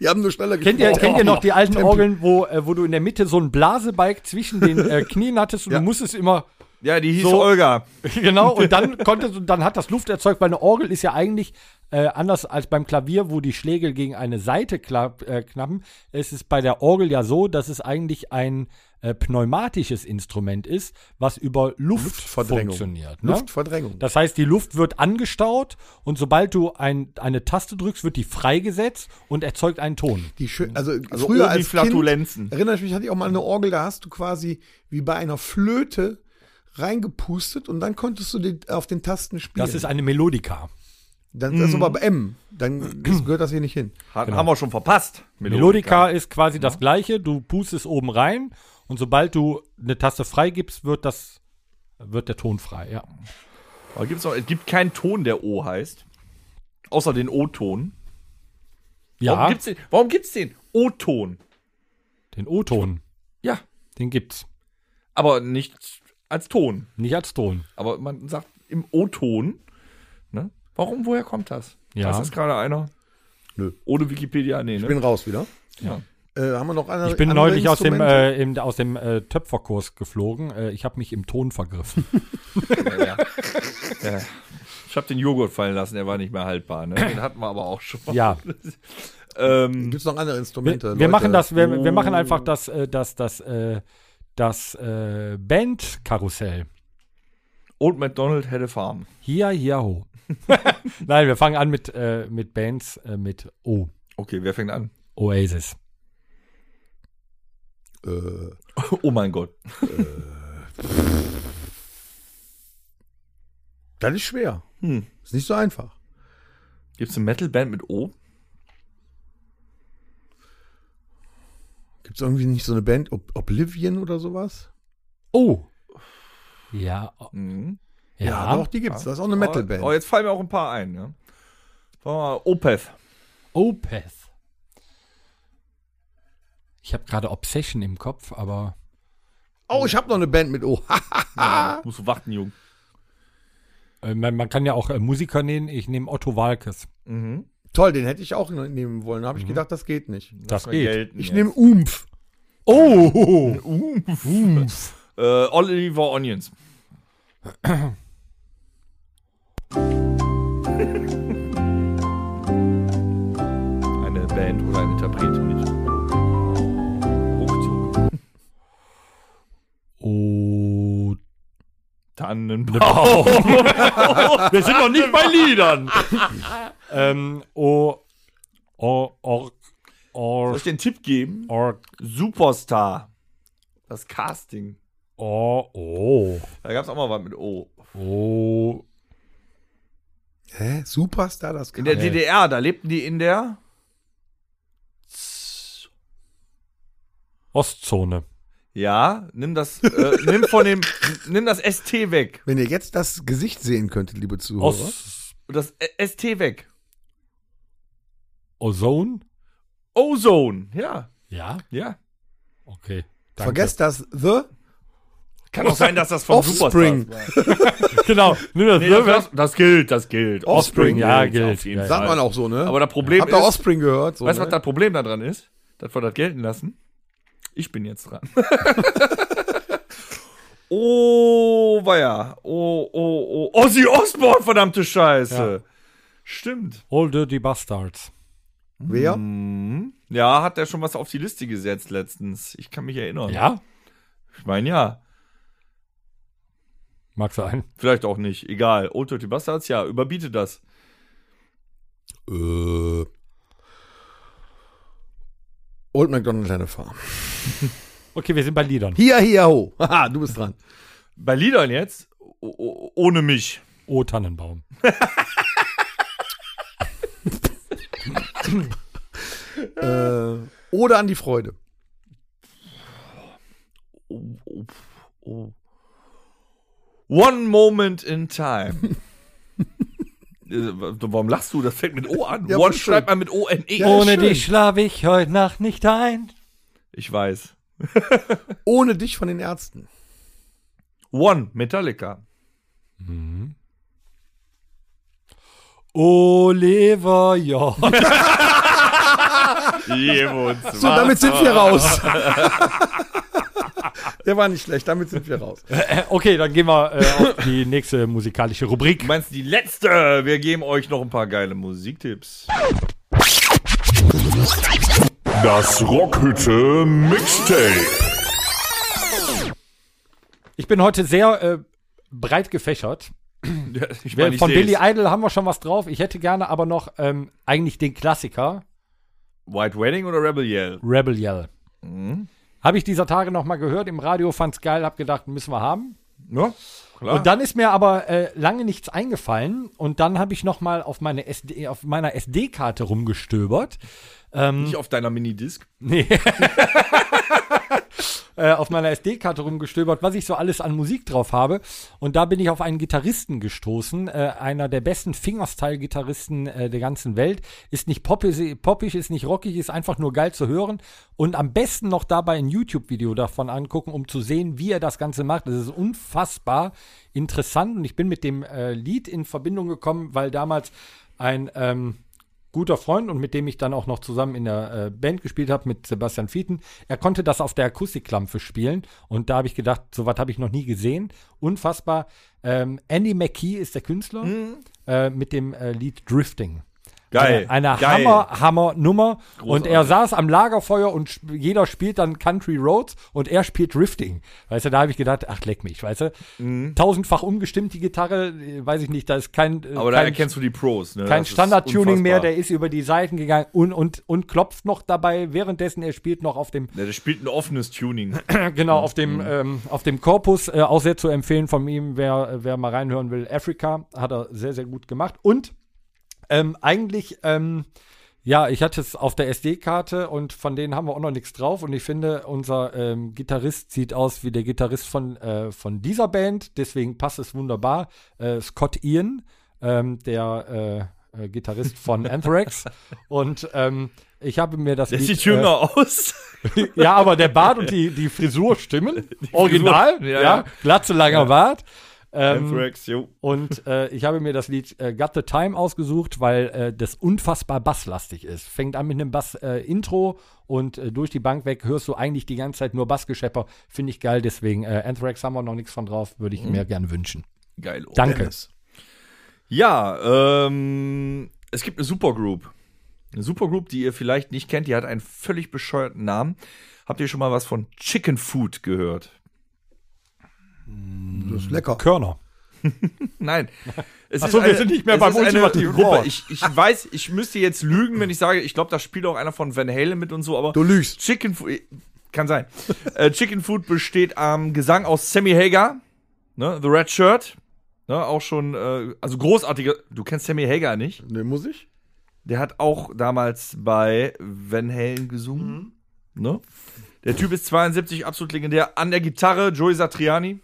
[SPEAKER 2] Die haben nur schneller
[SPEAKER 3] Kennt ihr, kennt ihr noch die alten
[SPEAKER 2] Tempi.
[SPEAKER 3] Orgeln, wo, äh, wo du in der Mitte so einen Blasebalg zwischen den äh, Knien hattest und
[SPEAKER 4] Ja.
[SPEAKER 3] du musstest immer
[SPEAKER 4] Ja, die hieß
[SPEAKER 3] So.
[SPEAKER 4] Olga.
[SPEAKER 3] Genau, und dann konnte und dann hat das Luft erzeugt, weil eine Orgel ist ja eigentlich äh, anders als beim Klavier, wo die Schläge gegen eine Seite klapp, äh, knappen. Es ist bei der Orgel ja so, dass es eigentlich ein äh, pneumatisches Instrument ist, was über Luft
[SPEAKER 2] Luftverdrängung.
[SPEAKER 3] funktioniert. Ne?
[SPEAKER 2] Luftverdrängung.
[SPEAKER 3] Das heißt, die Luft wird angestaut und sobald du ein, eine Taste drückst, wird die freigesetzt und erzeugt einen Ton.
[SPEAKER 2] Die schön, also,
[SPEAKER 4] Also ohne
[SPEAKER 2] früher
[SPEAKER 4] die
[SPEAKER 2] als
[SPEAKER 4] Flatulenzen.
[SPEAKER 2] Kind, erinnere ich mich, hatte ich auch mal eine Orgel, da hast du quasi wie bei einer Flöte reingepustet und dann konntest du die, auf den Tasten spielen.
[SPEAKER 3] Das ist Mhm. eine Melodika.
[SPEAKER 2] dann, das ist aber bei M. Dann das gehört das hier nicht hin.
[SPEAKER 4] Hat,
[SPEAKER 3] Genau.
[SPEAKER 4] Haben wir schon verpasst.
[SPEAKER 3] Melodika ist quasi das gleiche, du pustest oben rein und sobald du eine Taste freigibst, wird das wird der Ton frei, ja.
[SPEAKER 4] Aber gibt's noch, es gibt keinen Ton, der O heißt. Außer den O-Ton. Warum
[SPEAKER 3] Ja,
[SPEAKER 4] gibt's den? Warum gibt's den? O-Ton.
[SPEAKER 3] den O-Ton,
[SPEAKER 4] Ja,
[SPEAKER 3] den gibt's.
[SPEAKER 4] aber nicht als Ton.
[SPEAKER 3] Nicht als Ton.
[SPEAKER 4] Aber man sagt im O-Ton. Ne? Warum, woher kommt das?
[SPEAKER 3] Ja.
[SPEAKER 4] Weiß das gerade einer?
[SPEAKER 2] Nö.
[SPEAKER 4] Ohne Wikipedia, nee, ne?
[SPEAKER 2] Ich bin raus wieder.
[SPEAKER 4] Ja.
[SPEAKER 2] Äh, haben wir noch andere?
[SPEAKER 3] Ich bin
[SPEAKER 2] andere
[SPEAKER 3] neulich aus dem,
[SPEAKER 2] Instrumente?
[SPEAKER 3] äh, im, aus dem äh, Töpferkurs geflogen. Äh, ich habe mich im Ton vergriffen.
[SPEAKER 4] ja, ja. Ich habe den Joghurt fallen lassen, der war nicht mehr haltbar. Ne? Den hatten wir aber auch schon.
[SPEAKER 3] ja.
[SPEAKER 4] Ähm,
[SPEAKER 2] Gibt's noch andere
[SPEAKER 3] äh, Wir,
[SPEAKER 2] Instrumente?
[SPEAKER 3] wir
[SPEAKER 2] Leute?
[SPEAKER 3] machen das, wir, wir machen einfach das, äh, das, das, äh, das äh, Bandkarussell.
[SPEAKER 4] Old MacDonald had a farm.
[SPEAKER 3] Hia, hia, ho. Nein, wir fangen an mit, äh, mit Bands äh, mit O.
[SPEAKER 4] Okay, wer fängt an?
[SPEAKER 3] Oasis.
[SPEAKER 2] Äh,
[SPEAKER 4] Oh mein Gott.
[SPEAKER 2] das ist schwer.
[SPEAKER 4] Hm.
[SPEAKER 2] Ist nicht so einfach.
[SPEAKER 4] Gibt es eine Metalband mit O?
[SPEAKER 2] Gibt's irgendwie nicht so eine Band, Ob Oblivion oder sowas?
[SPEAKER 3] O. Ja. o-
[SPEAKER 4] Mhm.
[SPEAKER 3] Ja.
[SPEAKER 2] doch, die gibt's. Das ist auch eine Metalband.
[SPEAKER 4] Oh, oh, jetzt fallen mir auch ein paar ein. Ne? Sagen wir mal, Opeth.
[SPEAKER 3] Opeth. Ich habe gerade Obsession im Kopf, aber
[SPEAKER 2] oh, ich habe noch eine Band mit O. Ah.
[SPEAKER 4] Musst du warten, Jung.
[SPEAKER 3] äh, man, man kann ja auch äh, Musiker nehmen. Ich nehme Otto Walkes.
[SPEAKER 4] Mhm.
[SPEAKER 2] Toll, den hätte ich auch noch nehmen wollen. Da habe ich
[SPEAKER 3] Mhm.
[SPEAKER 2] gedacht, das geht nicht.
[SPEAKER 3] Das
[SPEAKER 4] Mal
[SPEAKER 3] geht.
[SPEAKER 4] gelten
[SPEAKER 2] Ich
[SPEAKER 4] jetzt.
[SPEAKER 2] nehme Umf.
[SPEAKER 3] Oh!
[SPEAKER 4] Äh, Oliver Onions. eine Band oder ein Interpret mit Ruckzuck.
[SPEAKER 3] Oh.
[SPEAKER 4] Tannenbaum. Oh. Wir sind noch nicht bei Liedern.
[SPEAKER 3] Ähm, O. O. Org.
[SPEAKER 4] Soll
[SPEAKER 3] Org.
[SPEAKER 4] ich den Tipp geben?
[SPEAKER 3] Org.
[SPEAKER 4] Superstar. Das Casting.
[SPEAKER 3] O. O.
[SPEAKER 4] Da gab es auch mal was mit O.
[SPEAKER 3] O.
[SPEAKER 2] Hä? Superstar, das
[SPEAKER 4] In
[SPEAKER 2] kann
[SPEAKER 4] der
[SPEAKER 3] Ja.
[SPEAKER 4] DDR, da lebten die in der
[SPEAKER 3] Ostzone.
[SPEAKER 4] Ja, nimm das, äh, nimm von dem, nimm das ST weg.
[SPEAKER 2] Wenn ihr jetzt das Gesicht sehen könntet, liebe Zuhörer.
[SPEAKER 3] Ost.
[SPEAKER 4] Das Ä- ST weg.
[SPEAKER 3] Ozone?
[SPEAKER 4] Ozone, ja,
[SPEAKER 3] Ja.
[SPEAKER 4] ja.
[SPEAKER 3] Okay. Danke.
[SPEAKER 2] Vergesst das The.
[SPEAKER 4] Kann auch sein, dass das von
[SPEAKER 2] Offspring.
[SPEAKER 4] Superstars war.
[SPEAKER 3] Genau. Nimm das,
[SPEAKER 4] Nee,
[SPEAKER 3] ne?
[SPEAKER 4] das, das, das gilt, das gilt.
[SPEAKER 2] Offspring,
[SPEAKER 3] ja,
[SPEAKER 4] gilt's
[SPEAKER 3] gilt.
[SPEAKER 4] Auf jeden
[SPEAKER 3] Ja,
[SPEAKER 4] Fall.
[SPEAKER 2] Sagt man auch so, ne?
[SPEAKER 4] Aber das Problem
[SPEAKER 2] Habt
[SPEAKER 4] ist,
[SPEAKER 2] ihr Offspring gehört? So,
[SPEAKER 4] weißt du,
[SPEAKER 2] ne?
[SPEAKER 4] was das Problem daran ist? Dass wir das gelten lassen. Ich bin jetzt dran. oh, war ja. Oh, oh, oh. Ozzy Osbourne, verdammte Scheiße. Stimmt.
[SPEAKER 3] All Dirty Bastards.
[SPEAKER 2] Wer?
[SPEAKER 4] Mhm. Ja, hat der schon was auf die Liste gesetzt letztens. Ich kann mich erinnern.
[SPEAKER 3] Ja?
[SPEAKER 4] Ich meine, ja.
[SPEAKER 3] Mag sein.
[SPEAKER 4] Vielleicht auch nicht. Egal. Old Dirty Bastards, ja. Überbiete das.
[SPEAKER 2] Äh. Old McDonald's eine Farm.
[SPEAKER 3] Okay, wir sind bei Liedern.
[SPEAKER 2] Hier, hier, ho. Haha, du bist dran.
[SPEAKER 4] Bei Liedern jetzt? O- o- Ohne mich.
[SPEAKER 3] O Tannenbaum.
[SPEAKER 2] äh, oder an die Freude.
[SPEAKER 4] Oh, oh, oh. One Moment in Time. Äh, wa- Warum lachst du? Das fängt mit O an.
[SPEAKER 2] Ja,
[SPEAKER 4] One
[SPEAKER 2] schön.
[SPEAKER 4] schreibt man mit E. O-N-E.
[SPEAKER 2] Ja, Ohne schön. dich
[SPEAKER 3] schlaf ich heute Nacht nicht ein.
[SPEAKER 4] Ich weiß.
[SPEAKER 2] Ohne dich von den Ärzten.
[SPEAKER 4] One, Metallica.
[SPEAKER 3] Oliver Jordan.
[SPEAKER 2] So,
[SPEAKER 4] Ah.
[SPEAKER 2] damit sind wir raus. Der war nicht schlecht, damit sind wir raus.
[SPEAKER 3] Okay, dann gehen wir äh, auf die nächste musikalische
[SPEAKER 4] Du
[SPEAKER 3] Rubrik.
[SPEAKER 4] meinst die letzte? Wir geben euch noch ein paar geile Musiktipps.
[SPEAKER 1] Das Rockhütte Mixtape.
[SPEAKER 3] Ich bin heute sehr äh, breit gefächert.
[SPEAKER 4] Ja, Ich
[SPEAKER 3] Wir-
[SPEAKER 4] meine, ich
[SPEAKER 3] Von
[SPEAKER 4] seh's.
[SPEAKER 3] Billy Idol haben wir schon was drauf. Ich hätte gerne aber noch ähm, eigentlich den Klassiker
[SPEAKER 4] White Wedding oder Rebel Yell?
[SPEAKER 3] Rebel Yell. Habe ich dieser Tage noch mal gehört im Radio, fand's geil, hab gedacht, müssen wir haben.
[SPEAKER 4] Ja, klar.
[SPEAKER 3] Und dann ist mir aber äh, lange nichts eingefallen und dann habe ich noch mal auf, meine SD, auf meiner SD-Karte rumgestöbert.
[SPEAKER 4] nicht auf deiner Minidisc.
[SPEAKER 3] Nee. äh, auf meiner SD-Karte rumgestöbert, was ich so alles an Musik drauf habe. Und da bin ich auf einen Gitarristen gestoßen, äh, einer der besten Fingerstyle-Gitarristen äh, der ganzen Welt. Ist nicht poppi- poppig, ist nicht rockig, ist einfach nur geil zu hören. Und am besten noch dabei ein YouTube-Video davon angucken, um zu sehen, wie er das Ganze macht. Das ist unfassbar interessant. Und ich bin mit dem äh, Lied in Verbindung gekommen, weil damals ein ähm, guter Freund und mit dem ich dann auch noch zusammen in der äh, Band gespielt habe, mit Sebastian Fieten. Er konnte das auf der Akustikklampe spielen und da habe ich gedacht, sowas habe ich noch nie gesehen. Unfassbar. Ähm, Andy McKee ist der Künstler äh, mit dem äh, Lied Drifting.
[SPEAKER 4] Mhm. Geil.
[SPEAKER 3] Eine, eine
[SPEAKER 4] geil.
[SPEAKER 3] Hammer, Hammer Nummer. Und er saß am Lagerfeuer und sp- jeder spielt dann Country Roads und er spielt Drifting. Weißt du, da habe ich gedacht, ach, leck mich, weißt du.
[SPEAKER 4] Mhm.
[SPEAKER 3] Tausendfach umgestimmt die Gitarre, äh, weiß ich nicht, da ist kein. äh,
[SPEAKER 4] Aber da
[SPEAKER 3] kein
[SPEAKER 4] erkennst du die Pros. Ne?
[SPEAKER 3] kein
[SPEAKER 4] Das ist
[SPEAKER 3] Standard-Tuning mehr,
[SPEAKER 4] unfassbar.
[SPEAKER 3] der ist über die Seiten gegangen und, und, und klopft noch dabei, währenddessen er spielt noch auf dem,
[SPEAKER 4] Ja, der spielt ein offenes Tuning.
[SPEAKER 3] genau, auf
[SPEAKER 4] Mhm.
[SPEAKER 3] dem, ähm, auf dem Korpus, äh, auch sehr zu empfehlen von ihm, wer, wer mal reinhören will, Africa, hat er sehr, sehr gut gemacht und ähm, eigentlich, ähm, ja, ich hatte es auf der SD-Karte und von denen haben wir auch noch nichts drauf. Und ich finde, unser ähm, Gitarrist sieht aus wie der Gitarrist von, äh, von dieser Band. Deswegen passt es wunderbar. Äh, Scott Ian, ähm, der äh, äh, Gitarrist von Anthrax. Und ähm, ich habe mir das
[SPEAKER 4] Der
[SPEAKER 3] Lied,
[SPEAKER 4] sieht jünger aus.
[SPEAKER 3] Äh, ja, aber der Bart und die, die Frisur stimmen. Original,
[SPEAKER 4] ja,
[SPEAKER 3] ja,
[SPEAKER 4] ja.
[SPEAKER 3] Glatze, langer Bart. Ähm,
[SPEAKER 4] Anthrax, jo.
[SPEAKER 3] und äh, ich habe mir das Lied äh, Got the Time ausgesucht, weil äh, das unfassbar basslastig ist. Fängt an mit einem Bass-Intro und äh, durch die Bank weg hörst du eigentlich die ganze Zeit nur Bassgeschepper. Finde ich geil, deswegen äh, Anthrax haben wir noch nichts von drauf, würde
[SPEAKER 4] Mhm.
[SPEAKER 3] ich mir gern wünschen.
[SPEAKER 4] Geil. oh.
[SPEAKER 3] Danke.
[SPEAKER 4] Ja, ähm, es gibt eine Supergroup. Eine Supergroup, die ihr vielleicht nicht kennt, die hat einen völlig bescheuerten Namen. Habt ihr schon mal was von Chicken Food gehört?
[SPEAKER 2] Das ist lecker.
[SPEAKER 3] Körner.
[SPEAKER 4] Nein. Es
[SPEAKER 3] Ach so, wir sind nicht mehr
[SPEAKER 4] es
[SPEAKER 3] beim
[SPEAKER 4] ist eine
[SPEAKER 3] ultimativen
[SPEAKER 4] Gruppe.
[SPEAKER 3] Wort.
[SPEAKER 4] Ich, ich weiß, ich müsste jetzt lügen, wenn ich sage, ich glaube, da spielt auch einer von Van Halen mit und so, aber
[SPEAKER 2] Du lügst.
[SPEAKER 4] Chicken Food kann sein. äh, Chicken Food besteht am Gesang aus Sammy Hagar, ne, The Red Shirt, ne, auch schon äh, also großartiger, du kennst Sammy Hagar nicht?
[SPEAKER 2] Ne, muss ich?
[SPEAKER 4] Der hat auch damals bei Van Halen gesungen,
[SPEAKER 3] Mhm.
[SPEAKER 4] ne? Der Typ ist 72, absolut legendär. An der Gitarre Joey Satriani.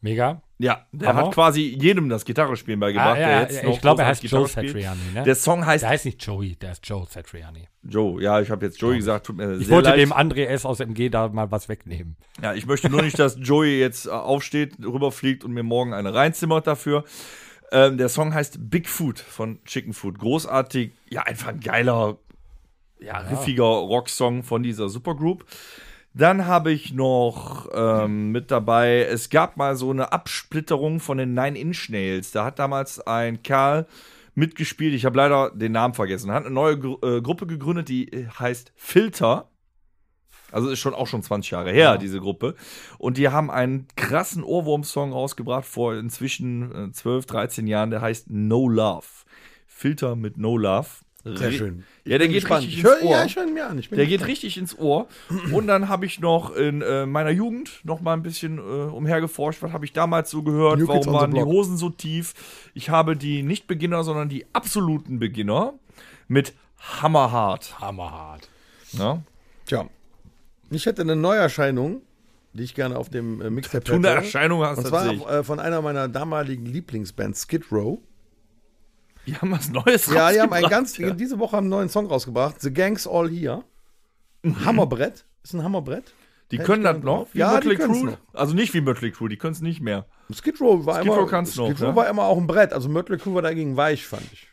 [SPEAKER 3] Mega.
[SPEAKER 4] Ja, der
[SPEAKER 3] Aber-
[SPEAKER 4] hat quasi jedem das Gitarrespielen beigebracht.
[SPEAKER 3] Ah, ja, ja,
[SPEAKER 4] der noch
[SPEAKER 3] ich glaube, er
[SPEAKER 4] großartig
[SPEAKER 3] heißt Joe
[SPEAKER 4] Gitarre spielt.
[SPEAKER 3] Satriani. Ne?
[SPEAKER 4] Der Song heißt
[SPEAKER 3] der heißt nicht Joey, der ist Joe Satriani.
[SPEAKER 4] Joe. Ja, ich habe jetzt Joey gesagt, tut mir
[SPEAKER 3] Ich
[SPEAKER 4] sehr
[SPEAKER 3] wollte
[SPEAKER 4] leid.
[SPEAKER 3] dem André S. aus MG da mal was wegnehmen.
[SPEAKER 4] ja, ich möchte nur nicht, dass Joey jetzt äh, aufsteht, rüberfliegt und mir morgen eine reinzimmert dafür. Ähm, der Song heißt Big Food von Chicken Food. Großartig, ja, einfach ein geiler, ja, riffiger Rocksong von dieser Supergroup. Dann habe ich noch ähm, mit dabei, es gab mal so eine Absplitterung von den Nine Inch Nails. Da hat damals ein Kerl mitgespielt, ich habe leider den Namen vergessen, hat eine neue Gru äh, Gruppe gegründet, die äh, heißt Filter. Also ist schon auch schon 20 Jahre her, diese Gruppe. Und die haben einen krassen Ohrwurm-Song rausgebracht vor inzwischen äh, 12, 13 Jahren, der heißt No Love. Filter mit No Love.
[SPEAKER 2] Sehr schön.
[SPEAKER 4] Ja, der
[SPEAKER 2] Bin
[SPEAKER 4] geht
[SPEAKER 2] gespannt.
[SPEAKER 4] richtig
[SPEAKER 2] Ich
[SPEAKER 4] ins
[SPEAKER 2] höre
[SPEAKER 4] Ohr.
[SPEAKER 2] ja, ich höre ihn mir an. Ich bin
[SPEAKER 4] Der geht richtig ins Ohr. Und dann habe ich noch in äh, meiner Jugend noch mal ein bisschen äh, umhergeforscht. Was habe ich damals so gehört?
[SPEAKER 2] New Kids
[SPEAKER 4] Warum
[SPEAKER 2] on the
[SPEAKER 4] waren die
[SPEAKER 2] Block.
[SPEAKER 4] Hosen so tief? Ich habe die nicht Beginner, sondern die absoluten Beginner mit Hammerhart.
[SPEAKER 3] Hammerhart.
[SPEAKER 4] Ne?
[SPEAKER 2] Tja. Ich hätte eine Neuerscheinung, die ich gerne auf dem äh, Mixtape
[SPEAKER 4] Du eine
[SPEAKER 2] hätte.
[SPEAKER 4] Erscheinung hast
[SPEAKER 2] Und
[SPEAKER 4] tatsächlich.
[SPEAKER 2] zwar äh, von einer meiner damaligen Lieblingsbands, Skid Row.
[SPEAKER 4] Die haben was Neues
[SPEAKER 2] Ja, die haben einen
[SPEAKER 4] rausgebracht,
[SPEAKER 2] ganz,
[SPEAKER 4] ja.
[SPEAKER 2] diese Woche haben einen neuen Song rausgebracht. The Gang's All Here.
[SPEAKER 4] Mhm.
[SPEAKER 2] Ein Hammerbrett. Ist ein Hammerbrett.
[SPEAKER 4] Die können das
[SPEAKER 2] Hätte ich
[SPEAKER 4] noch?
[SPEAKER 2] gerne drauf. Ja, die
[SPEAKER 4] Mötley
[SPEAKER 2] können's
[SPEAKER 4] Crüe?
[SPEAKER 2] noch.
[SPEAKER 4] Also nicht wie Mötley Crew, die können es nicht mehr.
[SPEAKER 2] Skid Row war
[SPEAKER 4] Skid Row
[SPEAKER 2] immer,
[SPEAKER 4] kann's noch,
[SPEAKER 2] Skid Row
[SPEAKER 4] ja.
[SPEAKER 2] war immer auch ein Brett. Also Mötley Crüe war dagegen weich, fand ich.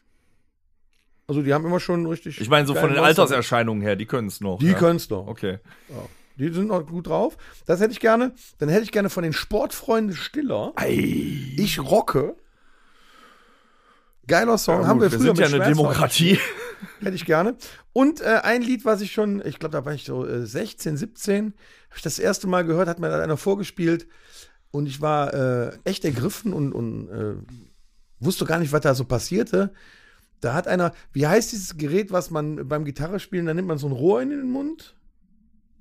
[SPEAKER 2] Also die haben immer schon richtig.
[SPEAKER 4] Ich meine, so von
[SPEAKER 2] geilen
[SPEAKER 4] den
[SPEAKER 2] Aussagen.
[SPEAKER 4] Alterserscheinungen her, die können es noch.
[SPEAKER 2] Die
[SPEAKER 4] ja.
[SPEAKER 2] können es noch.
[SPEAKER 4] Okay.
[SPEAKER 2] Die sind noch gut drauf. Das hätte ich gerne. Dann hätte ich gerne von den Sportfreunden Stiller. Ich rocke. Geiler Song. haben wir
[SPEAKER 4] Gut,
[SPEAKER 2] früher
[SPEAKER 4] wir sind ja
[SPEAKER 2] mit
[SPEAKER 4] eine
[SPEAKER 2] Schmerzhaft-
[SPEAKER 4] Demokratie.
[SPEAKER 2] Hätte ich gerne. Und äh, ein Lied, was ich schon, ich glaube, da war ich so äh, 16, 17, habe ich das erste Mal gehört, hat mir da einer vorgespielt. Und ich war äh, echt ergriffen und, und äh, wusste gar nicht, was da so passierte. Da hat einer, wie heißt dieses Gerät, was man beim Gitarrespielen, da nimmt man so ein Rohr in den Mund?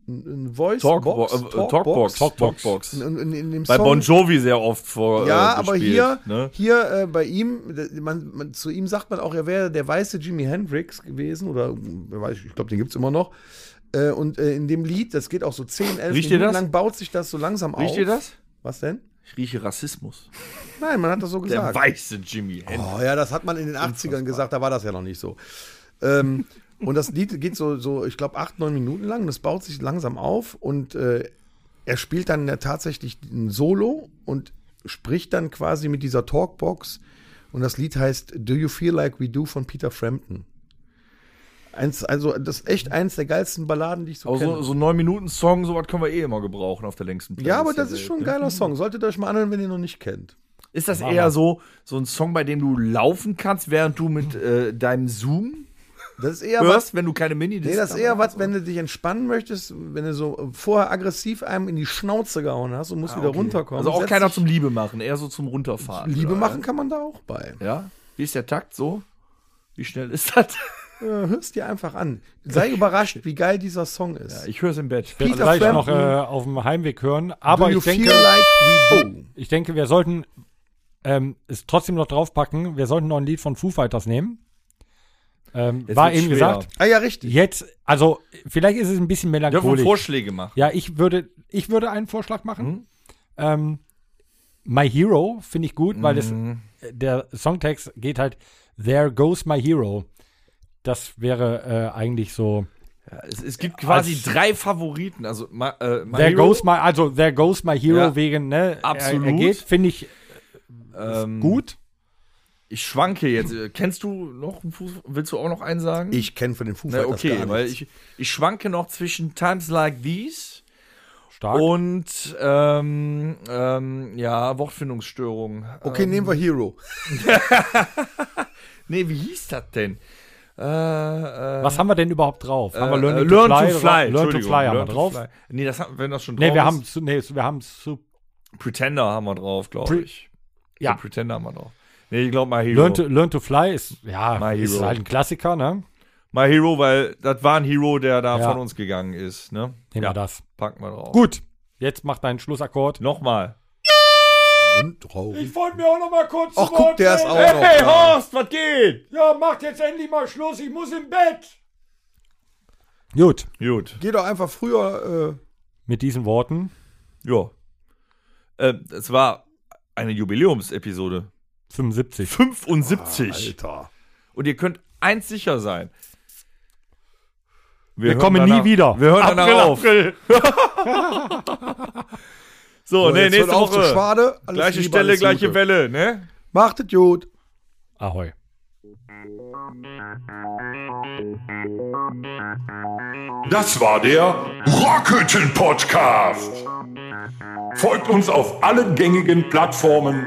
[SPEAKER 2] Ein, ein Voice
[SPEAKER 4] Talkbox, äh, Talkbox, Talkbox.
[SPEAKER 2] In, in, in dem
[SPEAKER 4] Bei
[SPEAKER 2] Song.
[SPEAKER 4] Bon Jovi sehr oft vor. äh,
[SPEAKER 2] Ja, aber
[SPEAKER 4] gespielt,
[SPEAKER 2] hier,
[SPEAKER 4] Ne?
[SPEAKER 2] hier äh, bei ihm, d- man, man, zu ihm sagt man auch, er wäre der weiße Jimi Hendrix gewesen oder wer weiß, ich glaube, den gibt's immer noch. Äh, und äh, in dem Lied, das geht auch so 10, 11
[SPEAKER 4] Riecht ihr
[SPEAKER 2] Minuten
[SPEAKER 4] das?
[SPEAKER 2] lang, baut sich das so langsam auf.
[SPEAKER 4] Riecht ihr das?
[SPEAKER 2] Was denn?
[SPEAKER 4] Ich rieche Rassismus.
[SPEAKER 2] Nein, man hat das so
[SPEAKER 4] Der
[SPEAKER 2] gesagt.
[SPEAKER 4] weiße Jimmy Hendrix.
[SPEAKER 2] Oh ja, das hat man in den 80ern gesagt, da war das ja noch nicht so. Ähm, und das Lied geht so, so ich glaube, acht, neun Minuten lang. Das baut sich langsam auf und äh, er spielt dann ja tatsächlich ein Solo und spricht dann quasi mit dieser Talkbox. Und das Lied heißt Do You Feel Like We Do von Peter Frampton. Eins, also, das ist echt eins der geilsten Balladen, die ich so
[SPEAKER 4] Aber
[SPEAKER 2] kenne.
[SPEAKER 4] so, so 9-Minuten-Song, sowas können wir eh immer gebrauchen auf der längsten Playlist
[SPEAKER 2] ja, aber
[SPEAKER 4] der
[SPEAKER 2] das ist
[SPEAKER 4] Welt,
[SPEAKER 2] schon ein
[SPEAKER 4] ne?
[SPEAKER 2] geiler Song. Solltet ihr euch mal anhören, wenn ihr ihn noch nicht kennt.
[SPEAKER 4] Ist das eher so, so ein Song, bei dem du laufen kannst, während du mit äh, deinem Zoom
[SPEAKER 2] Das ist eher was,
[SPEAKER 4] hörst, wenn du keine mini
[SPEAKER 2] Nee, das ist eher was, wenn du dich entspannen möchtest, wenn du so vorher aggressiv einem in die Schnauze gehauen hast und musst wieder runterkommen.
[SPEAKER 4] Also auch
[SPEAKER 2] Setz
[SPEAKER 4] keiner
[SPEAKER 2] dich-
[SPEAKER 4] zum Liebe machen, eher so zum Runterfahren.
[SPEAKER 2] Liebe
[SPEAKER 4] oder?
[SPEAKER 2] machen kann man da auch bei.
[SPEAKER 4] Ja? Wie ist der Takt so? Wie schnell ist das?
[SPEAKER 2] Äh, hörst dir einfach an. Sei überrascht, wie geil dieser Song ist.
[SPEAKER 4] Ich höre es im Bett.
[SPEAKER 2] Peter
[SPEAKER 3] gleich
[SPEAKER 2] Frampton,
[SPEAKER 3] noch äh, auf dem Heimweg hören. Aber
[SPEAKER 2] do you
[SPEAKER 3] ich denke,
[SPEAKER 2] feel like we do.
[SPEAKER 4] Oh.
[SPEAKER 3] ich denke, wir sollten ähm, es trotzdem noch draufpacken. Wir sollten noch ein Lied von Foo Fighters nehmen. Ähm,
[SPEAKER 4] Jetzt
[SPEAKER 3] war
[SPEAKER 4] wird's
[SPEAKER 3] eben
[SPEAKER 4] schwer.
[SPEAKER 3] gesagt.
[SPEAKER 2] Ah ja, richtig.
[SPEAKER 3] Jetzt, also vielleicht ist es ein bisschen
[SPEAKER 4] Dürfen wir
[SPEAKER 3] melancholisch.
[SPEAKER 4] Vorschläge machen?
[SPEAKER 3] Ja, ich würde, ich würde einen Vorschlag machen.
[SPEAKER 4] Mhm.
[SPEAKER 3] Ähm, my Hero finde ich gut, weil das,
[SPEAKER 4] Mhm.
[SPEAKER 3] der Songtext geht halt There goes my hero. Das wäre äh, eigentlich so.
[SPEAKER 4] Es, es gibt quasi
[SPEAKER 3] Als-
[SPEAKER 4] drei Favoriten. Also, ma, äh, My
[SPEAKER 3] There
[SPEAKER 4] Hero,
[SPEAKER 3] goes my, also there goes my hero
[SPEAKER 4] Ja.
[SPEAKER 3] wegen, ne?
[SPEAKER 4] Absolut.
[SPEAKER 3] Er, er geht, finde ich
[SPEAKER 2] Hm.
[SPEAKER 4] ähm,
[SPEAKER 3] gut.
[SPEAKER 4] Ich schwanke jetzt. Äh, Kennst du noch einen Fuß? Willst du auch noch einen sagen?
[SPEAKER 2] Ich kenne von den Foo
[SPEAKER 4] Na,
[SPEAKER 2] Fighters
[SPEAKER 4] okay,
[SPEAKER 2] gar
[SPEAKER 4] weil
[SPEAKER 2] nichts.
[SPEAKER 4] ich, ich schwanke noch zwischen Times Like These
[SPEAKER 3] Stark.
[SPEAKER 4] und ähm, ähm, ja, Wortfindungsstörung. Äh,
[SPEAKER 2] okay, nehmen wir Hero.
[SPEAKER 4] Nee, wie hieß das denn? Äh, äh,
[SPEAKER 3] Was haben wir denn überhaupt drauf? haben wir
[SPEAKER 4] äh,
[SPEAKER 3] Learning
[SPEAKER 4] Learn
[SPEAKER 3] to Fly?
[SPEAKER 4] Learn
[SPEAKER 3] Learn to
[SPEAKER 4] Entschuldigung,
[SPEAKER 3] Fly haben
[SPEAKER 4] Learn
[SPEAKER 3] wir
[SPEAKER 4] to
[SPEAKER 3] drauf.
[SPEAKER 4] Fly. Nee, das haben, wenn das schon
[SPEAKER 3] Nee,
[SPEAKER 4] drauf
[SPEAKER 3] wir
[SPEAKER 4] ist.
[SPEAKER 3] haben, zu- nee, wir haben zu,
[SPEAKER 4] Pretender haben wir drauf, glaube
[SPEAKER 3] Pre-
[SPEAKER 4] ich. Also
[SPEAKER 3] Ja.
[SPEAKER 4] Pretender haben wir drauf. Nee, ich glaube My Hero.
[SPEAKER 3] Learn to, Learn to Fly ist, ja,
[SPEAKER 4] My
[SPEAKER 3] ist
[SPEAKER 4] Hero.
[SPEAKER 3] halt ein Klassiker, ne?
[SPEAKER 4] My Hero, weil das war ein Hero, der da
[SPEAKER 3] Ja.
[SPEAKER 4] von uns gegangen ist. Ne?
[SPEAKER 3] Nehmen wir das.
[SPEAKER 4] Packen wir drauf.
[SPEAKER 3] Gut, jetzt mach deinen Schlussakkord.
[SPEAKER 4] Nochmal.
[SPEAKER 2] Und traurig.
[SPEAKER 3] wollte mir auch noch mal kurz
[SPEAKER 2] Ach, guck, der ist auch noch da.
[SPEAKER 4] Horst, was geht?
[SPEAKER 3] Ja, macht jetzt endlich mal Schluss, ich muss im Bett. Gut,
[SPEAKER 4] Gut.
[SPEAKER 2] Geh doch einfach früher. äh,
[SPEAKER 3] mit diesen Worten
[SPEAKER 4] Ja. Ähm, es war eine
[SPEAKER 3] Ah,
[SPEAKER 4] Jubiläumsepisode.
[SPEAKER 3] 75.
[SPEAKER 2] Äh,
[SPEAKER 4] 75.
[SPEAKER 2] Alter.
[SPEAKER 4] Und ihr könnt eins sicher sein. Wir, hören
[SPEAKER 3] kommen nie
[SPEAKER 4] danach,
[SPEAKER 3] wieder.
[SPEAKER 4] Wir hören danach auf. so,
[SPEAKER 2] So,
[SPEAKER 4] Oh, nee,
[SPEAKER 2] jetzt hört
[SPEAKER 4] nächste
[SPEAKER 2] auf zu
[SPEAKER 4] Woche.
[SPEAKER 2] schwade. Alles
[SPEAKER 4] Gleiche
[SPEAKER 2] Liebe,
[SPEAKER 4] Stelle,
[SPEAKER 2] alles
[SPEAKER 4] gleiche
[SPEAKER 2] Gute.
[SPEAKER 4] Welle, ne?
[SPEAKER 2] Machtet gut.
[SPEAKER 3] Ahoi.
[SPEAKER 1] Das war der Rockhütten Podcast. Folgt uns auf allen gängigen Plattformen